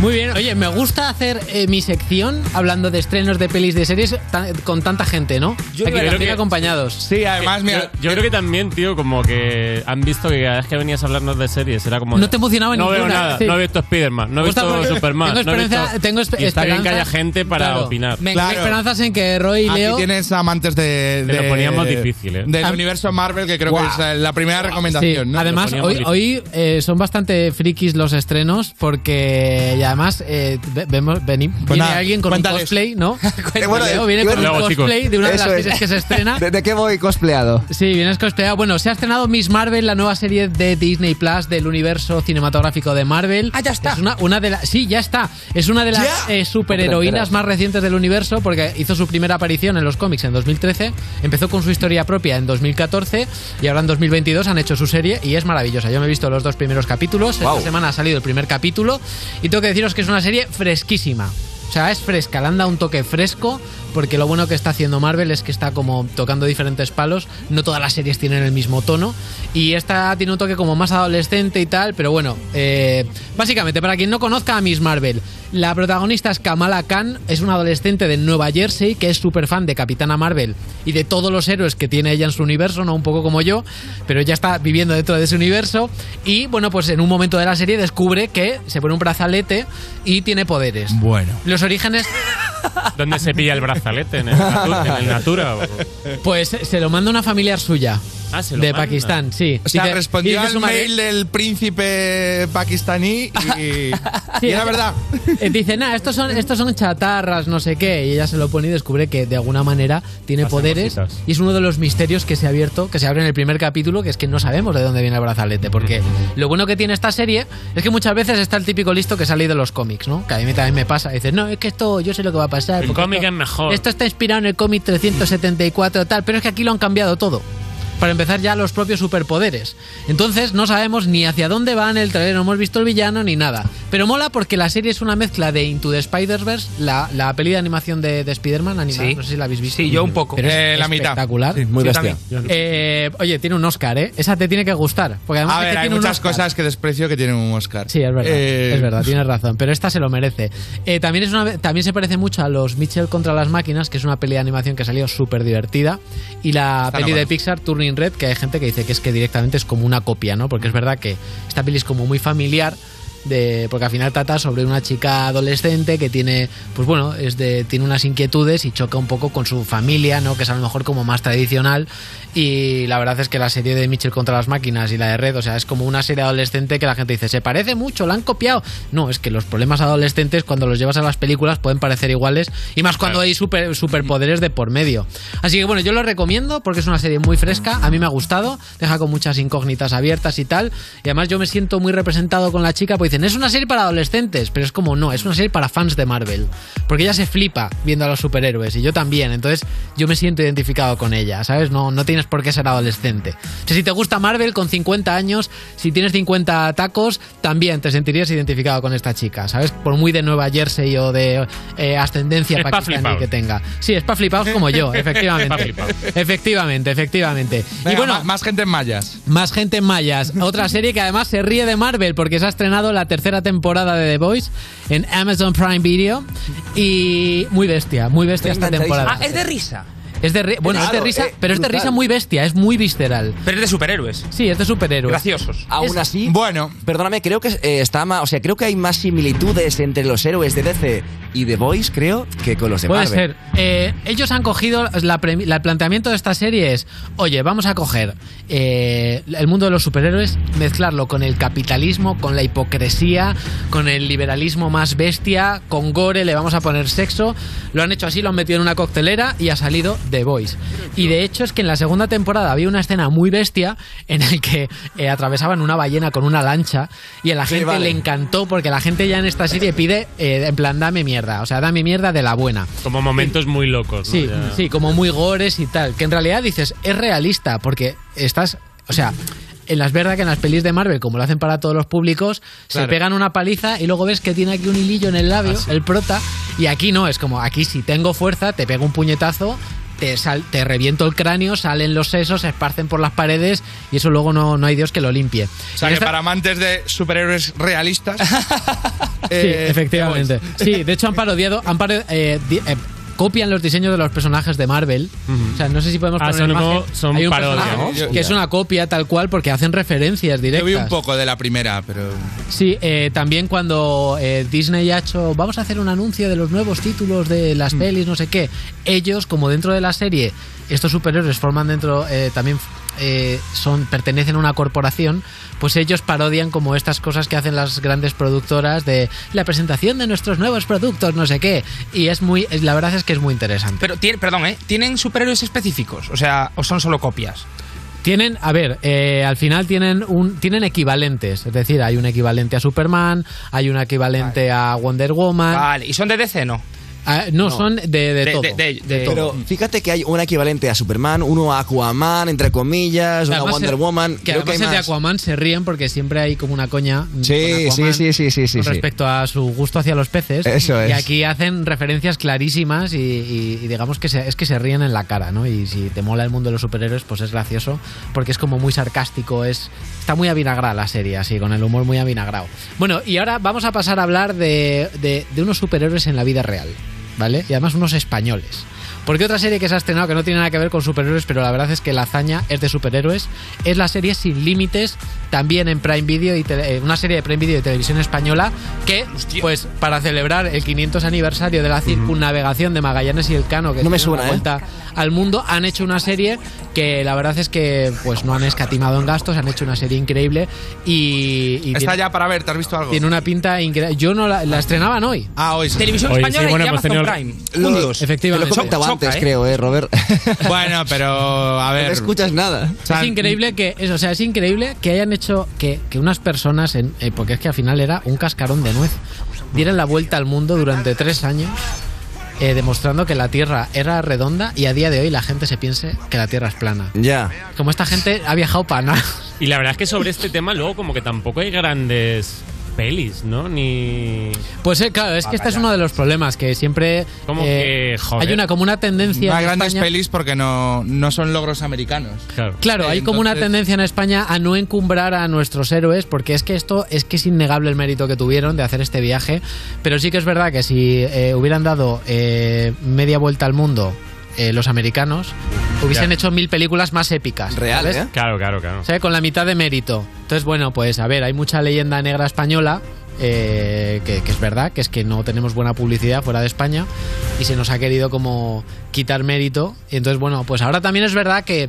Speaker 27: Muy bien, oye, me gusta hacer eh, mi sección hablando de estrenos de pelis de series tan- con tanta gente, ¿no? Yo que la hacen acompañados.
Speaker 3: Sí, además,
Speaker 4: Yo,
Speaker 3: mira.
Speaker 4: yo creo que también, tío, como que han visto que cada vez que venías a hablarnos de series era como.
Speaker 27: No te emocionaba
Speaker 4: No veo
Speaker 27: ninguna,
Speaker 4: nada,
Speaker 27: sí.
Speaker 4: no he visto Spider-Man, no he
Speaker 27: Me gusta
Speaker 4: visto
Speaker 27: porque
Speaker 4: Superman.
Speaker 27: tengo
Speaker 4: no he
Speaker 27: esperanza-
Speaker 4: visto-
Speaker 27: tengo espe-
Speaker 4: y está bien que haya
Speaker 27: esperanzas,
Speaker 4: gente para
Speaker 27: claro.
Speaker 4: opinar.
Speaker 27: Me- tengo esperanzas en que Roy y
Speaker 3: Aquí
Speaker 27: Leo.
Speaker 3: tienes amantes de,
Speaker 4: Te lo
Speaker 3: de-
Speaker 4: poníamos difícil, ¿eh?
Speaker 3: Del
Speaker 4: Ah.
Speaker 3: universo Marvel, que creo
Speaker 4: Guau.
Speaker 3: que es eh, la primera recomendación.
Speaker 27: Sí,
Speaker 3: ¿no?
Speaker 27: Además, hoy, hoy, eh, son bastante frikis los estrenos porque y además eh, ve- vemos, veni- viene
Speaker 5: Pues nada,
Speaker 27: alguien con
Speaker 5: cuéntales.
Speaker 27: un cosplay, ¿no?
Speaker 5: Cuéntales.
Speaker 27: Leo viene con
Speaker 5: Luego,
Speaker 27: un
Speaker 5: chicos.
Speaker 27: cosplay de una de
Speaker 5: Eso
Speaker 27: las
Speaker 5: es.
Speaker 27: series que se estrena.
Speaker 5: ¿De qué voy cospleado?
Speaker 27: Sí, vienes cosplayado. Bueno, se ha estrenado Miss Marvel, la nueva serie de Disney Plus del universo cinematográfico de Marvel. Ah, ya está. Es una, una de las sí, ya está. Es una de las eh, superheroínas
Speaker 5: Espera.
Speaker 27: más recientes del universo porque hizo su primera aparición en los cómics en 2013. Empezó con su historia propia en 2014 y ahora en 2022 han hecho su serie y es maravillosa. Yo me he visto los dos primeros capítulos.
Speaker 5: Guau.
Speaker 27: Esta semana ha salido el primer capítulo y tengo que deciros que es una serie fresquísima. O sea, es fresca, le han dado un toque fresco, porque lo bueno que está haciendo Marvel es que está como tocando diferentes palos. No todas las series tienen el mismo tono. Y esta tiene un toque como más adolescente y tal, pero bueno. eh, básicamente, para quien no conozca a Miss Marvel, la protagonista es Kamala Khan, es una adolescente de Nueva Jersey que es súper fan de Capitana Marvel y de todos los héroes que tiene ella en su universo, no un poco como yo, pero ella está viviendo dentro de ese universo. Y bueno, pues en un momento de la serie descubre que se pone un brazalete y tiene poderes.
Speaker 3: Bueno.
Speaker 27: Los orígenes
Speaker 4: ¿Dónde se pilla el brazalete? ¿En el, Natu- en el Natura? o-
Speaker 27: Pues se lo manda una familiar suya.
Speaker 4: Ah, se lo
Speaker 27: de
Speaker 4: manda.
Speaker 27: Pakistán, sí.
Speaker 3: O sea,
Speaker 27: Dice-
Speaker 3: respondió
Speaker 27: dice
Speaker 3: al
Speaker 27: su madre-
Speaker 3: mail del príncipe pakistaní y,
Speaker 27: Sí,
Speaker 3: y era verdad.
Speaker 27: eh, Dice, nada, estos son, estos son chatarras, no sé qué. Y ella se lo pone y descubre que de alguna manera tiene poderes. Y es uno de los misterios que se ha abierto, que se abre en el primer capítulo, que es que no sabemos de dónde viene el brazalete. Porque lo bueno que tiene esta serie es que muchas veces está el típico listo que sale de los cómics, ¿no? Que a mí también me pasa. Dices, no, es que esto yo sé lo que va a pasar.
Speaker 4: El
Speaker 27: porque
Speaker 4: cómic
Speaker 27: esto-
Speaker 4: es mejor.
Speaker 27: Esto está inspirado en el cómic 374 tal, pero es que aquí lo han cambiado todo. Para empezar ya los propios superpoderes. Entonces no sabemos ni hacia dónde van el trailer, no hemos visto el villano ni nada. Pero mola porque la serie es una mezcla de Into the Spider-Verse, la, la peli de animación de, de Spider-Man animada,
Speaker 8: Sí.
Speaker 27: no sé si la habéis visto.
Speaker 8: Sí, yo un poco.
Speaker 27: Pero es
Speaker 8: Eh, la mitad.
Speaker 27: espectacular.
Speaker 8: Sí, muy bestia.
Speaker 27: también. Eh, oye, tiene un Oscar, ¿eh? Esa te tiene que gustar. Porque además
Speaker 3: A
Speaker 27: es que
Speaker 3: ver, hay
Speaker 27: tiene un
Speaker 3: muchas
Speaker 27: Oscar.
Speaker 3: cosas que desprecio que tienen un Oscar.
Speaker 27: Sí, es verdad.
Speaker 3: Eh,
Speaker 27: es verdad, tienes razón. Pero esta se lo merece. Eh, también, es una, también se parece mucho a los Mitchell contra las máquinas, que es una peli de animación que salió súper divertida. Y la
Speaker 8: Esta no
Speaker 27: peli de
Speaker 8: conozco.
Speaker 27: Pixar, Turning Red, que hay gente que dice que es que directamente es como una copia, ¿no? Porque es verdad que esta peli es como muy familiar. De, porque al final trata sobre una chica adolescente que tiene pues bueno es de, tiene unas inquietudes y choca un poco con su familia no que es a lo mejor como más tradicional y la verdad es que la serie de Mitchell contra las máquinas y la de Red o sea es como una serie adolescente que la gente dice se parece mucho la han copiado no es que los problemas adolescentes cuando los llevas a las películas pueden parecer iguales y más cuando hay super, superpoderes de por medio así que bueno yo lo recomiendo porque es una serie muy fresca a mí me ha gustado deja con muchas incógnitas abiertas y tal y además yo me siento muy representado con la chica pues dicen es una serie para adolescentes pero es como no es una serie para fans de Marvel porque ella se flipa viendo a los superhéroes y yo también entonces yo me siento identificado con ella ¿sabes? no, no tienes por qué ser adolescente o sea, si te gusta Marvel con 50 años si tienes 50 tacos también te sentirías identificado con esta chica ¿sabes? por muy de Nueva Jersey o de eh, ascendencia
Speaker 8: Es pa'
Speaker 27: pakistaní
Speaker 8: flipaos.
Speaker 27: que tenga sí es para flipados como yo
Speaker 8: Pa'
Speaker 27: efectivamente
Speaker 8: flipaos.
Speaker 27: efectivamente efectivamente y
Speaker 3: Venga,
Speaker 27: bueno
Speaker 3: ma- más gente en mallas.
Speaker 27: más gente en mallas. Otra serie que además se ríe de Marvel porque se ha estrenado la tercera temporada de The Voice en Amazon Prime Video. Y muy bestia, muy bestia esta temporada.
Speaker 8: Ah, es de risa.
Speaker 27: Es de ri- bueno,
Speaker 8: Claro,
Speaker 27: es de risa,
Speaker 8: eh,
Speaker 27: pero es de
Speaker 8: brutal.
Speaker 27: risa muy bestia, es muy visceral.
Speaker 8: Pero es de superhéroes.
Speaker 27: Sí, es de superhéroes.
Speaker 8: Graciosos. Aún
Speaker 27: Es-
Speaker 8: así.
Speaker 3: Bueno.
Speaker 24: Perdóname, creo que eh, está más. O sea, creo que hay más similitudes entre los héroes de DC y The Boys, creo, que con los de
Speaker 27: Puede
Speaker 24: Marvel.
Speaker 27: ser. Eh, ellos han cogido. La premi- la- el planteamiento de esta serie es: oye, vamos a coger eh, el mundo de los superhéroes, mezclarlo con el capitalismo, con la hipocresía, con el liberalismo más bestia, con gore, le vamos a poner sexo. Lo han hecho así, lo han metido en una coctelera y ha salido The Voice. Y de hecho es que en la segunda temporada había una escena muy bestia en el que eh, atravesaban una ballena con una lancha y a la
Speaker 8: Sí,
Speaker 27: gente
Speaker 8: vale.
Speaker 27: le encantó porque la gente ya en esta serie pide, eh, en plan, dame mierda, o sea, dame mierda de la buena.
Speaker 4: Como momentos muy locos. ¿no?
Speaker 27: Sí,
Speaker 4: Oh, Ya.
Speaker 27: sí, como muy gores y tal. Que en realidad dices, es realista, porque estás. O sea. En las verdad que en las pelis de Marvel, como lo hacen para todos los públicos, se
Speaker 8: Claro.
Speaker 27: pegan una paliza y luego ves que tiene aquí un hilillo en el labio, el prota, y aquí no, es como aquí si tengo fuerza, te pego un puñetazo, te, sal- te reviento el cráneo, salen los sesos, se esparcen por las paredes y eso luego no, no hay Dios que lo limpie.
Speaker 3: O sea, que para amantes de superhéroes realistas.
Speaker 27: Sí,
Speaker 3: eh,
Speaker 27: efectivamente. Sí, de hecho han parodiado, han paro- eh, di- eh, copian los diseños de los personajes de Marvel. O sea, no sé si podemos
Speaker 4: Ah,
Speaker 27: poner
Speaker 4: son
Speaker 27: imagen.
Speaker 4: como- son
Speaker 27: Hay un
Speaker 4: parodia,
Speaker 27: personaje
Speaker 4: ¿no?
Speaker 27: que es una copia tal cual porque hacen referencias
Speaker 3: Yo
Speaker 27: directas.
Speaker 3: vi un poco de la primera, pero.
Speaker 27: Sí, eh, también cuando eh, Disney ha hecho, vamos a hacer un anuncio de los nuevos títulos de las pelis, no sé qué. Ellos, como dentro de la serie, estos superhéroes forman dentro, eh, también eh, son pertenecen a una corporación, pues ellos parodian como estas cosas que hacen las grandes productoras de la presentación de nuestros nuevos productos, no sé qué. Y es muy, es- la verdad es que es muy interesante.
Speaker 8: Pero tiene, perdón, ¿eh? ¿Tienen superhéroes específicos? O sea, ¿o son solo copias?
Speaker 27: Tienen, a ver, eh, al final tienen un tienen equivalentes, es decir, hay un equivalente a Superman, hay un equivalente a Wonder Woman.
Speaker 8: Vale, ¿y son de DC, no?
Speaker 27: Ah, no, son de, de todo. todo.
Speaker 24: Pero fíjate que hay un equivalente a Superman, uno a Aquaman, entre comillas, una
Speaker 27: Además,
Speaker 24: Wonder
Speaker 27: el-
Speaker 24: Woman.
Speaker 27: Que
Speaker 24: Creo que
Speaker 27: además
Speaker 24: hay
Speaker 27: el de
Speaker 24: más.
Speaker 27: Aquaman se ríen porque siempre hay como una coña.
Speaker 24: Sí, sí, sí, sí, sí, sí.
Speaker 27: con
Speaker 24: sí.
Speaker 27: respecto a su gusto hacia los peces.
Speaker 24: Eso
Speaker 27: Y
Speaker 24: es.
Speaker 27: aquí hacen referencias clarísimas y, y- y digamos que se- es que se ríen en la cara, ¿no? Y si te mola el mundo de los superhéroes, pues es gracioso porque es como muy sarcástico, es está muy avinagrada la serie, así, con el humor muy avinagrado. Bueno, y ahora vamos a pasar a hablar de, de- de unos superhéroes en la vida real, ¿vale? Y además unos españoles. Porque otra serie que se ha estrenado que no tiene nada que ver con superhéroes, pero la verdad es que la hazaña es de superhéroes, es la serie Sin Límites, también en Prime Video, y tele- eh, una serie de Prime Video de televisión española, que, pues, para celebrar el 500 aniversario de la circunnavegación de Magallanes y el Cano, que
Speaker 24: No me
Speaker 27: dieron la
Speaker 24: suena, ¿eh?
Speaker 27: vuelta al mundo, han hecho una serie que la verdad es que, pues, no han escatimado en gastos, han hecho una serie increíble y... y
Speaker 3: Está
Speaker 27: tiene-
Speaker 3: ya para ver, ¿te has visto algo?
Speaker 27: tiene una pinta increíble. Yo no la, la estrenaban hoy.
Speaker 3: Ah, hoy sí. Televisión Hoy sí, española y bueno, hemos Amazon tenido- Prime.
Speaker 24: Lo-
Speaker 3: Juntos.
Speaker 27: Efectivamente.
Speaker 24: Te Lo comentaba
Speaker 27: Choca,
Speaker 24: antes,
Speaker 27: ¿eh?
Speaker 24: creo, ¿eh, Robert?
Speaker 3: Bueno, pero a ver.
Speaker 24: No escuchas nada.
Speaker 27: es increíble que eso, o sea, es increíble que hayan hecho que, que unas personas en, eh, porque es que al final era un cascarón de nuez dieran la vuelta al mundo durante tres años eh, demostrando que la Tierra era redonda y a día de hoy la gente se piense que la Tierra es plana.
Speaker 24: Ya.
Speaker 27: Como esta gente ha viajado para nada.
Speaker 4: Y la verdad es que sobre este tema luego como que tampoco hay grandes pelis, ¿no? Ni...
Speaker 27: Pues eh, claro, es que este es uno de los problemas que siempre
Speaker 4: Como
Speaker 27: eh,
Speaker 4: que, joder.
Speaker 27: hay una como una tendencia
Speaker 3: No hay
Speaker 27: en
Speaker 3: grandes
Speaker 27: España-
Speaker 3: pelis porque no, no son logros americanos.
Speaker 4: Claro.
Speaker 27: Claro, hay como una tendencia en España a no encumbrar a nuestros héroes, porque es que esto es que es innegable el mérito que tuvieron de hacer este viaje, pero sí que es verdad que si eh, hubieran dado eh, media vuelta al mundo eh, los americanos, hubiesen
Speaker 4: Ya.
Speaker 27: hecho mil películas más épicas. ¿sabes?
Speaker 4: Claro, claro, claro.
Speaker 27: O sea, con la mitad de mérito. Entonces, bueno, pues a ver, hay mucha leyenda negra española. eh, que, que es verdad, que es que no tenemos buena publicidad fuera de España y se nos ha querido como quitar mérito. Y entonces, bueno, pues ahora también es verdad que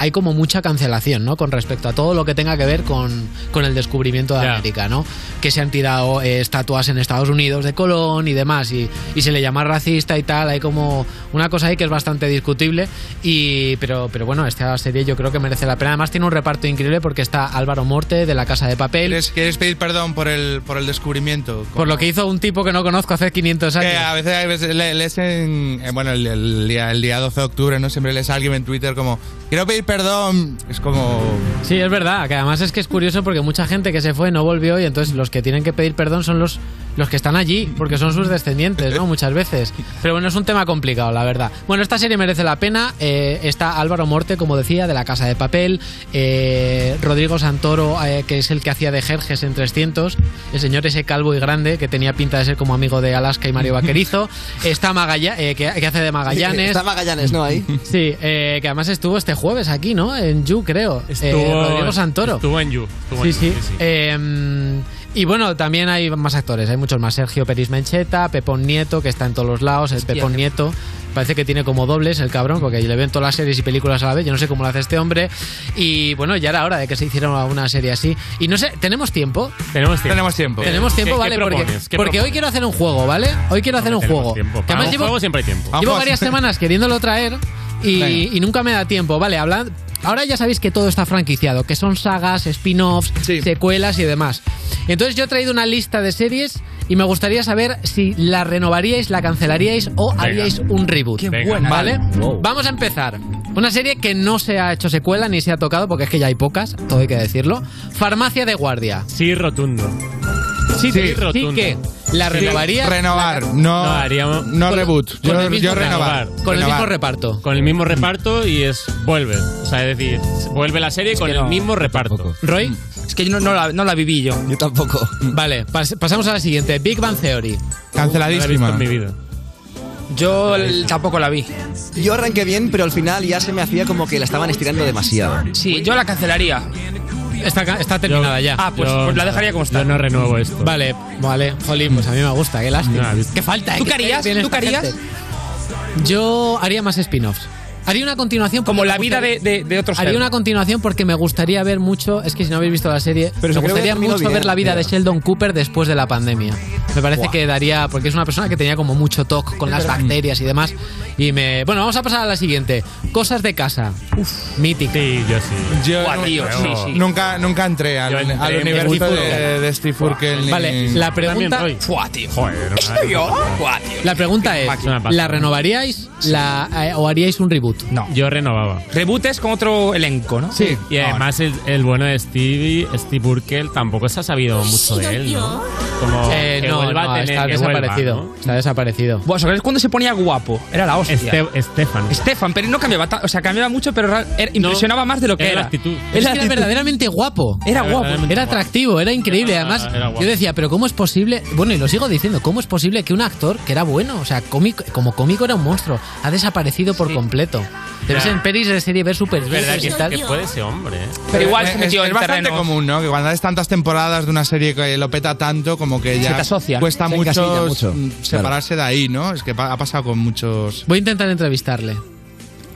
Speaker 27: hay como mucha cancelación, ¿no? Con respecto a todo lo que tenga que ver con, con el descubrimiento de
Speaker 4: Ya.
Speaker 27: América, ¿no? Que se han tirado eh, estatuas en Estados Unidos de Colón y demás, y, y se le llama racista y tal. Hay como una cosa ahí que es bastante discutible, y, pero, pero bueno, esta serie yo creo que merece la pena. Además, tiene un reparto increíble porque está Álvaro Morte de La Casa de Papel.
Speaker 3: ¿Quieres, quieres pedir perdón por el, por el descubrimiento?
Speaker 27: Por lo que hizo un tipo que no conozco hace 500 años.
Speaker 3: Que a veces, a veces le- lees en. eh, bueno, el, el día, el día 12 de octubre, ¿no? Siempre lees a alguien en Twitter como. Quiero pedir perdón. Es como.
Speaker 27: Sí, es verdad, que además es que es curioso porque mucha gente que se fue no volvió y entonces los que tienen que pedir perdón son los, los que están allí, porque son sus descendientes, ¿no? Muchas veces. Pero bueno, es un tema complicado, la verdad. Bueno, esta serie merece la pena. eh, está Álvaro Morte, como decía, de La Casa de Papel, eh, Rodrigo Santoro, eh, que es el que hacía de Jerjes en 300, el señor ese calvo y grande que tenía pinta de ser como amigo de Alaska y Mario Vaquerizo, está Magallanes, que, que hace de Magallanes.
Speaker 24: Está Magallanes, ¿no? Ahí.
Speaker 27: Sí, eh, que además estuvo este jueves aquí, ¿no? En You, creo. Eh, Rodrigo Santoro.
Speaker 4: Estuvo en You. estuvo
Speaker 27: Sí,
Speaker 4: en You,
Speaker 27: sí. Eh, y bueno, también hay más actores, hay muchos más. Sergio Peris Mencheta, Pepón Nieto, que está en todos los lados, el Pepón Nieto. Parece que tiene como dobles el cabrón, porque le ven todas las series y películas a la vez. Yo no sé cómo lo hace este hombre. Y bueno, ya era hora de que se hiciera una serie así. Y no sé, ¿tenemos tiempo?
Speaker 4: Tenemos tiempo. Eh,
Speaker 3: Tenemos tiempo.
Speaker 27: Tenemos tiempo,
Speaker 4: ¿Qué-
Speaker 27: vale,
Speaker 4: qué
Speaker 27: porque,
Speaker 4: propones? ¿Qué
Speaker 27: porque hoy
Speaker 4: propones?
Speaker 27: quiero hacer un juego, ¿vale? Hoy quiero hacer un
Speaker 4: Tenemos
Speaker 27: juego.
Speaker 4: tiempo.
Speaker 27: Que
Speaker 4: Para
Speaker 27: además
Speaker 4: un
Speaker 27: llevo-
Speaker 4: juego siempre hay tiempo.
Speaker 27: Llevo varias semanas queriéndolo traer y, y nunca me da tiempo. Vale, hablad. Ahora ya sabéis que todo está franquiciado, que son sagas, spin-offs, secuelas y demás. Entonces yo he traído una lista de series y me gustaría saber si la renovaríais, la cancelaríais o
Speaker 2: Venga.
Speaker 27: haríais un reboot.
Speaker 2: Qué Venga. buena. ¿eh?
Speaker 27: ¿Vale?
Speaker 2: Wow.
Speaker 27: Vamos a empezar. Una serie que no se ha hecho secuela ni se ha tocado porque es que ya hay pocas, todo hay que decirlo. Farmacia de guardia.
Speaker 4: Sí, rotundo.
Speaker 27: Sí,
Speaker 4: Sí,
Speaker 27: sí,
Speaker 4: rotundo.
Speaker 27: que la
Speaker 4: Sí.
Speaker 27: renovaría.
Speaker 3: Renovar.
Speaker 27: La-
Speaker 3: No,
Speaker 4: No, haríamos-
Speaker 3: no reboot.
Speaker 4: con
Speaker 3: yo
Speaker 4: el mismo
Speaker 3: yo renovar.
Speaker 4: reparto. Con el
Speaker 3: Renovar.
Speaker 4: mismo
Speaker 27: reparto.
Speaker 4: Con el mismo reparto y es vuelve. O sea, es decir, vuelve la serie con el mismo reparto.
Speaker 27: ¿Roy?
Speaker 4: Es que yo no, la, no la viví yo.
Speaker 24: Yo tampoco.
Speaker 27: Vale, pas- pasamos a la siguiente. Big Bang Theory.
Speaker 4: Canceladísima. No la he visto en mi vida.
Speaker 24: Yo tampoco la vi. Yo arranqué bien, pero al final ya se me hacía como que la estaban estirando demasiado.
Speaker 2: Sí, yo la cancelaría.
Speaker 27: Está, ca- está terminada ya.
Speaker 2: Ah, pues- Yo- pues la dejaría como está.
Speaker 4: Yo no renuevo esto.
Speaker 27: Vale, vale. Jolín, pues a mí me gusta. Qué lástima. qué falta, ¿eh?
Speaker 2: ¿Tú
Speaker 27: Qué
Speaker 2: qué harías?
Speaker 27: tiene
Speaker 2: ¿Tú
Speaker 27: esta
Speaker 2: qué harías?
Speaker 27: gente. Yo haría más spin-offs. Haría una continuación.
Speaker 2: Como la vida de, de, de otros
Speaker 27: Haría
Speaker 2: seres.
Speaker 27: una continuación porque me gustaría ver mucho. Es que si no habéis visto la serie, me
Speaker 2: Pero creo que
Speaker 27: gustaría
Speaker 2: terminó
Speaker 27: mucho
Speaker 2: bien,
Speaker 27: ver la vida
Speaker 2: mira.
Speaker 27: de Sheldon Cooper después de la pandemia. Me parece que daría, porque es una persona que tenía como mucho toc con las
Speaker 2: mm.
Speaker 27: bacterias y demás. Y me. Bueno, vamos a pasar a la siguiente: cosas de casa. Uf. Mítica. Sí,
Speaker 4: yo sí.
Speaker 3: Yo no- Nunca, nunca entré al,
Speaker 27: Yo entré
Speaker 3: al
Speaker 27: en
Speaker 3: universo
Speaker 27: Steve
Speaker 3: de,
Speaker 27: Furkel.
Speaker 3: de Steve Furkel. ni-
Speaker 27: Vale, la pregunta.
Speaker 8: Fua, tío.
Speaker 27: ¿Estoy yo?
Speaker 8: Fua,
Speaker 27: La pregunta es:
Speaker 8: máquina.
Speaker 27: ¿la renovaríais la, eh, o haríais un reboot?
Speaker 8: No.
Speaker 4: Yo renovaba.
Speaker 8: Rebootes con otro elenco, ¿no?
Speaker 27: Sí.
Speaker 4: Y además el, el bueno de Stevie, Steve Burkel, tampoco se ha sabido mucho de él, ¿no? Como
Speaker 27: Eh,
Speaker 4: que
Speaker 27: no,
Speaker 4: vuelva
Speaker 27: no,
Speaker 4: a tener,
Speaker 27: está
Speaker 4: que vuelva,
Speaker 27: desaparecido.
Speaker 4: ¿no?
Speaker 27: Está desaparecido.
Speaker 8: Bueno, ¿sabes cuándo se ponía guapo? Era la hostia.
Speaker 4: Este- Estefan.
Speaker 8: Estefan, pero no cambiaba, ta- o sea, cambiaba mucho, pero ra- era- impresionaba más de lo que
Speaker 4: era
Speaker 8: era.
Speaker 4: la actitud.
Speaker 8: Es
Speaker 27: Es que era verdaderamente guapo.
Speaker 8: Era guapo. verdaderamente
Speaker 27: Era
Speaker 8: guapo.
Speaker 27: atractivo, era increíble.
Speaker 8: Era-
Speaker 27: Además,
Speaker 8: era guapo.
Speaker 27: yo decía, pero ¿cómo es posible? Bueno, y lo sigo diciendo, ¿cómo es posible que un actor que era bueno, o sea, cómico, como cómico era un monstruo, ha desaparecido por completo? Te ves
Speaker 4: Ya.
Speaker 27: en pelis de serie ver super
Speaker 4: Es verdad
Speaker 27: y tal.
Speaker 4: que, que puede ese hombre, ¿eh?
Speaker 3: Pero
Speaker 8: igual
Speaker 3: es,
Speaker 8: se metió
Speaker 3: es
Speaker 8: en
Speaker 3: bastante
Speaker 8: terrenos.
Speaker 3: común, ¿no? Que cuando haces tantas temporadas de una serie que lo peta tanto, como que ya
Speaker 8: te asocia.
Speaker 3: cuesta
Speaker 8: Se
Speaker 3: mucho,
Speaker 8: encasilla mucho,
Speaker 3: mm,
Speaker 8: claro.
Speaker 3: separarse de ahí, ¿no? Es que pa- ha pasado con muchos. Mm.
Speaker 27: Voy a intentar entrevistarle.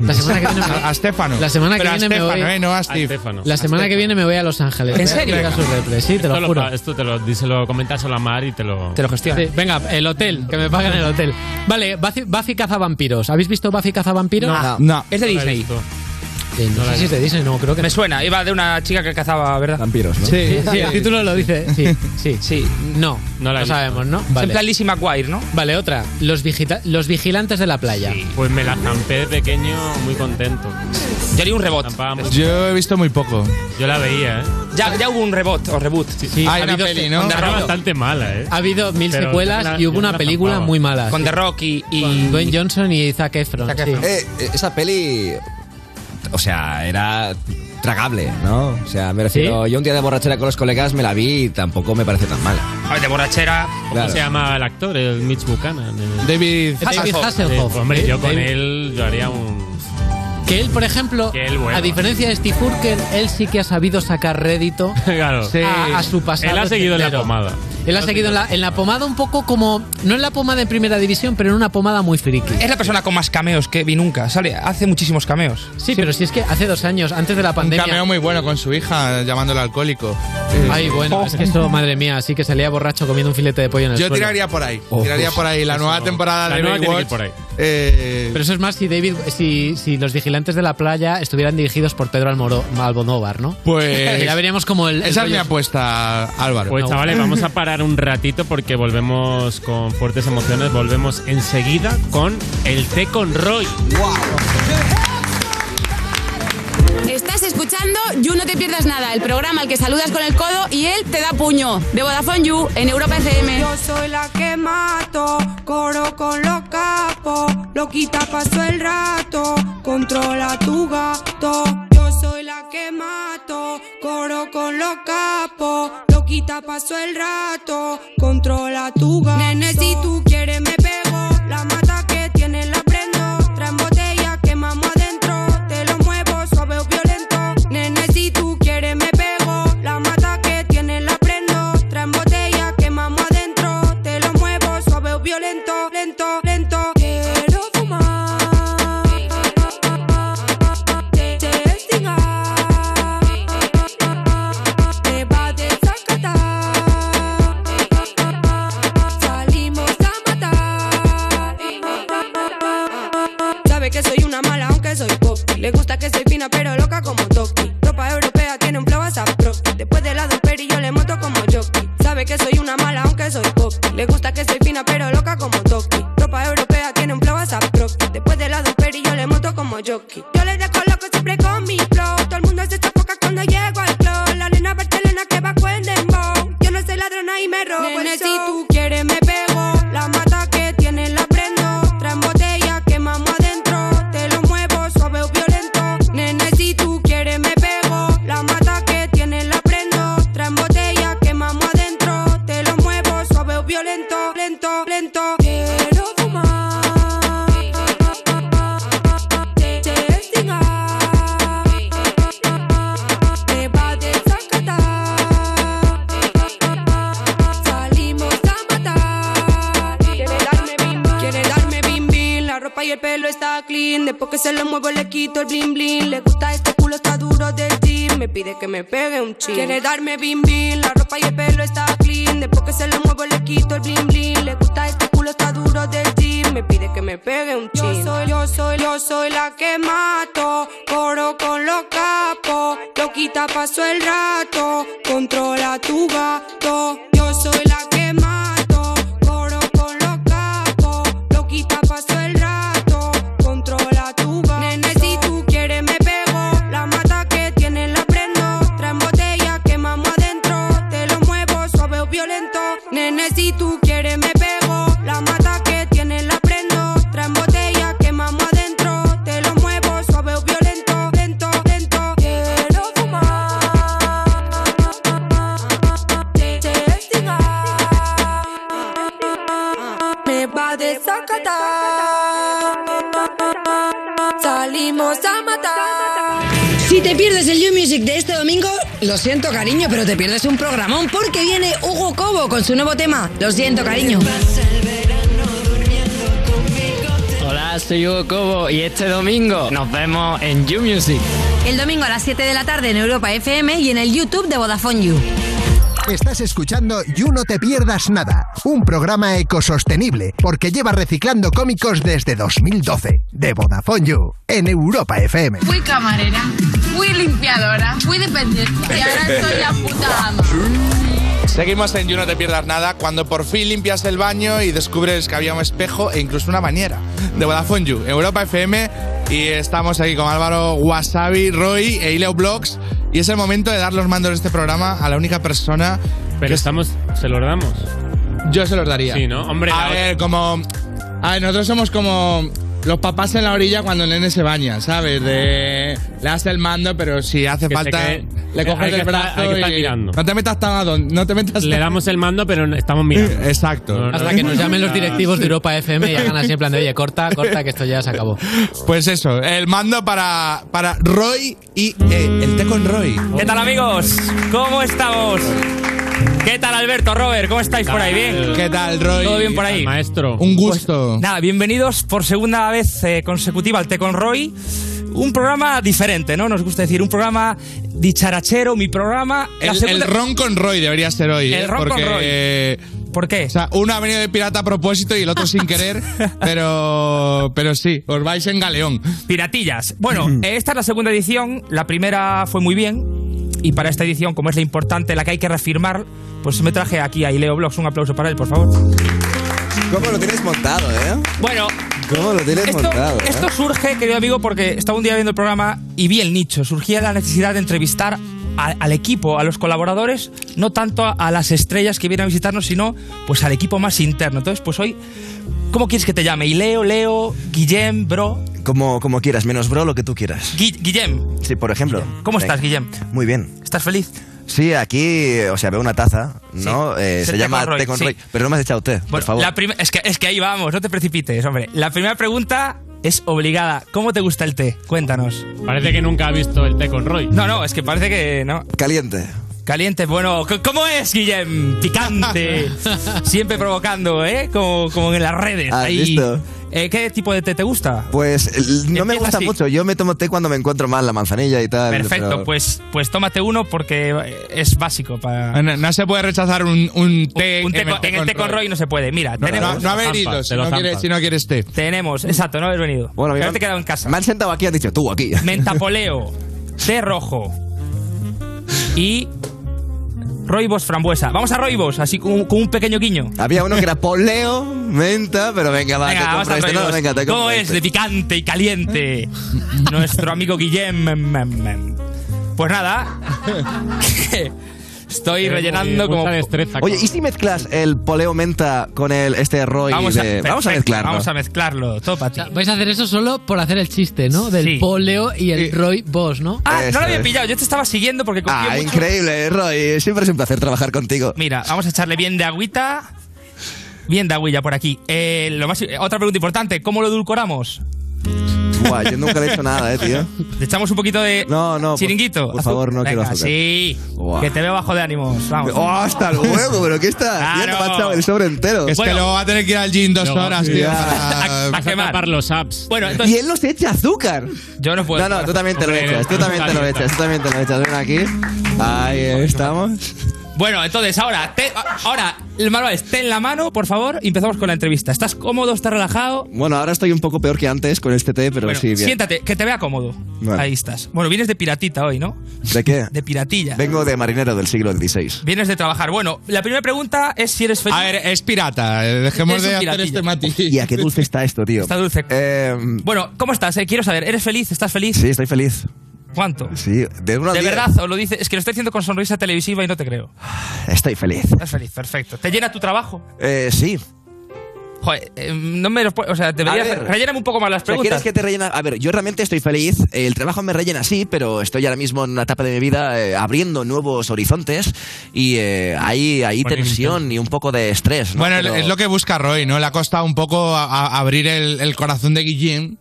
Speaker 27: La semana que viene me-
Speaker 3: a, a Stefano.
Speaker 27: La semana que
Speaker 3: Pero a
Speaker 27: viene me
Speaker 3: Stefano,
Speaker 27: voy-
Speaker 3: ¿eh? No a
Speaker 27: A
Speaker 3: Steve.
Speaker 4: Stefano.
Speaker 27: La semana que viene me voy a Los Ángeles. Voy a ver a sus repres, sí, te lo
Speaker 4: Esto
Speaker 27: juro.
Speaker 4: pa- Esto te lo, díselo, coméntaselo a Mar y te lo...
Speaker 27: Sí, venga, el hotel, que me paguen el hotel. Vale, Buffy, Buffy cazavampiros. ¿Habéis visto Buffy cazavampiros?
Speaker 8: No.
Speaker 3: No.
Speaker 8: Es de
Speaker 27: No Ah, la he
Speaker 8: Disney.
Speaker 27: visto. Eh, no sé si es de Disney, no, creo que
Speaker 8: Me
Speaker 27: no.
Speaker 8: suena, iba de una chica que cazaba, ¿verdad?
Speaker 24: Vampiros,
Speaker 8: ¿no?
Speaker 27: Sí, sí, el título lo dice. Sí, sí. No, no
Speaker 8: la he
Speaker 27: lo
Speaker 8: visto.
Speaker 27: sabemos, ¿no?
Speaker 8: Es en plan Lizzie McGuire, ¿no?
Speaker 27: Vale, otra. Los, vigita- los vigilantes de la playa.
Speaker 4: Pues me la zampé de pequeño muy contento.
Speaker 8: Yo haría un rebot.
Speaker 3: Yo he visto muy poco.
Speaker 4: Yo la veía, ¿eh?
Speaker 8: Ya, ya hubo un rebot o reboot.
Speaker 27: sí, Ah, hay ha una habido peli, este- ¿no?
Speaker 8: Con The
Speaker 4: Era
Speaker 8: Rock.
Speaker 4: bastante mala, ¿eh?
Speaker 27: Ha habido mil
Speaker 4: Pero
Speaker 27: secuelas
Speaker 4: yo me la-
Speaker 27: y
Speaker 4: yo
Speaker 27: hubo
Speaker 4: me
Speaker 27: una
Speaker 4: la
Speaker 27: pelícuula
Speaker 4: zampaba.
Speaker 27: muy mala.
Speaker 8: Con
Speaker 27: sí.
Speaker 8: The Rock y. y-
Speaker 27: Dwayne Johnson y Zac Efron.
Speaker 8: Zac Efron.
Speaker 27: sí.
Speaker 24: Eh, esa peli. O sea, era tragable, ¿no? O sea, me refiero. Yo un día de borrachera con los colegas me la vi y tampoco me parece tan mala.
Speaker 8: A ver, de borrachera.
Speaker 4: ¿Cómo
Speaker 24: Claro.
Speaker 4: se llama el actor? El Mitch Buchanan. el-
Speaker 3: David
Speaker 27: David Hasselhoff.
Speaker 4: Sí, hombre,
Speaker 27: Eh,
Speaker 4: yo con
Speaker 27: David-
Speaker 4: él yo haría un...
Speaker 27: Que él, por ejemplo,
Speaker 4: Que él, bueno.
Speaker 27: a diferencia de Steve Urkel, él sí que ha sabido sacar rédito
Speaker 4: Claro.
Speaker 27: a, a su pasado.
Speaker 4: Él ha seguido en la
Speaker 27: ochentero.
Speaker 4: pomada.
Speaker 27: Él ha seguido en la, en la pomada un poco como. No en la pomada en primera división, pero en una pomada muy friki.
Speaker 8: Es la persona con más cameos que vi nunca. Sale, hace muchísimos cameos.
Speaker 27: Sí, pero si es que hace dos años, antes de la
Speaker 3: Un
Speaker 27: pandemia. Eh,
Speaker 3: cameo muy bueno con su hija, llamándole alcohólico.
Speaker 27: Ay, bueno, es que eso, madre mía, sí que salía borracho comiendo un filete de pollo en el
Speaker 3: oh. Yo
Speaker 27: suelo. Oh,
Speaker 3: tiraría por ahí. tiraría por ahí. La nueva temporada
Speaker 4: La
Speaker 3: de
Speaker 4: nueva tiene que ir
Speaker 3: Baywatch.
Speaker 4: por ahí.
Speaker 3: eh,
Speaker 27: Pero eso es más si David, si, si los vigilantes de la playa estuvieran dirigidos por Pedro Almoro, Almodóvar, ¿no?
Speaker 3: Pues-
Speaker 27: ya veríamos como el. el
Speaker 3: esa es mi
Speaker 27: rollo-
Speaker 3: apuesta, Álvaro.
Speaker 4: Pues chavales, vamos a parar un ratito porque volvemos con fuertes emociones. Volvemos enseguida con el té con Roy.
Speaker 1: Estás escuchando You No Te Pierdas Nada, el programa al que saludas con el codo y él te da puño. De Vodafone You, en Europa FM.
Speaker 28: Yo soy la que mato, coro con los capos, loquita pasó el rato, controla tu gato. Yo soy la que mato, coro con los capos, loquita pasó el rato, controla tu gato. Nene, si tú quieres me pego, la mata que tiene la prendo, traen botella, quemamos adentro, te lo muevo suave o violento. Nene, si tú quieres me pego, la mata que tiene la prendo, traen botella, quemamos adentro, te lo muevo suave o violento, lento, lento. Quiero fumar, te te estirar, te va a desacatar, salimos a matar. Sabe que soy una mala aunque soy pop. Le gusta que soy fina pero loca como Toki. Ropa europea tiene un flow a Después de la peri yo le monto como jockey. Sabe que soy una mala aunque soy pop. Le gusta que soy fina pero loca como Toki. Ropa europea tiene un flow a Después de la peri yo le monto como jockey. Yo le descoloco siempre con mi flow. Todo el mundo se sofoca cuando llego al flow. La nena Barcelona que va con dembow. Yo no soy ladrona y me robo
Speaker 1: Nene,
Speaker 28: el
Speaker 1: si
Speaker 28: show. tú quieres me pego. La mata que tiene la prendo. Traen botella, quemamos adentro. Te lo muevo suave o violento. Nene, si tú quieres me pego. La mata que tiene la prendo. Traen botella, quemamos adentro. Te lo muevo suave o violento. Lento, lento. Quiero fumar. Te, te estirar. Te va a desacatar. Salimos a matar. Quiere darme bim, quiere darme bim bim. La ropa y el pelo está clean. Después que se lo muevo le quito el bling bling. Le gusta este culo, está duro de ti. me pide que me pegue un chin. Quiere darme bim bim, la ropa y el pelo está clean. Después que se lo muevo le quito el bling bling. Le gusta este culo, está duro del jean. Me pide que me pegue un chin. Yo soy, yo soy, yo soy la que mato. Coro con los capos. Loquita paso el rato. Controla tu gato. Yo soy la que mato. Coro con los capos. Loquita paso el rato. Controla tu gato. Nene, si tú quieres me pego. La mata que tiene la prendo. Traen botella, quemamos adentro. Te lo muevo suave o violento. Nene, si tú quieres me pego. La mata que tiene la prendo. Traen botella, quemamos adentro. Te lo muevo suave o violento. Lento, lento. Quiero fumar. Te, te me va a desacatar. Salimos a matar.
Speaker 23: Si te pierdes el You Music de este domingo, lo siento cariño, pero te pierdes un programón porque viene Hugo Cobo con su nuevo tema. Lo siento cariño.
Speaker 29: Hola, soy Hugo Cobo y este domingo nos vemos en You Music.
Speaker 23: El domingo a las 7 de la tarde en Europa FM y en el YouTube de Vodafone You.
Speaker 5: Estás escuchando You No Te Pierdas Nada, un programa ecosostenible porque lleva reciclando cómicos desde 2012, de Vodafone You, en Europa FM.
Speaker 16: Fui camarera, fui limpiadora, fui dependiente y ahora soy la puta ama.
Speaker 3: Seguimos en You No Te Pierdas Nada cuando por fin limpias el baño y descubres que había un espejo e incluso una bañera. De Vodafone You, Europa FM. Y estamos aquí con Álvaro Wasabi, Roy e Ileo Blogs. Y es el momento de dar los mandos de este programa a la única persona.
Speaker 4: Pero estamos. Se los damos.
Speaker 3: Yo se los daría.
Speaker 4: Sí, ¿no? Hombre,
Speaker 3: A
Speaker 4: la-
Speaker 3: ver, como. A ver, nosotros somos como. Los papás en la orilla cuando el nene se baña, ¿sabes? De, le das el mando, pero si
Speaker 4: Que
Speaker 3: hace
Speaker 4: se
Speaker 3: falta,
Speaker 4: quede-
Speaker 3: le
Speaker 4: hay
Speaker 3: coges
Speaker 4: que
Speaker 3: el
Speaker 4: estar-
Speaker 3: brazo
Speaker 4: hay que estar
Speaker 3: y-
Speaker 4: mirando.
Speaker 3: No te metas tan a don- no te metas Eh,
Speaker 4: Le damos el mando, pero estamos mirando.
Speaker 3: Exacto.
Speaker 27: Hasta que nos llamen los directivos de Europa FM y hagan así en plan de, oye, corta, corta, que esto ya se acabó.
Speaker 3: Pues eso, el mando para, para Roy y eh, el té con Roy.
Speaker 10: ¿Qué tal amigos? ¿Cómo estamos? ¿Qué tal Alberto, Robert? ¿Cómo estáis por ahí? ¿Bien?
Speaker 3: ¿Qué tal, Pues Roy?
Speaker 10: ¿Todo bien por ahí?
Speaker 4: Maestro.
Speaker 3: Un gusto.
Speaker 10: Nada, bienvenidos por segunda vez eh, consecutiva al Té con Roy. Un programa diferente, ¿no? Nos gusta decir, un programa dicharachero, mi programa. la
Speaker 3: El,
Speaker 10: segunda-
Speaker 3: el ron con Roy debería ser hoy.
Speaker 10: El
Speaker 3: eh,
Speaker 10: ron con
Speaker 3: porque,
Speaker 10: Roy.
Speaker 3: eh,
Speaker 10: ¿Por qué?
Speaker 3: O sea, uno ha venido de pirata a propósito y el otro sin querer, pero, pero sí, os vais en galeón.
Speaker 10: Piratillas. Bueno, eh, esta es la segunda edición. La primera fue muy bien. Y para esta edición, como es la importante, la que hay que reafirmar, pues me traje aquí a Ileo Blogs. Un aplauso para él, por favor.
Speaker 24: ¿Cómo lo tienes montado, eh?
Speaker 10: Bueno.
Speaker 24: ¿Cómo lo tienes
Speaker 10: Esto,
Speaker 24: montado? eh?
Speaker 10: esto surge, querido amigo, porque estaba un día viendo el programa y vi el nicho. Surgía la necesidad de entrevistar a- al equipo, a los colaboradores, no tanto a, a las estrellas que vienen a visitarnos, sino pues al equipo más interno. Entonces, pues hoy, ¿cómo quieres que te llame? Y Leo, Leo, Guillem, bro.
Speaker 24: Como, como quieras, menos bro, lo que tú quieras.
Speaker 10: Gui- Guillem,
Speaker 24: Sí, por ejemplo.
Speaker 10: ¿cómo
Speaker 24: Venga.
Speaker 10: estás, Guillem?
Speaker 24: Muy bien.
Speaker 10: ¿Estás feliz?
Speaker 24: Sí, aquí, o sea, veo una taza, ¿no? Eh,
Speaker 10: es
Speaker 24: se
Speaker 10: el
Speaker 24: llama
Speaker 10: Té con Roy,
Speaker 24: Té con
Speaker 10: sí.
Speaker 24: Roy. Pero no me has echado té, por favor.
Speaker 10: La prim- es, que, es que ahí vamos, no te precipites, hombre. La primera pregunta es obligada. ¿Cómo te gusta el té? Cuéntanos.
Speaker 4: Parece que nunca ha visto el té con Roy.
Speaker 10: No, no, es que parece que no.
Speaker 24: Caliente.
Speaker 10: Caliente, bueno, c- ¿cómo es, Guillem? Picante. Siempre provocando, ¿eh? Como, como en las redes.
Speaker 24: Ah,
Speaker 10: ahí.
Speaker 24: listo.
Speaker 10: Eh, ¿Qué tipo de té te gusta?
Speaker 24: Pues el- no me
Speaker 10: Empieza
Speaker 24: gusta
Speaker 10: así.
Speaker 24: mucho. Yo me tomo té cuando me encuentro mal, la manzanilla y tal.
Speaker 10: Perfecto,
Speaker 24: Ah, pero-
Speaker 10: pues, pues tómate uno porque eh, es básico para.
Speaker 3: No, no se puede rechazar un, un té,
Speaker 10: Un té
Speaker 3: en
Speaker 10: con- en el té con Roy no se puede. Mira,
Speaker 3: No, no,
Speaker 10: tenemos.
Speaker 3: no, no ha venido, si no quieres- si no quieres té.
Speaker 10: Tenemos, exacto, no habéis venido.
Speaker 24: Bueno, a
Speaker 10: Pero
Speaker 24: mí me
Speaker 10: te
Speaker 24: han-
Speaker 10: he quedado en casa.
Speaker 24: Me han sentado aquí y han dicho tú aquí.
Speaker 10: Mentapoleo, té rojo y roibos frambuesa. Vamos a roibos, así con, con un pequeño guiño.
Speaker 24: Había uno que era poleo, menta, pero venga, va, te
Speaker 10: Venga, vamos
Speaker 24: compro
Speaker 10: a
Speaker 24: este. No,
Speaker 10: roibos.
Speaker 24: venga, te compro
Speaker 10: ¿Cómo es
Speaker 24: este.
Speaker 10: de picante y caliente? Nuestro amigo Guillem. mem, mem, mem. Pues nada, estoy
Speaker 24: eh,
Speaker 10: rellenando como...
Speaker 24: Oye, ¿y si mezclas el poleo menta con el este Roy?
Speaker 10: Vamos a,
Speaker 24: de- vamos a
Speaker 10: perfecto,
Speaker 24: mezclarlo.
Speaker 10: Vamos a mezclarlo, todo para ti.
Speaker 27: Vais a hacer eso solo por hacer el chiste, ¿no? Del poleo y el Roy Boss, ¿no?
Speaker 10: Ah, no
Speaker 24: Eso
Speaker 10: lo había
Speaker 24: es.
Speaker 10: pillado, yo te estaba siguiendo porque confío
Speaker 24: Ah,
Speaker 10: mucho.
Speaker 24: increíble, Roy. Siempre es un placer trabajar contigo.
Speaker 10: Mira, vamos a echarle bien de agüita. Bien de agüilla por aquí. Eh, lo más, eh, otra pregunta importante, ¿cómo lo edulcoramos?
Speaker 24: agua. Yo nunca le he hecho nada, eh, tío.
Speaker 10: Le echamos un poquito de
Speaker 24: no, no, por-
Speaker 10: chiringuito.
Speaker 24: Por, favor, no
Speaker 10: Venga,
Speaker 24: quiero azúcar.
Speaker 10: Sí.
Speaker 24: Buah.
Speaker 10: Que te veo bajo de ánimos. Vamos.
Speaker 24: Oh, hasta el huevo, pero ¿qué está? Ya te ha pasado el sobre entero.
Speaker 3: Ah, Es que luego va a tener que ir al gym dos
Speaker 24: Luego,
Speaker 3: horas, tío.
Speaker 24: ya.
Speaker 3: Para,
Speaker 24: Va a quemar.
Speaker 4: tapar los apps.
Speaker 10: Bueno,
Speaker 24: Y él no se echa azúcar.
Speaker 10: Yo
Speaker 3: Pues
Speaker 10: no
Speaker 24: puedo. No, no, tú también te lo echas, tú también te lo echas, tú también te lo echas. Ven aquí. Ahí estamos.
Speaker 10: Bueno, entonces ahora, te- ahora, el manual es, ten la mano, por favor, y empezamos con la entrevista. ¿Estás cómodo? ¿Estás relajado?
Speaker 24: Bueno, ahora estoy un poco peor que antes con este té, pero
Speaker 10: Bueno,
Speaker 24: sí, bien.
Speaker 10: siéntate, que te vea cómodo.
Speaker 24: Vale.
Speaker 10: Ahí estás. Bueno, vienes de piratita hoy, ¿no?
Speaker 24: ¿De qué?
Speaker 10: De piratilla.
Speaker 24: Vengo de marinero del siglo XVI.
Speaker 10: Vienes de trabajar. Bueno, la primera pregunta es si eres feliz.
Speaker 3: A ver, es pirata. eh, Dejemos
Speaker 10: Es un
Speaker 3: de hacer
Speaker 10: piratilla.
Speaker 3: este matiz.
Speaker 24: Y a qué dulce está esto, tío.
Speaker 10: Está dulce. bueno, ¿cómo estás? eh? Quiero saber, ¿eres feliz? ¿Estás feliz?
Speaker 24: Sí, estoy feliz.
Speaker 10: ¿Cuánto?
Speaker 24: Sí, de uno a
Speaker 10: de
Speaker 24: diez,
Speaker 10: verdad, os lo dices. Es que lo estoy haciendo con sonrisa televisiva y no te creo.
Speaker 24: Estoy feliz.
Speaker 10: Estás feliz, perfecto. ¿Te llena tu trabajo?
Speaker 24: Eh, sí.
Speaker 10: Joder, eh, no me lo puedo. O sea, deberías.
Speaker 24: ver.
Speaker 10: Relléname un poco más las
Speaker 24: O sea,
Speaker 10: preguntas.
Speaker 24: ¿Quieres que te rellena? A ver, yo realmente estoy feliz. El trabajo me rellena, sí, pero estoy ahora mismo en una etapa de mi vida eh, abriendo nuevos horizontes y eh, hay, hay
Speaker 3: Bueno,
Speaker 24: tensión y un poco de estrés. ¿no?
Speaker 3: Bueno,
Speaker 24: Pero-
Speaker 3: es lo que busca Roy, ¿no? Le ha costado un poco a- a- abrir el, el corazón de Guillem,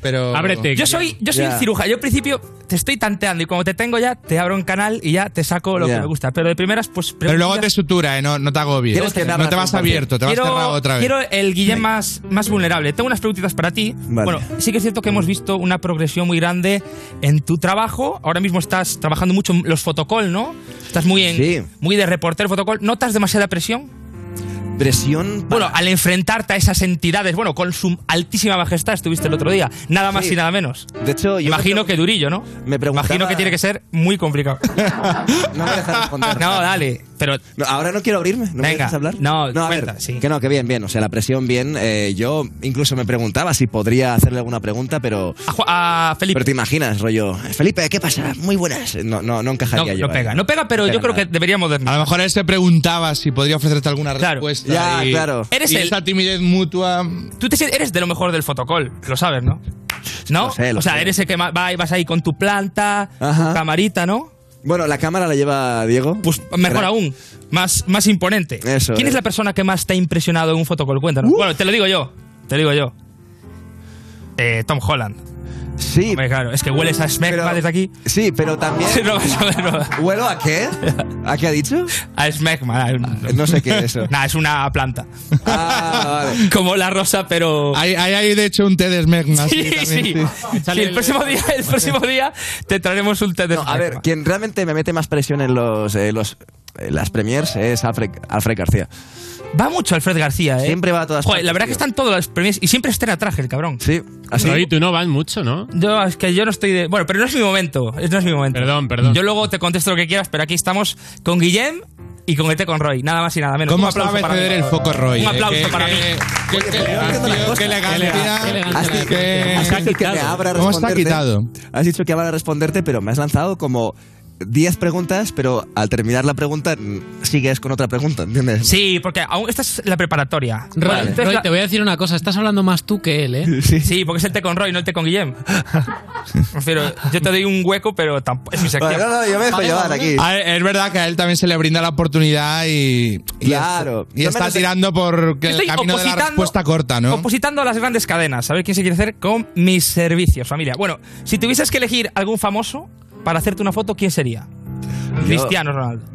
Speaker 3: pero...
Speaker 10: Yo soy, yo soy
Speaker 3: Ya.
Speaker 10: el cirujano. Yo al principio te estoy tanteando y cuando te tengo ya, te abro un canal y ya te saco lo
Speaker 3: Ya.
Speaker 10: que me gusta. Pero de primeras, pues.
Speaker 3: Pero luego te sutura, ¿eh? No, no te agobies.
Speaker 10: Quiero cerrar
Speaker 3: no te
Speaker 10: la
Speaker 3: vas
Speaker 10: pregunta.
Speaker 3: abierto, te vas
Speaker 10: Quiero-
Speaker 3: cerrado otra vez.
Speaker 10: Quiero el Guillem más, más vulnerable. Tengo unas preguntitas para ti.
Speaker 3: Vale.
Speaker 10: Bueno, sí que es cierto que hemos visto una progresión muy grande en tu trabajo. Ahora mismo estás trabajando mucho en los fotocall, ¿no? Estás muy en, muy de reportero fotocall. ¿Notas demasiada presión?
Speaker 24: Presión.
Speaker 10: Bueno, al enfrentarte a esas entidades, bueno, con su altísima majestad estuviste el otro día, nada más
Speaker 24: Sí.
Speaker 10: y nada menos.
Speaker 24: De hecho, yo
Speaker 10: imagino que durillo, ¿no?
Speaker 24: Me
Speaker 10: Imagino que tiene que ser muy complicado.
Speaker 24: No me dejas responder.
Speaker 10: No, dale. Pero
Speaker 24: ahora no quiero abrirme. ¿No me
Speaker 10: Venga,
Speaker 24: dejas hablar?
Speaker 10: No,
Speaker 24: a
Speaker 10: cuenta,
Speaker 24: ver, Que no, que bien, bien. O sea, la presión, bien. Eh, yo incluso me preguntaba si podría hacerle alguna pregunta, pero.
Speaker 10: A, Felipe.
Speaker 24: Pero te imaginas, rollo. Felipe, ¿qué pasa? Muy buenas. No, no, no encajaría
Speaker 10: No,
Speaker 24: yo. ¿eh?
Speaker 10: no pega, no pega, pero yo creo que deberíamos de.
Speaker 3: A lo mejor él se preguntaba si podría ofrecerte alguna respuesta.
Speaker 10: Ya,
Speaker 3: y-
Speaker 10: claro. Eres
Speaker 3: y
Speaker 10: el-
Speaker 3: esa timidez mutua...
Speaker 10: Tú te sientes- eres de lo mejor del fotocall, lo sabes, ¿no? ¿No? o sea, eres el que ma- va y vas ahí con tu planta, tu camarita, ¿no?
Speaker 24: Bueno, la cámara la lleva Diego.
Speaker 10: Pues mejor aún, más, más imponente.
Speaker 24: Eso, Uh.
Speaker 10: ¿Quién
Speaker 24: eh.
Speaker 10: es la persona que más te ha impresionado en un fotocall? Cuéntanos. Bueno, te lo digo yo, te lo digo yo. Eh, Tom Holland.
Speaker 24: Sí.
Speaker 10: claro, es que hueles a Smegma desde aquí.
Speaker 24: Sí, pero también.
Speaker 10: No, no, no.
Speaker 24: ¿Huelo a qué? ¿A qué ha dicho?
Speaker 10: A Smegma.
Speaker 24: No sé qué es eso. Ah,
Speaker 10: Nah, es una planta. Ah, Como la rosa, pero.
Speaker 3: Ahí hay, de hecho un té de esmegma.
Speaker 10: Sí, sí. Sí, el, próximo día, el próximo día te traeremos un té de
Speaker 24: A ver, quien realmente me mete más presión en los, eh, los eh, las premiers es Alfred, Alfred García.
Speaker 10: Va mucho Alfred García, ¿eh?
Speaker 24: Siempre va a todas
Speaker 10: Joder, la
Speaker 24: partes,
Speaker 10: verdad que
Speaker 24: tío.
Speaker 10: están todas las premios y siempre estrena traje el cabrón.
Speaker 24: Sí,
Speaker 10: así.
Speaker 4: Oye, tú no vas mucho, ¿no?
Speaker 10: Yo, es que yo no estoy de. Bueno, pero no es mi momento. es- No es mi momento. Perdón, perdón. Yo luego te contesto lo que quieras, pero aquí estamos con Guillem y con ET con Roy. Nada más y nada menos.
Speaker 3: ¿Cómo
Speaker 10: Un aplauso
Speaker 3: sabe
Speaker 10: para mí,
Speaker 3: ceder el
Speaker 10: por favor.
Speaker 3: foco, Roy?
Speaker 10: Un
Speaker 3: eh?
Speaker 10: aplauso
Speaker 3: Que-
Speaker 10: para
Speaker 3: que-
Speaker 10: mí.
Speaker 3: que- que- tío, qué elegancia,
Speaker 24: Has-
Speaker 10: Eh,
Speaker 3: qué-
Speaker 24: has dicho que me abra a
Speaker 3: ¿Cómo está
Speaker 24: responderte.
Speaker 3: quitado?
Speaker 24: Has dicho que abra a responderte, pero me has lanzado como 10 preguntas, pero al terminar la pregunta mm, sigues con otra pregunta, ¿entiendes?
Speaker 10: Sí, porque aún esta es la preparatoria.
Speaker 27: Roy, Roy, te voy a decir una cosa. Estás hablando más tú que él, ¿eh?
Speaker 10: Sí. porque es el té con Roy, no el té con Guillem. Pero yo te doy un hueco, pero tampoco es mi sección.
Speaker 3: A ver, es verdad que a él también se le brinda la oportunidad y. y
Speaker 10: Claro.
Speaker 3: es- Y,
Speaker 10: Yo me
Speaker 3: está
Speaker 10: lo sé.
Speaker 3: tirando por
Speaker 10: Yo
Speaker 3: el
Speaker 10: estoy
Speaker 3: camino de la
Speaker 10: opositando-
Speaker 3: respuesta corta, ¿no?
Speaker 10: Opositando a las grandes cadenas, a ver quién se quiere hacer con mis servicios, familia. Bueno, si tuvieses que elegir algún famoso para hacerte una foto, ¿quién sería? Cristiano Ronaldo.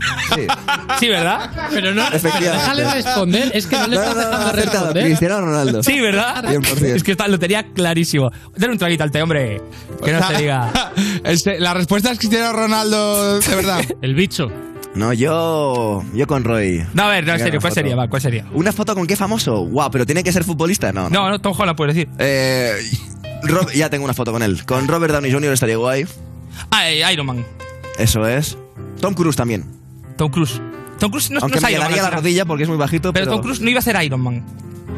Speaker 24: Sí.
Speaker 10: ¿verdad?
Speaker 27: Pero no,
Speaker 24: Efectivamente.
Speaker 27: déjale responder. Es que no le
Speaker 24: No,
Speaker 27: estás
Speaker 24: no, no,
Speaker 27: dejando
Speaker 24: acertado.
Speaker 10: responder.
Speaker 24: Cristiano Ronaldo.
Speaker 10: Sí, ¿verdad?
Speaker 24: 100%.
Speaker 10: Es que esta lo tenía clarísimo. Dale un traguito al té, hombre. Que no
Speaker 24: Pues,
Speaker 10: te diga.
Speaker 3: Este, la respuesta es Cristiano Ronaldo, de verdad.
Speaker 4: El bicho.
Speaker 24: No, yo. Yo con Roy.
Speaker 10: No, a ver, no, en
Speaker 24: Venga,
Speaker 10: serio,
Speaker 24: una
Speaker 10: ¿cuál
Speaker 24: foto.
Speaker 10: sería? Va, ¿cuál sería?
Speaker 24: ¿Una foto con qué famoso? Wow, pero tiene que ser futbolista, no.
Speaker 10: No, no, Tom Holland puedes decir.
Speaker 24: Eh, Rob- ya tengo una foto con él. Con Robert Downey Jr. estaría guay.
Speaker 10: Ah, eh, Iron Man.
Speaker 24: Eso es. Tom Cruise también.
Speaker 10: Tom Cruise. Tom Cruise no, no
Speaker 24: Aunque
Speaker 10: es
Speaker 24: me
Speaker 10: Iron Man. al
Speaker 24: llegaría la
Speaker 10: final.
Speaker 24: rodilla porque es muy bajito. Pero,
Speaker 10: Pero Tom Cruise no iba a ser Iron Man.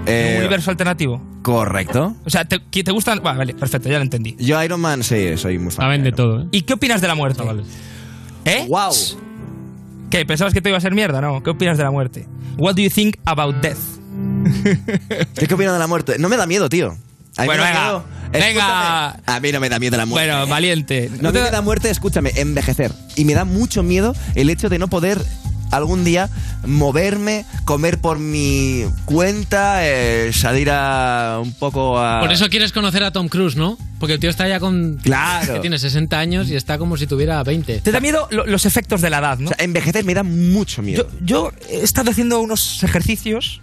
Speaker 24: Eh,
Speaker 10: en un universo alternativo.
Speaker 24: Correcto.
Speaker 10: O sea, ¿te, que te gustan? Vale, vale, perfecto, ya lo entendí.
Speaker 24: Yo Iron Man sí, soy muy fan.
Speaker 4: Saben de todo, ¿eh?
Speaker 10: ¿Y qué opinas de la muerte? ¿Eh?
Speaker 24: ¡Wow!
Speaker 10: ¿Qué? ¿Pensabas que te iba a ser mierda? No. ¿Qué opinas de la muerte? What do you think about death?
Speaker 24: ¿Qué qué opinas de la muerte? No me da miedo, tío. A mí
Speaker 10: Bueno,
Speaker 24: me da
Speaker 10: venga.
Speaker 24: miedo-
Speaker 10: Venga.
Speaker 24: Escúchame, A mí no me da miedo la muerte. ¿eh?
Speaker 10: Bueno, valiente.
Speaker 24: No, a mí me da muerte, escúchame, envejecer. Y me da mucho miedo el hecho de no poder algún día moverme, comer por mi cuenta, eh, salir a un poco a...
Speaker 27: Por eso quieres conocer a Tom Cruise, ¿no? Porque el tío está ya con.
Speaker 24: Claro.
Speaker 27: Que tiene 60 años y está como si tuviera 20.
Speaker 10: Te da miedo lo- los efectos de la edad, ¿no?
Speaker 24: envejecer me da mucho miedo.
Speaker 10: Yo, he estado haciendo unos ejercicios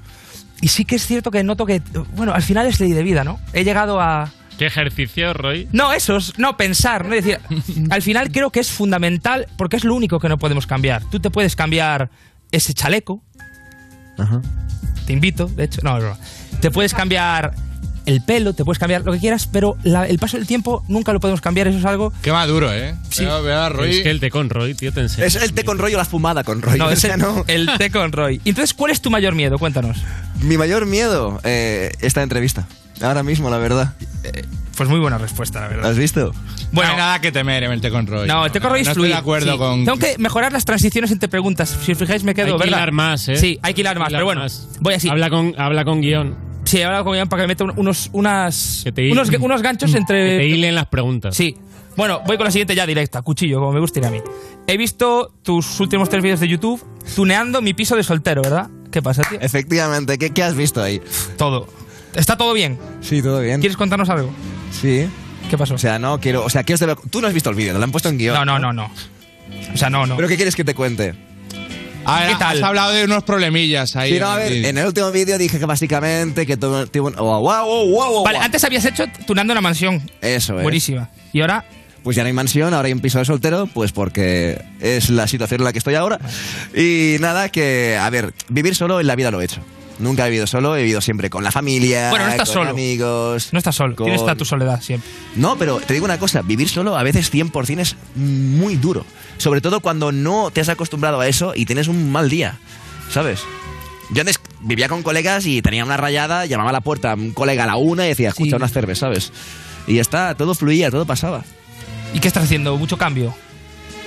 Speaker 10: y sí que es cierto que noto que, bueno, al final es ley de vida, ¿no? He llegado a...
Speaker 4: ¿Qué ejercicio, Roy?
Speaker 10: No, eso es no pensar, ¿no? Es decir, al final creo que es fundamental porque es lo único que no podemos cambiar. Tú te puedes cambiar ese chaleco, te invito, de hecho, no, no, no. Te puedes cambiar el pelo, te puedes cambiar lo que quieras, pero la- el paso del tiempo nunca lo podemos cambiar, eso es algo...
Speaker 3: Qué maduro, ¿eh?
Speaker 10: Sí.
Speaker 3: Veo- veo a Roy-
Speaker 4: Es que el té con Roy, tío, te enseña.
Speaker 10: Es
Speaker 24: el té con Roy o la fumada con Roy.
Speaker 10: No,
Speaker 24: o
Speaker 10: es
Speaker 24: sea,
Speaker 10: el,
Speaker 24: no.
Speaker 10: el té con Roy. Entonces, ¿cuál es tu mayor miedo? Cuéntanos.
Speaker 24: Mi mayor miedo, eh, esta entrevista. Ahora mismo, la verdad.
Speaker 10: Pues muy buena respuesta, la verdad.
Speaker 24: ¿Has visto?
Speaker 10: Bueno,
Speaker 3: nada que temer en el té con Roy.
Speaker 10: No, el té con Roy es
Speaker 3: No estoy
Speaker 10: fluir.
Speaker 3: de acuerdo
Speaker 10: Sí.
Speaker 3: con.
Speaker 10: Tengo que mejorar las transiciones entre preguntas. Si os fijáis, me quedo,
Speaker 4: Hay que
Speaker 10: ¿verdad?
Speaker 4: hilar más, ¿eh?
Speaker 10: Sí, hay que hilar más, pero bueno. Voy así.
Speaker 4: Habla con, habla con guión.
Speaker 10: Sí, habla con Ian para que me meta un- unos, unas,
Speaker 4: hilen.
Speaker 10: unos, unos ganchos entre.
Speaker 4: Que te hilen las preguntas.
Speaker 10: Sí. Bueno, voy con la siguiente ya directa, cuchillo, como me gusta ir a mí. He visto tus últimos tres vídeos de YouTube tuneando mi piso de soltero, ¿verdad? ¿Qué pasa, tío?
Speaker 24: Efectivamente, ¿qué, qué has visto ahí?
Speaker 10: Todo. ¿Está todo bien?
Speaker 24: Sí, todo bien.
Speaker 10: ¿Quieres contarnos algo?
Speaker 24: Sí.
Speaker 10: ¿Qué pasó?
Speaker 24: O sea, no quiero. O sea, quiero saber- Tú no has visto el vídeo, lo han puesto en guión.
Speaker 10: No, no, no, no. O sea, no, no.
Speaker 24: ¿Pero qué quieres que te cuente?
Speaker 3: A ver, has hablado de unos problemillas ahí.
Speaker 24: Sí, no, a ver,
Speaker 3: Sí.
Speaker 24: en el último vídeo dije que básicamente que tuve tuve un. ¡Wow, wow, wow, wow!
Speaker 10: Vale, antes habías hecho tunando una mansión.
Speaker 24: Eso es.
Speaker 10: Buenísima. ¿Y ahora?
Speaker 24: Pues ya no hay mansión, ahora hay un piso de soltero, pues porque es la situación en la que estoy ahora. Y nada, que, a ver, vivir solo en la vida lo he hecho. Nunca he vivido solo, he vivido siempre con la familia,
Speaker 10: Bueno, no estás
Speaker 24: con
Speaker 10: solo.
Speaker 24: amigos.
Speaker 10: No estás solo,
Speaker 24: con-
Speaker 10: tienes está tu soledad siempre.
Speaker 24: No, pero te digo una cosa, vivir solo a veces 100% es muy duro. Sobre todo cuando no te has acostumbrado a eso y tienes un mal día, ¿sabes? Yo antes vivía con colegas y tenía una rayada, llamaba a la puerta a un colega a la una y decía, escucha, unas cervezas, ¿sabes? Y ya está, todo fluía, todo pasaba.
Speaker 10: ¿Y qué estás haciendo? ¿Mucho cambio?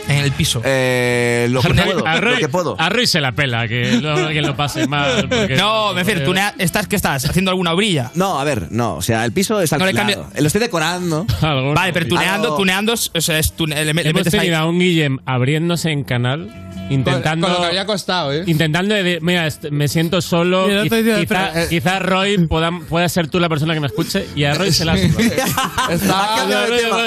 Speaker 10: En el piso.
Speaker 24: Eh, lo, que
Speaker 4: Roy-
Speaker 24: puedo,
Speaker 4: a Roy-
Speaker 24: lo que puedo.
Speaker 4: A Roy se la pela, que lo, que lo pase mal. porque-
Speaker 10: no, me refiero, tunea- ¿estás qué estás? ¿Haciendo alguna obrilla?
Speaker 24: No, a ver, no. O sea, el piso está
Speaker 10: No le
Speaker 24: alquilado.
Speaker 10: cambia-
Speaker 24: Lo estoy decorando.
Speaker 10: Vale, pero tuneando,
Speaker 24: Algo-
Speaker 10: tuneando, es- o sea, es tune- le, le
Speaker 4: Hemos
Speaker 10: metes ahí.
Speaker 4: tenido a un Guillem abriéndose en canal, intentando...
Speaker 10: con lo que había
Speaker 3: costado, ¿eh?
Speaker 4: Intentando, de- mira, est- me siento solo,
Speaker 3: Mira, no
Speaker 4: quiz-
Speaker 3: te digo, espera,
Speaker 4: quizá,
Speaker 3: eh.
Speaker 4: quizá Roy pueda, pueda ser tú la persona que me escuche y a Roy se la suda.
Speaker 3: Estaba-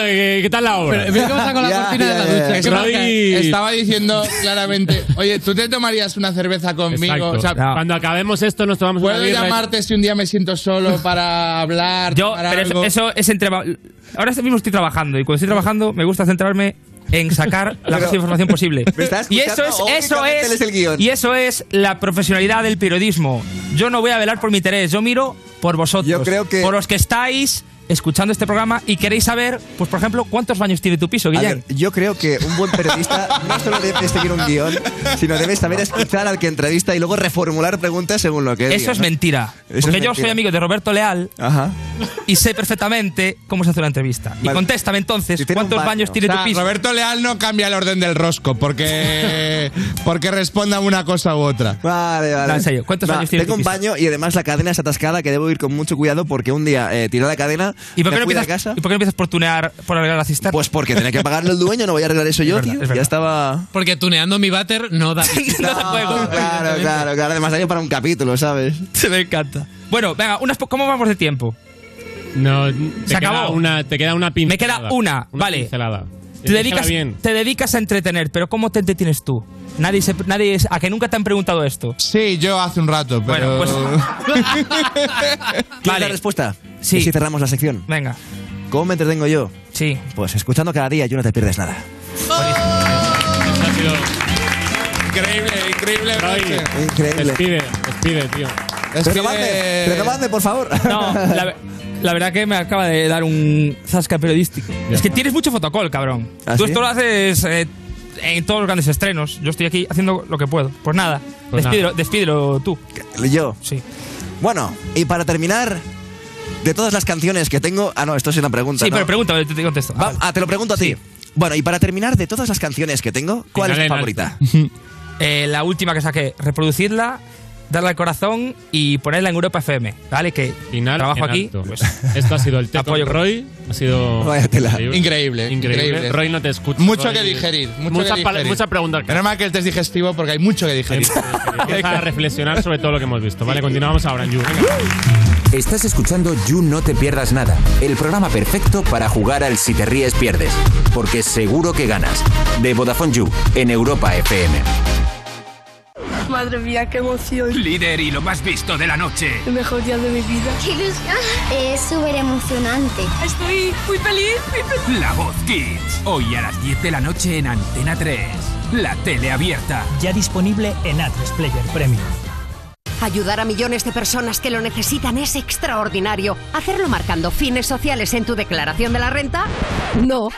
Speaker 4: ¿Qué qué tal la obra?
Speaker 3: Pero mira cómo saco la
Speaker 4: Ya,
Speaker 3: cortina
Speaker 4: ya,
Speaker 3: de la
Speaker 4: ya,
Speaker 3: ducha.
Speaker 4: ya.
Speaker 3: Es que
Speaker 4: Roy-
Speaker 3: Estaba diciendo claramente, oye, ¿tú te tomarías una cerveza
Speaker 4: Exacto.
Speaker 3: conmigo? O sea,
Speaker 4: Cuando acabemos esto nos tomamos una
Speaker 3: ¿Puedo
Speaker 4: birra y-
Speaker 3: llamarte si un día me siento solo para hablar?
Speaker 10: Yo,
Speaker 3: tomar
Speaker 10: pero
Speaker 3: algo?
Speaker 10: eso, eso es entre. Ahora mismo estoy trabajando y cuando estoy trabajando me gusta centrarme en sacar la
Speaker 24: Pero-
Speaker 10: más información posible.
Speaker 24: ¿Me estás
Speaker 10: Y eso
Speaker 24: escuchando? oh,
Speaker 10: es,
Speaker 24: ¿O
Speaker 10: eso
Speaker 24: únicamente
Speaker 10: es,
Speaker 24: lees el guión?
Speaker 10: y eso es la profesionalidad del periodismo. Yo no voy a velar por mi interés, yo miro por vosotros,
Speaker 24: Yo creo que-
Speaker 10: por los que estáis escuchando este programa y queréis saber, pues por ejemplo, cuántos baños tiene tu piso,
Speaker 24: A
Speaker 10: Guillem.
Speaker 24: ver, yo creo que un buen periodista no solo debe seguir un guión, sino debe saber escuchar al que entrevista y luego reformular preguntas según lo que
Speaker 10: Eso
Speaker 24: diga,
Speaker 10: es
Speaker 24: ¿no?
Speaker 10: mentira.
Speaker 24: Eso es
Speaker 10: porque yo
Speaker 24: mentira.
Speaker 10: soy amigo de Roberto Leal
Speaker 24: Ajá.
Speaker 10: y sé perfectamente cómo se hace una entrevista. Y
Speaker 3: Vale.
Speaker 10: contéstame entonces, ¿cuántos baños tiene
Speaker 3: O sea,
Speaker 10: tu piso?
Speaker 3: Roberto Leal no cambia el orden del rosco porque, porque responda una cosa u otra.
Speaker 24: Vale, vale.
Speaker 10: No, en serio, ¿cuántos
Speaker 24: No,
Speaker 10: baños tiene
Speaker 24: Tengo
Speaker 10: tu
Speaker 24: un
Speaker 10: piso?
Speaker 24: baño y además la cadena es atascada que debo ir con mucho cuidado porque un día eh, tiré la cadena
Speaker 10: ¿Y por,
Speaker 24: me
Speaker 10: qué no
Speaker 24: fui de
Speaker 10: empiezas,
Speaker 24: casa
Speaker 10: ¿Y por qué no empiezas por tunear, por arreglar la cisterna?
Speaker 24: Pues porque tenía que pagarle el dueño, no voy a arreglar eso yo, tío. Ya estaba...
Speaker 27: Porque tuneando mi váter no da.
Speaker 10: No,
Speaker 24: claro, claro, claro. Además hay para un capítulo, ¿sabes?
Speaker 10: Se me encanta. Bueno, venga, unas po- ¿cómo vamos de tiempo?
Speaker 4: No,
Speaker 10: Se
Speaker 4: te queda
Speaker 10: acabó.
Speaker 4: Una, te queda una
Speaker 10: Me
Speaker 4: pincelada.
Speaker 10: queda una, vale.
Speaker 4: pincelada.
Speaker 10: Te dedicas,
Speaker 4: bien.
Speaker 10: te dedicas a entretener, pero ¿cómo te entretienes tú? Nadie se, nadie es- a que nunca te han preguntado esto.
Speaker 3: Sí, yo hace un rato, pero...
Speaker 10: Bueno, pues-
Speaker 24: ¿Quieres la respuesta?
Speaker 10: Sí.
Speaker 24: ¿Y si cerramos la sección?
Speaker 10: Venga.
Speaker 24: ¿Cómo me entretengo yo?
Speaker 10: Sí.
Speaker 24: Pues escuchando cada día, yo no te pierdes nada.
Speaker 3: Increíble, increíble.
Speaker 4: Roy.
Speaker 24: Increíble.
Speaker 4: Despide, despide, tío.
Speaker 24: Renovadme, renovadme, por favor.
Speaker 10: No, la, ve- la verdad que me acaba de dar un zasca periodístico. es que tienes mucho fotocol, cabrón.
Speaker 24: ¿Ah,
Speaker 10: Tú
Speaker 24: sí?
Speaker 10: esto lo haces eh, en todos los grandes estrenos. Yo estoy aquí haciendo lo que puedo. Pues nada,
Speaker 24: Pues
Speaker 10: despídelo,
Speaker 24: nada.
Speaker 10: despídelo tú.
Speaker 24: Yo.
Speaker 10: Sí.
Speaker 24: Bueno, y para terminar, de todas las canciones que tengo. Ah, no, esto es una pregunta.
Speaker 10: Sí,
Speaker 24: ¿no?
Speaker 10: pero pregúntame, te te contesto.
Speaker 24: Va- ah, te lo pregunto a ti. Bueno, y para terminar, de todas las canciones que tengo, ¿cuál es tu
Speaker 10: Finalena.
Speaker 24: favorita?
Speaker 10: Eh, la última que saqué, reproducidla, darle al corazón y ponerla en Europa FM, ¿vale? Que trabajo
Speaker 4: en
Speaker 10: aquí.
Speaker 4: alto.
Speaker 10: pues,
Speaker 4: Esto ha sido el tema.
Speaker 10: apoyo.
Speaker 4: Roy ha sido
Speaker 10: Vaya tela.
Speaker 3: Increíble, increíble.
Speaker 4: Roy no te escucha.
Speaker 3: Mucho
Speaker 4: Roy-
Speaker 3: que digerir. Mucho
Speaker 4: muchas
Speaker 3: que
Speaker 4: pal-
Speaker 3: digerir.
Speaker 4: muchas preguntas.
Speaker 3: Menos mal que el test digestivo porque hay mucho que digerir.
Speaker 4: Empieza a reflexionar sobre todo lo que hemos visto. Vale, continuamos ahora en You.
Speaker 7: Estás escuchando You No Te Pierdas Nada, el programa perfecto para jugar al Si Te Ríes Pierdes, porque seguro que ganas. De Vodafone You, en Europa FM.
Speaker 31: Madre mía, qué emoción.
Speaker 15: Líder y lo más visto de la noche.
Speaker 31: El mejor día de mi vida. ¡Qué ilusión! Es súper emocionante. Estoy muy feliz, muy feliz.
Speaker 15: La Voz Kids. Hoy a las 10 de la noche en Antena 3. La tele abierta.
Speaker 17: Ya disponible en A3 Player Premium.
Speaker 34: Ayudar a millones de personas que lo necesitan es extraordinario. ¿Hacerlo marcando fines sociales en tu declaración de la renta? No.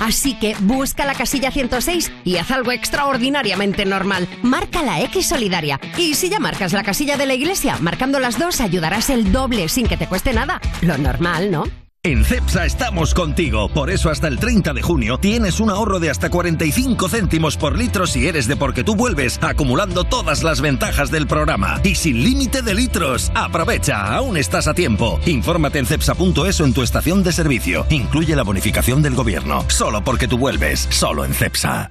Speaker 34: Así que busca la casilla 106 y haz algo extraordinariamente normal. Marca la X solidaria. Y si ya marcas la casilla de la iglesia, marcando las dos ayudarás el doble sin que te cueste nada. Lo normal, ¿no?
Speaker 35: En CEPSA estamos contigo, por eso hasta el 30 de junio tienes un ahorro de hasta 45 céntimos por litro si eres de porque tú vuelves, acumulando todas las ventajas del programa y sin límite de litros. Aprovecha, aún estás a tiempo. Infórmate en cepsa.es o en tu estación de servicio. Incluye la bonificación del gobierno, solo porque tú vuelves, solo en CEPSA.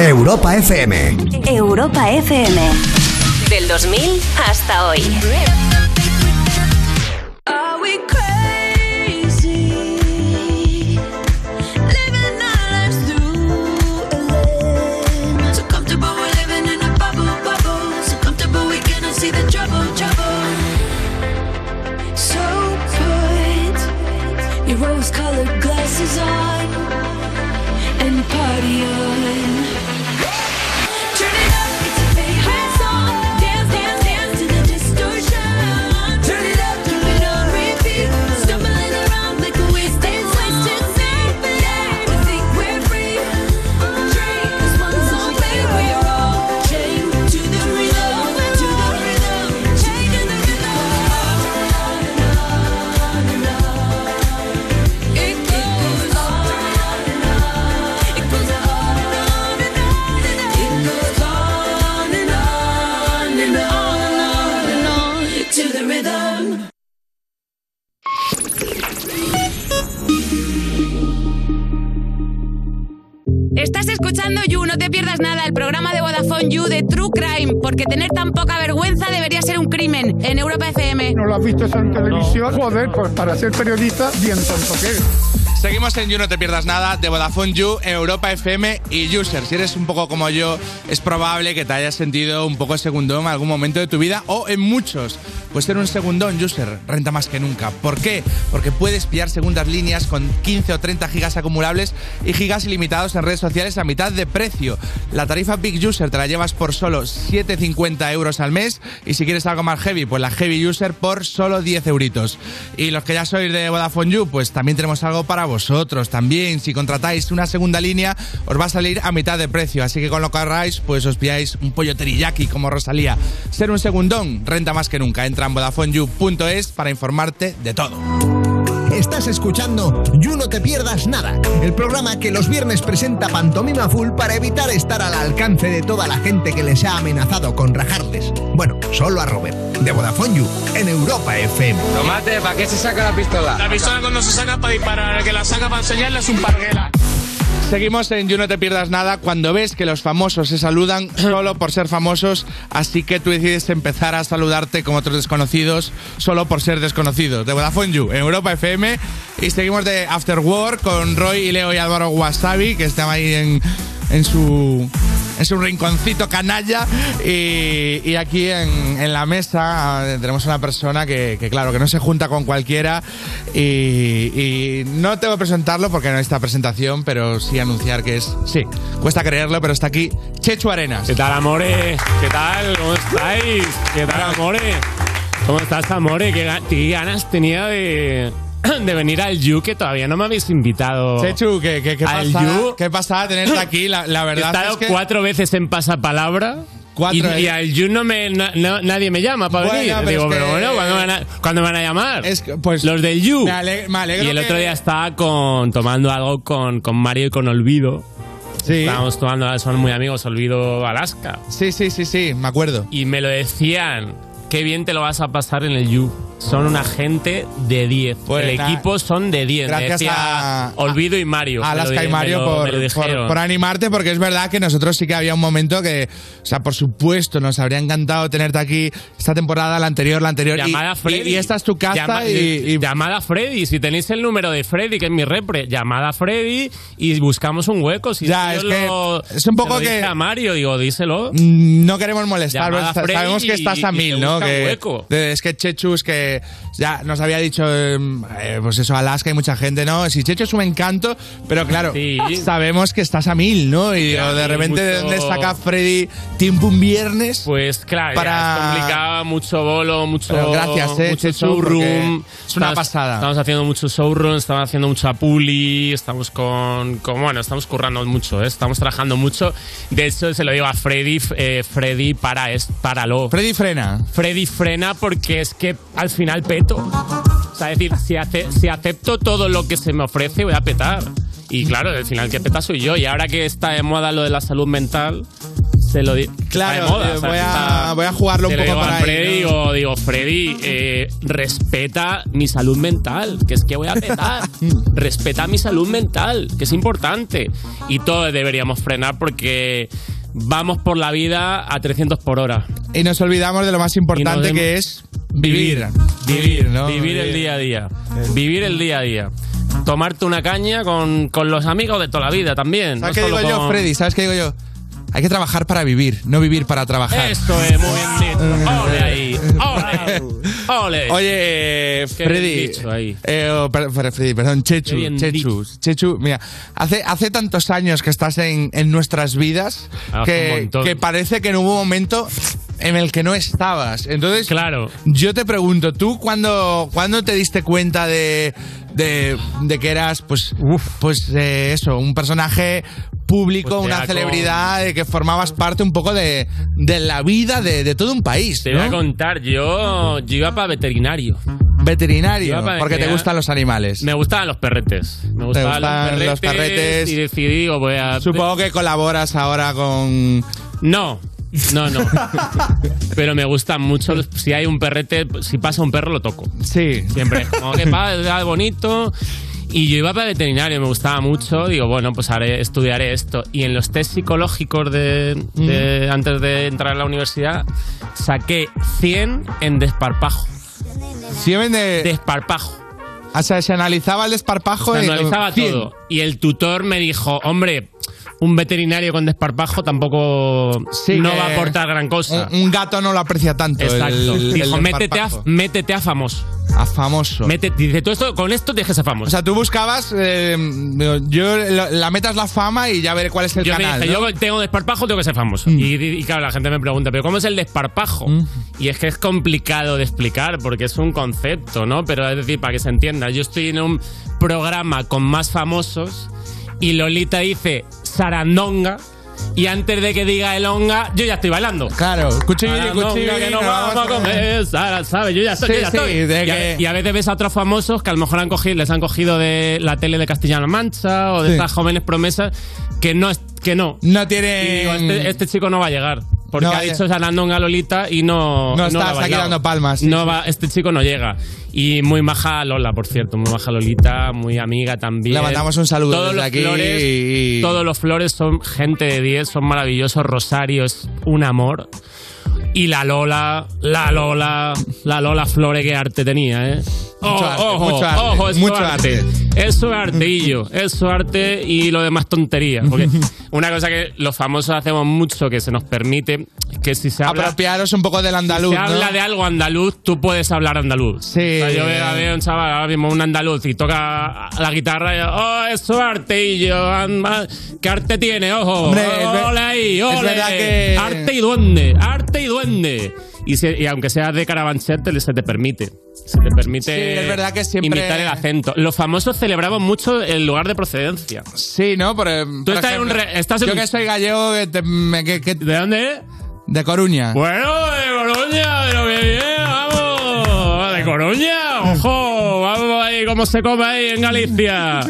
Speaker 36: Europa FM.
Speaker 9: Europa FM. Del 2000 hasta hoy.
Speaker 22: Are we crazy? Living our lives through a lens. So comfortable we're living in a bubble, bubble. So comfortable we cannot see the trouble, trouble. So put your rose-colored glasses on and party on. Turn it up, it's a favorite song. Dance, dance, dance to the distortion. Turn it up, keep it on repeat. Stumbling around like a wasted, wasted symphony. We think we're free. Drink this one song, babe, we are all chained to the rhythm, to the rhythm, chained to the rhythm. On and on and on. It goes on and on. It goes on and on. It goes on and on and on and on and on to the rhythm.
Speaker 1: Estás escuchando You, no te pierdas nada, el programa de Vodafone You de True Crime, porque tener tan poca vergüenza debería ser un crimen en Europa FM.
Speaker 35: ¿No lo has visto eso en televisión? Joder, pues para ser periodista, bien tonto que eres.
Speaker 3: Seguimos en You, no te pierdas nada, de Vodafone You, Europa FM y User. Si eres un poco como yo, es probable que te hayas sentido un poco segundón en algún momento de tu vida o en muchos. Pues ser un segundón, User, renta más que nunca. ¿Por qué? Porque puedes pillar segundas líneas con 15 o 30 gigas acumulables y gigas ilimitados en redes sociales a mitad de precio. La tarifa Big User te la llevas por solo 7,50 euros al mes y si quieres algo más heavy, pues la Heavy User por solo 10 euritos. Y los que ya sois de Vodafone You, pues también tenemos algo para vosotros. También, si contratáis una segunda línea, os va a salir a mitad de precio. Así que con lo que ahorráis, pues os pilláis un pollo teriyaki como Rosalía. Ser un segundón renta más que nunca. Entra en VodafoneYou.es para informarte de todo.
Speaker 5: Estás escuchando You No Te Pierdas Nada, el programa que los viernes presenta Pantomima Full para evitar estar al alcance de toda la gente que les ha amenazado con rajarles. Bueno, solo a Robert, de Vodafone You, en Europa FM.
Speaker 35: Tomate, ¿para qué se saca la pistola?
Speaker 3: La
Speaker 35: pistola cuando se saca para disparar, que la saca para enseñarle es un parguela.
Speaker 3: Seguimos en You No Te Pierdas Nada cuando ves que los famosos se saludan solo por ser famosos, así que tú decides empezar a saludarte con otros desconocidos solo por ser desconocidos. De Vodafone You, en Europa FM. Y seguimos de After War con Roy y Leo y Álvaro Wasabi, que están ahí en, en su. En su rinconcito canalla y, y aquí en, en la mesa eh, tenemos una persona que, que, claro, que no se junta con cualquiera y, y no tengo que presentarlo porque no está presentación, pero sí anunciar que es, sí, cuesta creerlo, pero está aquí Chechu Arenas.
Speaker 4: ¿Qué tal, amores? ¿Qué tal? ¿Cómo estáis? ¿Qué tal, amores? ¿Cómo estás, amores? ¿Qué, ga- qué ganas tenía de, de venir al You que todavía no me habéis invitado?
Speaker 3: Chechu, ¿qué, qué, qué
Speaker 4: Al
Speaker 3: pasada-
Speaker 4: You.
Speaker 3: qué pasada tenerte aquí, la, la
Speaker 4: He
Speaker 3: verdad
Speaker 4: estado
Speaker 3: es que...
Speaker 4: cuatro veces en pasapalabra.
Speaker 3: Cuatro,
Speaker 4: y, y
Speaker 3: ¿eh?
Speaker 4: al You no me, na- no- nadie me llama para
Speaker 3: Bueno,
Speaker 4: venir.
Speaker 3: pero
Speaker 4: Digo,
Speaker 3: es pues,
Speaker 4: pero
Speaker 3: que-
Speaker 4: bueno, ¿cuándo van a, cuándo van a llamar? Los del You.
Speaker 3: Me ale- me alegro
Speaker 4: y el
Speaker 3: que-
Speaker 4: otro día estaba con, tomando algo con, con Mario y con Olvido. Estábamos tomando, son muy amigos, olvido Alaska.
Speaker 3: Sí, sí, sí, sí, me acuerdo.
Speaker 4: Y me lo decían, qué bien te lo vas a pasar en el You. Son una gente de 10.
Speaker 3: Pues
Speaker 4: el
Speaker 3: nada.
Speaker 4: equipo son de 10. Me
Speaker 3: Gracias
Speaker 4: decía
Speaker 3: a-
Speaker 4: Olvido y Mario.
Speaker 3: A
Speaker 4: Me lo
Speaker 3: Alaska y
Speaker 4: di-
Speaker 3: Mario
Speaker 4: me lo-
Speaker 3: por,
Speaker 4: me lo
Speaker 3: por,
Speaker 4: dijeron.
Speaker 3: por animarte, porque es verdad que nosotros sí que había un momento que, o sea, por supuesto, nos habría encantado tenerte aquí esta temporada, la anterior, la anterior. y-
Speaker 4: Llamada
Speaker 3: y,
Speaker 4: Freddy.
Speaker 3: Y, esta es tu casa
Speaker 4: Llama- eh,
Speaker 3: y,
Speaker 4: Llamada Freddy. Si tenéis el número de Freddy, que es mi repre, llamada Freddy y buscamos un hueco. Si este
Speaker 3: Ya,
Speaker 4: yo
Speaker 3: es que
Speaker 4: lo-
Speaker 3: es un
Speaker 4: se
Speaker 3: poco
Speaker 4: lo dije
Speaker 3: que-
Speaker 4: a Mario, digo, díselo.
Speaker 3: Mm, no queremos molestar,
Speaker 4: Llamada
Speaker 3: pero sa-
Speaker 4: Freddy
Speaker 3: sabemos que estás a
Speaker 4: y- y
Speaker 3: mil,
Speaker 4: se
Speaker 3: ¿no?
Speaker 4: busca
Speaker 3: Que-
Speaker 4: un hueco.
Speaker 3: de- es que Chechus, que ya nos había dicho, eh, eh, pues eso, Alaska y mucha gente, ¿no? Si Chechu es un encanto, pero claro, sabemos que estás a mil, ¿no? Y
Speaker 4: Ya,
Speaker 3: digo, de
Speaker 4: y
Speaker 3: repente, ¿de
Speaker 4: mucho-
Speaker 3: dónde saca Freddy tiempo un viernes?
Speaker 4: Pues claro, ya,
Speaker 3: Para-
Speaker 4: es complicado, mucho bolo, mucho,
Speaker 3: Pero gracias, eh,
Speaker 4: mucho
Speaker 3: Chechu,
Speaker 4: showroom.
Speaker 3: porque es una pasada.
Speaker 4: Estamos haciendo mucho showroom, estamos haciendo mucho apuli, estamos con, con- Bueno, estamos currando mucho, eh, estamos trabajando mucho. De hecho, se lo digo a Freddy, eh, Freddy, para, es, páralo.
Speaker 3: Freddy frena.
Speaker 4: Freddy frena porque es que al final peto. O sea, es decir, si, ace- si acepto todo lo que se me ofrece, voy a petar. Y claro, al final que peta soy yo. Y ahora que está de moda lo de la salud mental, se lo digo.
Speaker 3: Claro, eh, voy a- voy a jugarlo un poco para ahí,
Speaker 4: Freddy,
Speaker 3: ¿no?
Speaker 4: Eh, digo, digo, Freddy, eh, respeta mi salud mental, que es que voy a petar. respeta mi salud mental, que es importante. Y todos deberíamos frenar porque vamos por la vida a 300 por hora.
Speaker 3: Y nos olvidamos de lo más importante
Speaker 4: dem-
Speaker 3: que es vivir.
Speaker 4: Vivir,
Speaker 3: ¿no? Eh.
Speaker 4: Vivir el día a día. Vivir el día a día. Tomarte una caña con, con los amigos de toda la vida también.
Speaker 3: ¿Sabes
Speaker 4: no
Speaker 3: qué digo
Speaker 4: solo
Speaker 3: yo,
Speaker 4: con-
Speaker 3: Freddy? ¿Sabes qué digo yo? Hay que trabajar para vivir, no vivir para trabajar.
Speaker 4: Esto es muy bien dicho. Ole ahí. Ole. Ole.
Speaker 3: Oye, eh,
Speaker 4: Qué bien
Speaker 3: Freddy.
Speaker 4: dicho ahí.
Speaker 3: eh, oh, per- per- Freddy, perdón, Chechu.
Speaker 4: Qué bien
Speaker 3: Chechu, Chechu, mira, hace, hace tantos años que estás en, en nuestras vidas
Speaker 4: Hace un
Speaker 3: que,
Speaker 4: montón.
Speaker 3: que parece que no hubo un momento en el que no estabas. Entonces,
Speaker 4: claro.
Speaker 3: yo te pregunto, ¿tú cuándo, cuándo te diste cuenta de, de, de que eras, pues, pues eh, eso, un personaje público,
Speaker 4: Pues ya
Speaker 3: una
Speaker 4: con-
Speaker 3: celebridad, de que formabas parte un poco de, de la vida de, de todo un país?
Speaker 4: Te
Speaker 3: ¿no?
Speaker 4: voy a contar, yo, yo iba para veterinario.
Speaker 3: Veterinario,
Speaker 4: Yo para
Speaker 3: porque te
Speaker 4: veterinario.
Speaker 3: gustan los animales.
Speaker 4: Me gustaban los perretes. Me
Speaker 3: te
Speaker 4: gustaban,
Speaker 3: gustan los perretes.
Speaker 4: Y decidí, digo, voy a.
Speaker 3: Supongo que colaboras ahora con.
Speaker 4: No, no, no. Pero me gustan mucho. los- Si hay un perrete, si pasa un perro, lo toco.
Speaker 3: Sí.
Speaker 4: Siempre. Como que va bonito. Y yo iba para veterinario, me gustaba mucho. Digo, bueno, pues haré, estudiaré esto. Y en los test psicológicos de,
Speaker 3: Mm.
Speaker 4: de- antes de entrar a la universidad, saqué 100 en desparpajo.
Speaker 3: 100 de...
Speaker 4: Desparpajo.
Speaker 3: Ah, O sea, se analizaba el desparpajo.
Speaker 4: Se
Speaker 3: y-
Speaker 4: analizaba
Speaker 3: Cien.
Speaker 4: todo. Y el tutor me dijo, hombre, un veterinario con desparpajo tampoco no
Speaker 3: que
Speaker 4: va a aportar gran cosa.
Speaker 3: eh, Un, un gato no lo aprecia tanto. el-
Speaker 4: Exacto.
Speaker 3: el- el
Speaker 4: Dijo, métete, a,
Speaker 3: desparpajo.
Speaker 4: métete a famoso.
Speaker 3: A famoso.
Speaker 4: Métete, dice, tú esto, con esto te dejes a famoso.
Speaker 3: O sea, tú buscabas. eh, digo, yo la, la meta es la fama y ya veré cuál es el
Speaker 4: yo
Speaker 3: canal.
Speaker 4: me dije,
Speaker 3: ¿no? Mm.
Speaker 4: yo tengo desparpajo, tengo que ser famoso. Y, y claro, la gente me pregunta, ¿pero cómo es el desparpajo? Y es que es complicado de explicar porque es un concepto, ¿no? Pero es decir, para que se entienda, yo estoy en un programa con más famosos y Lolita dice sarandonga. Y antes de que diga el onga, yo ya estoy bailando.
Speaker 3: Claro, cuchillo y cuchillo,
Speaker 4: que nos
Speaker 3: no,
Speaker 4: vamos a
Speaker 3: vamos a
Speaker 4: comer,
Speaker 3: comer.
Speaker 4: Sara, ¿sabes? Yo ya estoy,
Speaker 3: Sí,
Speaker 4: yo ya
Speaker 3: sí,
Speaker 4: estoy.
Speaker 3: de
Speaker 4: y, a,
Speaker 3: que-
Speaker 4: ve- y a veces ves a otros famosos que a lo mejor han cogido, les han cogido de la tele de Castilla-La Mancha o de
Speaker 3: Sí.
Speaker 4: estas jóvenes promesas que no, es- que no.
Speaker 3: No tiene.
Speaker 4: Y digo, este, este chico no va a llegar. Porque
Speaker 3: No va
Speaker 4: ha
Speaker 3: a
Speaker 4: dicho Sarandonga Lolita y no.
Speaker 3: No está-
Speaker 4: la ha
Speaker 3: está
Speaker 4: bailado.
Speaker 3: quedando palmas, sí,
Speaker 4: no
Speaker 3: sí.
Speaker 4: va, este chico no llega. Y muy maja Lola, por cierto. Muy maja Lolita, muy amiga también.
Speaker 3: Le mandamos un saludo
Speaker 4: Todos
Speaker 3: desde
Speaker 4: los
Speaker 3: aquí
Speaker 4: flores.
Speaker 3: y-
Speaker 4: Todos los flores son gente de 10, son maravillosos. Rosario es un amor. Y la Lola, la Lola, la Lola Flore, qué arte tenía, ¿eh?
Speaker 3: Mucho arte,
Speaker 4: ojo,
Speaker 3: mucho arte,
Speaker 4: ojo, es su
Speaker 3: mucho
Speaker 4: arte. Es su artillo, es su arte y lo demás tontería. Porque una cosa que los famosos hacemos mucho que se nos permite, que si se habla,
Speaker 3: Apropiaros un poco del andaluz.
Speaker 4: se
Speaker 3: ¿no?
Speaker 4: habla de algo andaluz, tú puedes hablar andaluz. O sea, yo veo, veo un chaval ahora mismo, un andaluz, y toca la guitarra y yo, oh, es su artillo, anda, ¿qué arte tiene? Ojo,
Speaker 3: Hombre, es ver-
Speaker 4: ole ahí,
Speaker 3: es
Speaker 4: ole.
Speaker 3: verdad que-
Speaker 4: Arte y duende, arte y duende. Y, se- y aunque seas de Carabanchel, te- se te permite. Se te permite
Speaker 3: Sí, es verdad que siempre-
Speaker 4: imitar el acento. Los famosos celebraban mucho el lugar de procedencia.
Speaker 3: Sí, ¿no? Por, Tú
Speaker 4: estás en un re- estás en
Speaker 3: yo
Speaker 4: un-
Speaker 3: que soy gallego. que te- me- que- que-
Speaker 4: ¿De dónde?
Speaker 3: De Coruña.
Speaker 4: Bueno, de Coruña, de lo que viene, vamos. De Coruña, ojo, vamos ahí cómo se come ahí en Galicia.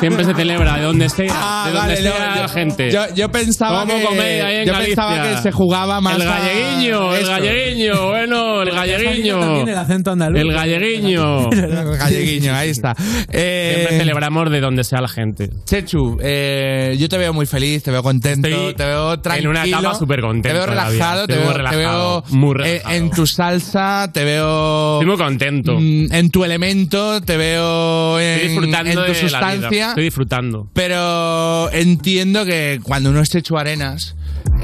Speaker 4: Siempre se celebra, de donde sea, de donde
Speaker 3: Ah, vale,
Speaker 4: sea
Speaker 3: yo-
Speaker 4: la gente.
Speaker 3: yo- yo pensaba
Speaker 4: ¿Cómo
Speaker 3: que-
Speaker 4: coméis ahí en
Speaker 3: yo
Speaker 4: Galicia?
Speaker 3: pensaba que se jugaba más
Speaker 4: El
Speaker 3: a
Speaker 4: galleguiño, el
Speaker 3: esto.
Speaker 4: galleguiño, bueno, el galleguiño.
Speaker 3: también el acento andaluz.
Speaker 4: El galleguiño. Eh,
Speaker 3: El galleguiño, ahí está.
Speaker 4: Siempre celebramos de donde sea la gente.
Speaker 3: Chechu, eh, yo te veo muy feliz, te veo contento,
Speaker 4: Estoy
Speaker 3: te veo tranquilo.
Speaker 4: en una etapa supercontento
Speaker 3: Te veo
Speaker 4: todavía.
Speaker 3: relajado, te
Speaker 4: Estoy
Speaker 3: veo,
Speaker 4: muy
Speaker 3: te
Speaker 4: relajado,
Speaker 3: veo,
Speaker 4: muy
Speaker 3: eh,
Speaker 4: relajado.
Speaker 3: en tu salsa, te veo.
Speaker 4: Estoy muy contento.
Speaker 3: mm, En tu elemento, te veo en,
Speaker 4: Estoy disfrutando
Speaker 3: en tu
Speaker 4: de la vida.
Speaker 3: sustancia.
Speaker 4: Estoy disfrutando.
Speaker 3: Pero entiendo que cuando uno es Chechu Arenas.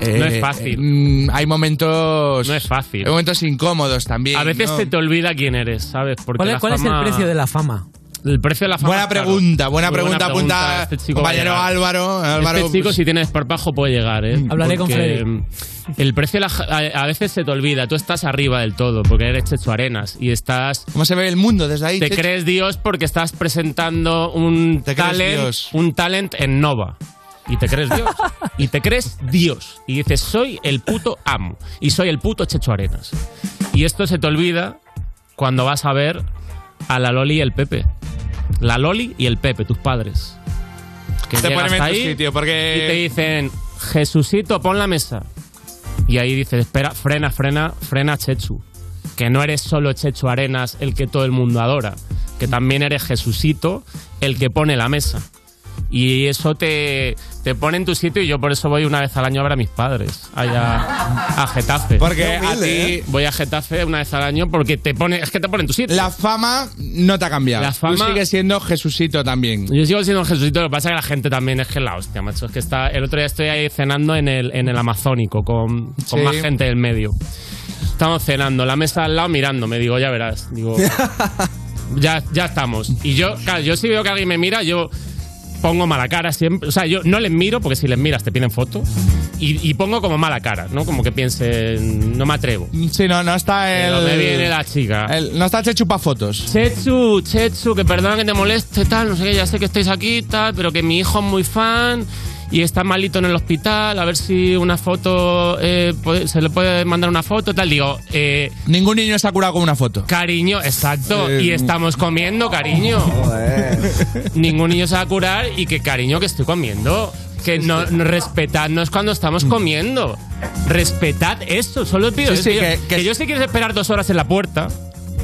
Speaker 3: eh,
Speaker 4: No es fácil.
Speaker 3: mm, hay momentos. No es
Speaker 4: fácil.
Speaker 3: Hay momentos incómodos también.
Speaker 4: A veces
Speaker 3: ¿no?
Speaker 4: se te olvida quién eres, ¿sabes? Porque
Speaker 27: ¿Cuál,
Speaker 4: la
Speaker 27: es- cuál es el
Speaker 4: fama-
Speaker 27: precio de la fama?
Speaker 4: El precio de la fama.
Speaker 3: Buena
Speaker 4: es caro.
Speaker 3: pregunta, buena
Speaker 4: Muy
Speaker 3: pregunta, apunta
Speaker 4: Este chico va a
Speaker 3: compañero
Speaker 4: llegar.
Speaker 3: Álvaro, Álvaro,
Speaker 4: este chico,
Speaker 3: pues-
Speaker 4: si tiene desparpajo, puede llegar, ¿eh?
Speaker 27: Hablaré con
Speaker 4: Porque,
Speaker 27: Freddy.
Speaker 4: mm, El precio de la ja- a, a veces se te olvida. Tú estás arriba del todo porque eres Chechu Arenas y estás.
Speaker 3: ¿Cómo se ve el mundo desde ahí?
Speaker 4: Te
Speaker 3: Chechu?
Speaker 4: crees Dios porque estás presentando un
Speaker 3: crees
Speaker 4: talent,
Speaker 3: Dios.
Speaker 4: un talent en Nova. Y te crees Dios. y te crees Dios. Y dices, soy el puto amo. Y soy el puto Checho Arenas. Y esto se te olvida cuando vas a ver a la Loli y el Pepe. La Loli y el Pepe, tus padres. Que
Speaker 3: Te
Speaker 4: llegas
Speaker 3: ponen en tu
Speaker 4: ahí
Speaker 3: sitio, porque-
Speaker 4: Y te dicen, Jesucito, pon la mesa. Y ahí dices, espera, frena, frena, frena Chechu. Que no eres solo Chechu Arenas el que todo el mundo adora, que también eres Jesucito el que pone la mesa. Y eso te, te pone en tu sitio y yo por eso voy una vez al año a ver a mis padres, allá a Getafe.
Speaker 3: Porque Qué humilde, a ti- ¿eh?
Speaker 4: voy a Getafe una vez al año porque te pone, es que te pone en tu sitio.
Speaker 3: La fama no te ha cambiado.
Speaker 4: La fama-
Speaker 3: Tú sigues siendo Jesucito también.
Speaker 4: Yo sigo siendo Jesucito, lo que pasa es que la gente también es que la hostia, macho. Es que está. El otro día estoy ahí cenando en el, en el Amazónico con, con
Speaker 3: Sí.
Speaker 4: más gente del medio. Estamos cenando, la mesa al lado mirando, me digo, ya verás. Digo, ya, ya estamos. Y yo, claro, yo si veo que alguien me mira, yo pongo mala cara siempre. O sea, yo no les miro, porque si les miras te piden foto. Y, y pongo como mala cara, ¿no? Como que piensen, no me atrevo.
Speaker 3: Sí, no, no está el.
Speaker 4: Pero me viene la chica.
Speaker 3: el- no está Chechu pa' fotos.
Speaker 4: Chechu, Chechu, que perdona que te moleste, tal, no sé qué, ya sé que estáis aquí, tal, pero que mi hijo es muy fan y está malito en el hospital, a ver si una foto, eh, puede- se le puede mandar una foto, tal. Digo, eh,
Speaker 3: Ningún niño está curado con una foto.
Speaker 4: cariño, exacto,
Speaker 3: Eh,
Speaker 4: y estamos comiendo, cariño. Ningún niño se va a curar y que, cariño, que estoy comiendo. Que no, no- respetadnos cuando estamos comiendo. Respetad esto, solo os pido
Speaker 3: Mm.
Speaker 4: eso,
Speaker 3: Sí, sí,
Speaker 4: yo-
Speaker 3: que-
Speaker 4: que yo si quieres esperar dos horas en la puerta.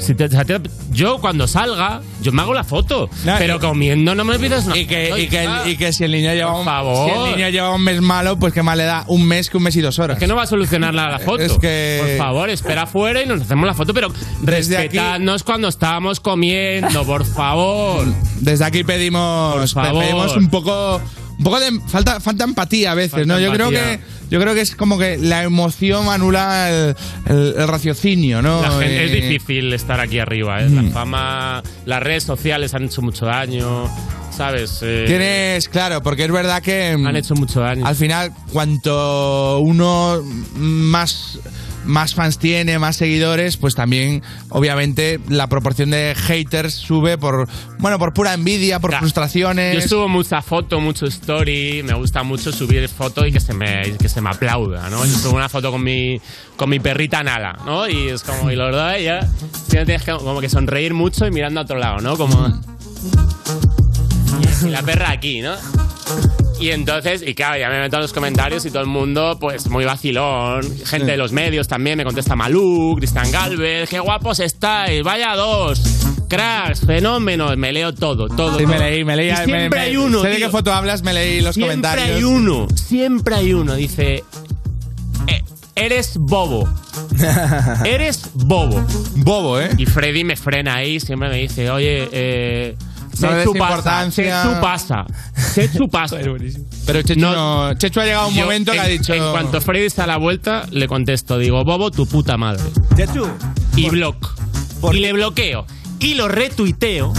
Speaker 4: Si te- si te- yo cuando salga, yo me hago la foto. pero comiendo no me pidas nada.
Speaker 3: Y que, y que el- y que si el niño lleva un,
Speaker 4: favor.
Speaker 3: si el niño lleva un mes malo, pues que más le da un mes que un mes y dos horas.
Speaker 4: que no va a solucionar nada la foto.
Speaker 3: Es que-
Speaker 4: Por favor, espera afuera y nos hacemos la foto, pero
Speaker 3: Desde aquí-
Speaker 4: respetadnos cuando estábamos comiendo, por favor.
Speaker 3: Desde aquí pedimos,
Speaker 4: Por favor.
Speaker 3: pedimos un poco, un poco de falta, falta empatía a veces,
Speaker 4: Falta
Speaker 3: ¿no? Yo creo
Speaker 4: empatía.
Speaker 3: que, yo creo que es como que la emoción anula el, el- el raciocinio, ¿no?
Speaker 4: La gente- es
Speaker 3: Eh,
Speaker 4: difícil estar aquí arriba, ¿eh? La fama, las redes sociales han hecho mucho daño, ¿sabes? Eh,
Speaker 3: Tienes, claro, porque es verdad que. Han
Speaker 4: hecho mucho daño.
Speaker 3: Al final, cuanto uno más, más fans tiene, más seguidores, pues también, obviamente, la proporción de haters sube por. Bueno, por pura envidia, por frustraciones.
Speaker 4: Yo subo mucha foto, mucho story, me gusta mucho subir fotos y que se me, que se me aplauda, ¿no? Yo subo una foto con mi, con mi perrita Nala, ¿no? Y es como, y los dos ya siempre tienes que, como que sonreír mucho y mirando a otro lado, ¿no? Como... Y la perra aquí, ¿no? Y entonces, y claro, ya me meto en los comentarios y todo el mundo, pues muy vacilón. Gente de los medios también me contesta Malú, Cristian Galvez, qué guapos estáis, vaya dos, cracks, fenómenos, me leo todo, todo.
Speaker 3: Sí, me
Speaker 4: todo.
Speaker 3: leí, me leí.
Speaker 4: Y
Speaker 3: me-
Speaker 4: siempre
Speaker 3: me-
Speaker 4: hay uno.
Speaker 3: Sé de
Speaker 4: tío.
Speaker 3: qué foto hablas, me leí los
Speaker 4: Siempre
Speaker 3: comentarios.
Speaker 4: hay uno, siempre hay uno. Dice, "Eh, eres bobo. Eres bobo.
Speaker 3: Bobo, ¿eh?
Speaker 4: Y Freddy me frena ahí, siempre me dice, oye, eh,
Speaker 3: No le des
Speaker 4: Chechu pasa,
Speaker 3: importancia.
Speaker 4: Chechu pasa, Chechu pasa.
Speaker 3: Pero Chechu, no- Chechu ha llegado a un
Speaker 4: Yo,
Speaker 3: momento que
Speaker 4: en-
Speaker 3: ha dicho.
Speaker 4: En cuanto Freddy está a la vuelta, le contesto, digo, bobo, tu puta madre. Y block. Y le bloqueo. Y lo retuiteo.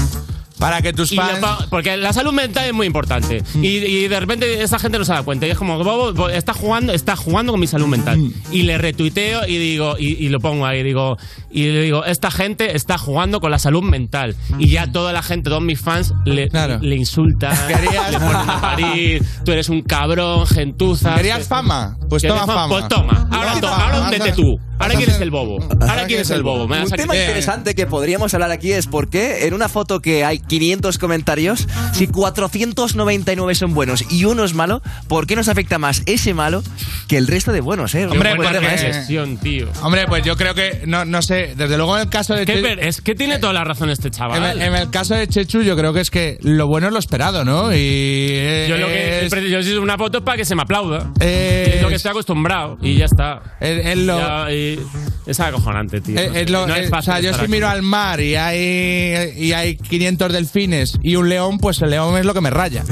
Speaker 3: Para que tus Mm.
Speaker 4: fans... porque la salud mental es muy importante. Y, y de repente esa gente no se da cuenta. Y es como, Bobo, bo- está jugando, está jugando con mi salud mental.
Speaker 3: Mm.
Speaker 4: Y le retuiteo y digo, y, y lo pongo ahí, digo, y le digo, esta gente está jugando con la salud mental. Y
Speaker 3: Mm.
Speaker 4: ya toda la gente, todos mis fans, le, le insultan. Le ponen a parir, tú eres un cabrón, gentuza.
Speaker 3: ¿Querías fama? Pues
Speaker 4: ¿Quieres
Speaker 3: toma fama.
Speaker 4: Pues toma. Ahora, to- ahora húndete tú. Ahora quién es el bobo. Ahora quién es el bobo. Me
Speaker 14: Un
Speaker 4: vas a-
Speaker 14: tema
Speaker 4: Eh,
Speaker 14: interesante que podríamos hablar aquí es por qué en una foto que hay 500 comentarios, si 499 son buenos y uno es malo, ¿por qué nos afecta más ese malo que el resto de buenos? Eh?
Speaker 3: Hombre, pues,
Speaker 14: Buen tema
Speaker 3: porque-
Speaker 14: ese.
Speaker 4: tío.
Speaker 3: Hombre, pues yo creo que, no, no sé, desde luego en el caso de...
Speaker 4: Es
Speaker 3: Em-
Speaker 4: que,
Speaker 3: Che-
Speaker 4: ver- es que tiene toda la razón este
Speaker 3: en,
Speaker 4: chaval.
Speaker 3: el, en el caso de Chechu yo creo que es que lo bueno es lo esperado, ¿no? Y... eh,
Speaker 4: yo lo que
Speaker 3: es-
Speaker 4: yo si es una foto es para que se me aplauda.
Speaker 3: Eh,
Speaker 4: es lo que estoy acostumbrado y ya está.
Speaker 3: es lo-
Speaker 4: Ya, y- es acojonante, tío.
Speaker 3: Eh,
Speaker 4: No sé,
Speaker 3: es lo-
Speaker 4: no es
Speaker 3: eh, o
Speaker 4: fácil
Speaker 3: sea, yo
Speaker 4: estar
Speaker 3: si
Speaker 4: aquí.
Speaker 3: miro al mar y hay, y hay 500 delfines y un león, pues el león es lo que me raya.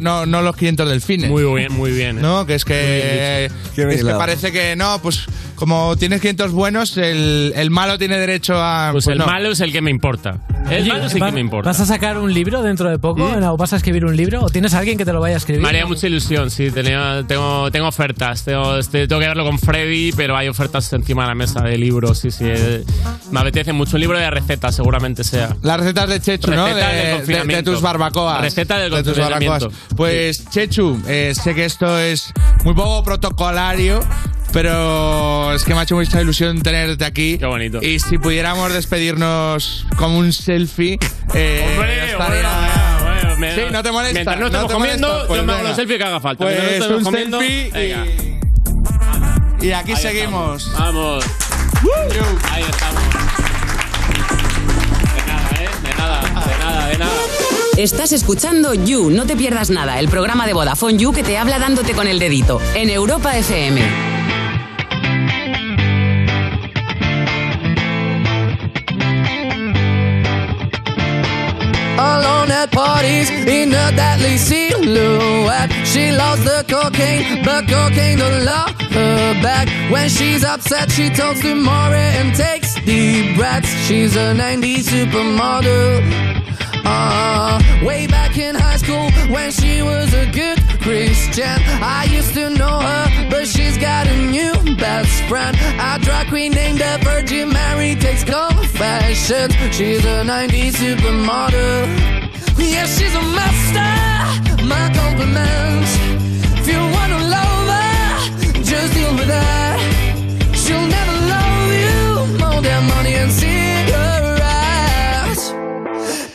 Speaker 3: No, no los 500 delfines.
Speaker 4: Muy bien, muy bien. eh.
Speaker 3: No, que es
Speaker 4: Muy
Speaker 3: que,
Speaker 4: bien dicho.
Speaker 3: que es que parece que no, pues como tienes 500 buenos, el, el malo tiene derecho a...
Speaker 4: Pues, el
Speaker 3: no.
Speaker 4: malo es el que me importa. El
Speaker 27: Oye,
Speaker 4: malo es el
Speaker 27: ¿va-
Speaker 4: que me importa.
Speaker 27: ¿Vas a sacar un libro dentro de poco? ¿O vas a escribir un libro? ¿O tienes a alguien que te lo vaya a escribir?
Speaker 4: Me haría mucha ilusión, sí. Tenía, tengo, tengo ofertas. Tengo, este, tengo que verlo con Freddy, pero hay ofertas encima de la mesa de libros. Sí, sí. eh. Me apetece mucho un libro de recetas, seguramente sea.
Speaker 3: Las recetas de Chechu, ¿no?
Speaker 4: Recetas del
Speaker 3: De, de- de
Speaker 4: confinamiento.
Speaker 3: tus barbacoas.
Speaker 4: Receta del
Speaker 3: De tus
Speaker 4: confinamiento.
Speaker 3: barbacoas. Pues Chechu, eh, sé que esto es muy poco protocolario, pero es que me ha hecho mucha ilusión tenerte aquí. Qué bonito. Y si pudiéramos despedirnos como un selfie, eh, estaría-
Speaker 4: Me-
Speaker 3: Sí, no te molesta.
Speaker 4: Mientras no
Speaker 3: no
Speaker 4: estamos
Speaker 3: te
Speaker 4: comiendo,
Speaker 3: molesta, pues
Speaker 4: yo me hago
Speaker 3: venga.
Speaker 4: un selfie que haga falta.
Speaker 3: Pues
Speaker 4: Mientras no
Speaker 3: un
Speaker 4: estemos comiendo,
Speaker 3: selfie
Speaker 4: venga.
Speaker 3: y, y aquí
Speaker 4: Ahí
Speaker 3: seguimos.
Speaker 4: estamos. Vamos. Ahí estamos. De nada, ¿eh? De nada, de nada, de nada.
Speaker 1: Estás escuchando You, no te pierdas nada, el programa de Vodafone You que te habla dándote con el dedito en Europa FM.
Speaker 2: alone at parties in a deadly silhouette. She loves the cocaine, but cocaine don't love her back. When she's upset, she talks to Maury and takes deep breaths. She's a 90s supermodel. Uh, way back in high school when she was a good Christian. I used to know her, but she's got a new best friend. A drag queen named the Virgin Mary takes confessions. She's a 90s supermodel. Yeah, she's a master. My compliments. If you wanna love her, just deal with her. She'll never love you more than money and cigarettes.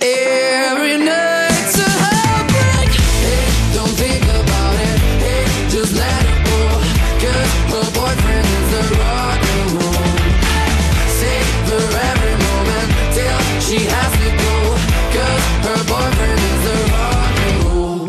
Speaker 2: Every night's a heartbreak. Hey, don't think about it. Hey, just let it go. 'Cause her boyfriend is a rock and roll. Save her every moment till she has to go. 'Cause her boyfriend is a rock and roll.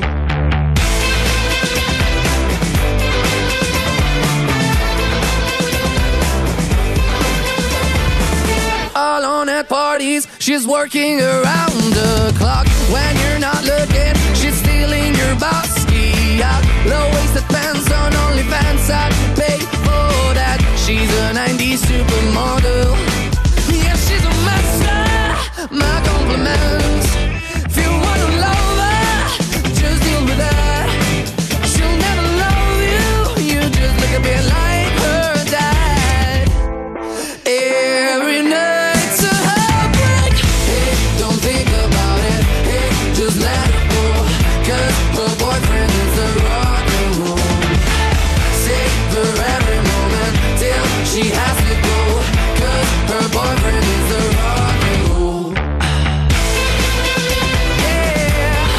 Speaker 2: alone at parties. She's working around the clock. When you're not looking, she's stealing your bossy out. Low waisted pants on OnlyFans, I'd pay for that. She's a 90s supermodel. Yeah, she's a master. My compliments. If you wanna love her, just deal with her. She'll never love you. You just look a bit like her dad. Every night's a heartbreak. Hey, don't think about it. Hey, just let it go. 'Cause her boyfriend is a rock and roll. Save her every moment till she has to go. 'Cause her boyfriend is a rock and roll. Yeah.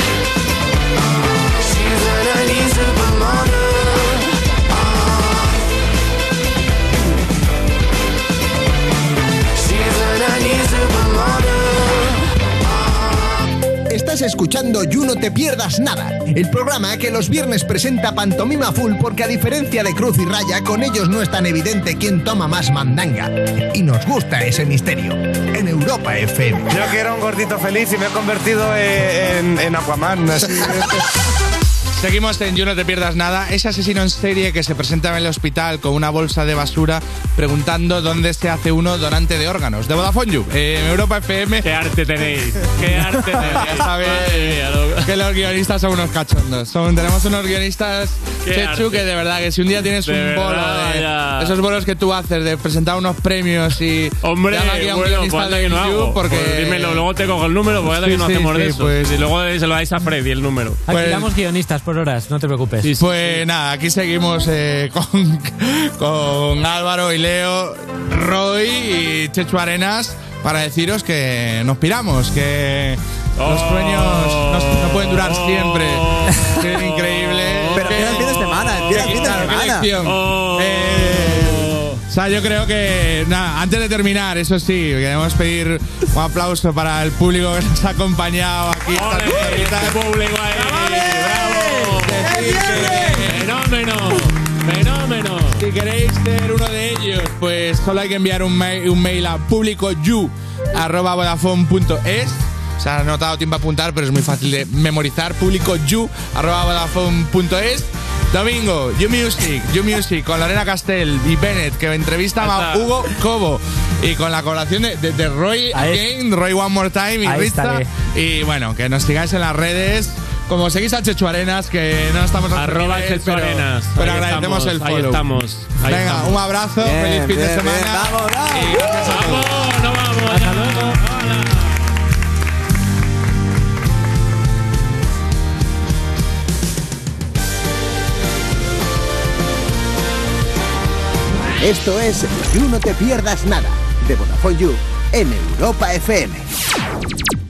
Speaker 2: Uh, she's a 90s supermodel.
Speaker 5: Estás escuchando You No Te Pierdas Nada, el programa que los viernes presenta Pantomima Full porque a diferencia de Cruz y Raya, con ellos no es tan evidente quién toma más mandanga. Y nos gusta ese misterio. En Europa FM.
Speaker 6: Yo que era un gordito feliz y me he convertido en, en- en Aquaman. así.
Speaker 3: Seguimos en You, no te pierdas nada. Ese asesino en serie que se presentaba en el hospital con una bolsa de basura preguntando dónde se hace uno donante de órganos. De Vodafone You, eh, en Europa FM.
Speaker 4: Qué arte tenéis, qué arte tenéis.
Speaker 3: Ya sabéis que los guionistas son unos cachondos. Son- tenemos unos guionistas,
Speaker 4: Qué
Speaker 3: Chechu,
Speaker 4: arte.
Speaker 3: que de verdad que si un día tienes
Speaker 4: De
Speaker 3: un
Speaker 4: verdad,
Speaker 3: bolo de-
Speaker 4: ya.
Speaker 3: esos bolos que tú haces de presentar unos premios y
Speaker 4: Hombre,
Speaker 3: llama aquí a un
Speaker 4: bueno,
Speaker 3: guionista
Speaker 4: pues anda
Speaker 3: de
Speaker 4: que no
Speaker 3: You
Speaker 4: hago.
Speaker 3: porque
Speaker 4: Pues dímelo, luego te cojo el número, pues anda
Speaker 3: Sí,
Speaker 4: que no
Speaker 3: sí,
Speaker 4: hacemos de
Speaker 3: sí,
Speaker 4: eso.
Speaker 3: pues-
Speaker 4: y luego se lo dais a Freddy el número.
Speaker 27: Alquilamos guionistas por horas, no te preocupes.
Speaker 3: Pues nada, aquí seguimos eh, con, con Álvaro y Leo, Roy y Chechu Arenas para deciros que nos piramos, que los sueños no, no pueden durar siempre. Que es increíble.
Speaker 8: Pero empieza el fin de semana, empieza el fin de
Speaker 3: Claro, qué
Speaker 8: semana.
Speaker 3: lección. Oh. Eh, o sea, yo creo que, nada, antes de terminar, eso sí, queremos pedir un aplauso para el público que nos ha acompañado aquí. esta temporadita. Decir que-
Speaker 4: ¡Fenómeno!
Speaker 3: Si queréis ser uno de ellos, pues solo hay que enviar un mail, un mail a publicoyu.vodafone.es. Se ha notado tiempo a apuntar, pero es muy fácil de memorizar. publicoyu.vodafone.es. Domingo, You Music, You Music, con Lorena Castell y Bennett, que entrevistan a Hugo Cobo. Y con la colaboración de, de- de Roy Again, Roy One More Time y
Speaker 10: Ahí
Speaker 3: Rista.
Speaker 10: estaré.
Speaker 3: Y bueno, que nos sigáis en las redes. Como seguís a Chechu Arenas, que no estamos a este
Speaker 4: Arroba
Speaker 3: nivel, pero-
Speaker 4: Arenas.
Speaker 3: Pero
Speaker 4: Ahí
Speaker 3: agradecemos
Speaker 4: estamos,
Speaker 3: el
Speaker 4: ahí
Speaker 3: follow.
Speaker 4: estamos, ahí
Speaker 3: Venga,
Speaker 4: estamos.
Speaker 3: un abrazo,
Speaker 4: Bien,
Speaker 3: feliz fin de
Speaker 4: bien,
Speaker 3: semana.
Speaker 4: bien,
Speaker 3: vamos, vamos.
Speaker 4: no vamos! ¡Hasta luego!
Speaker 36: Esto es You No Te Pierdas Nada de Vodafone You en Europa FM.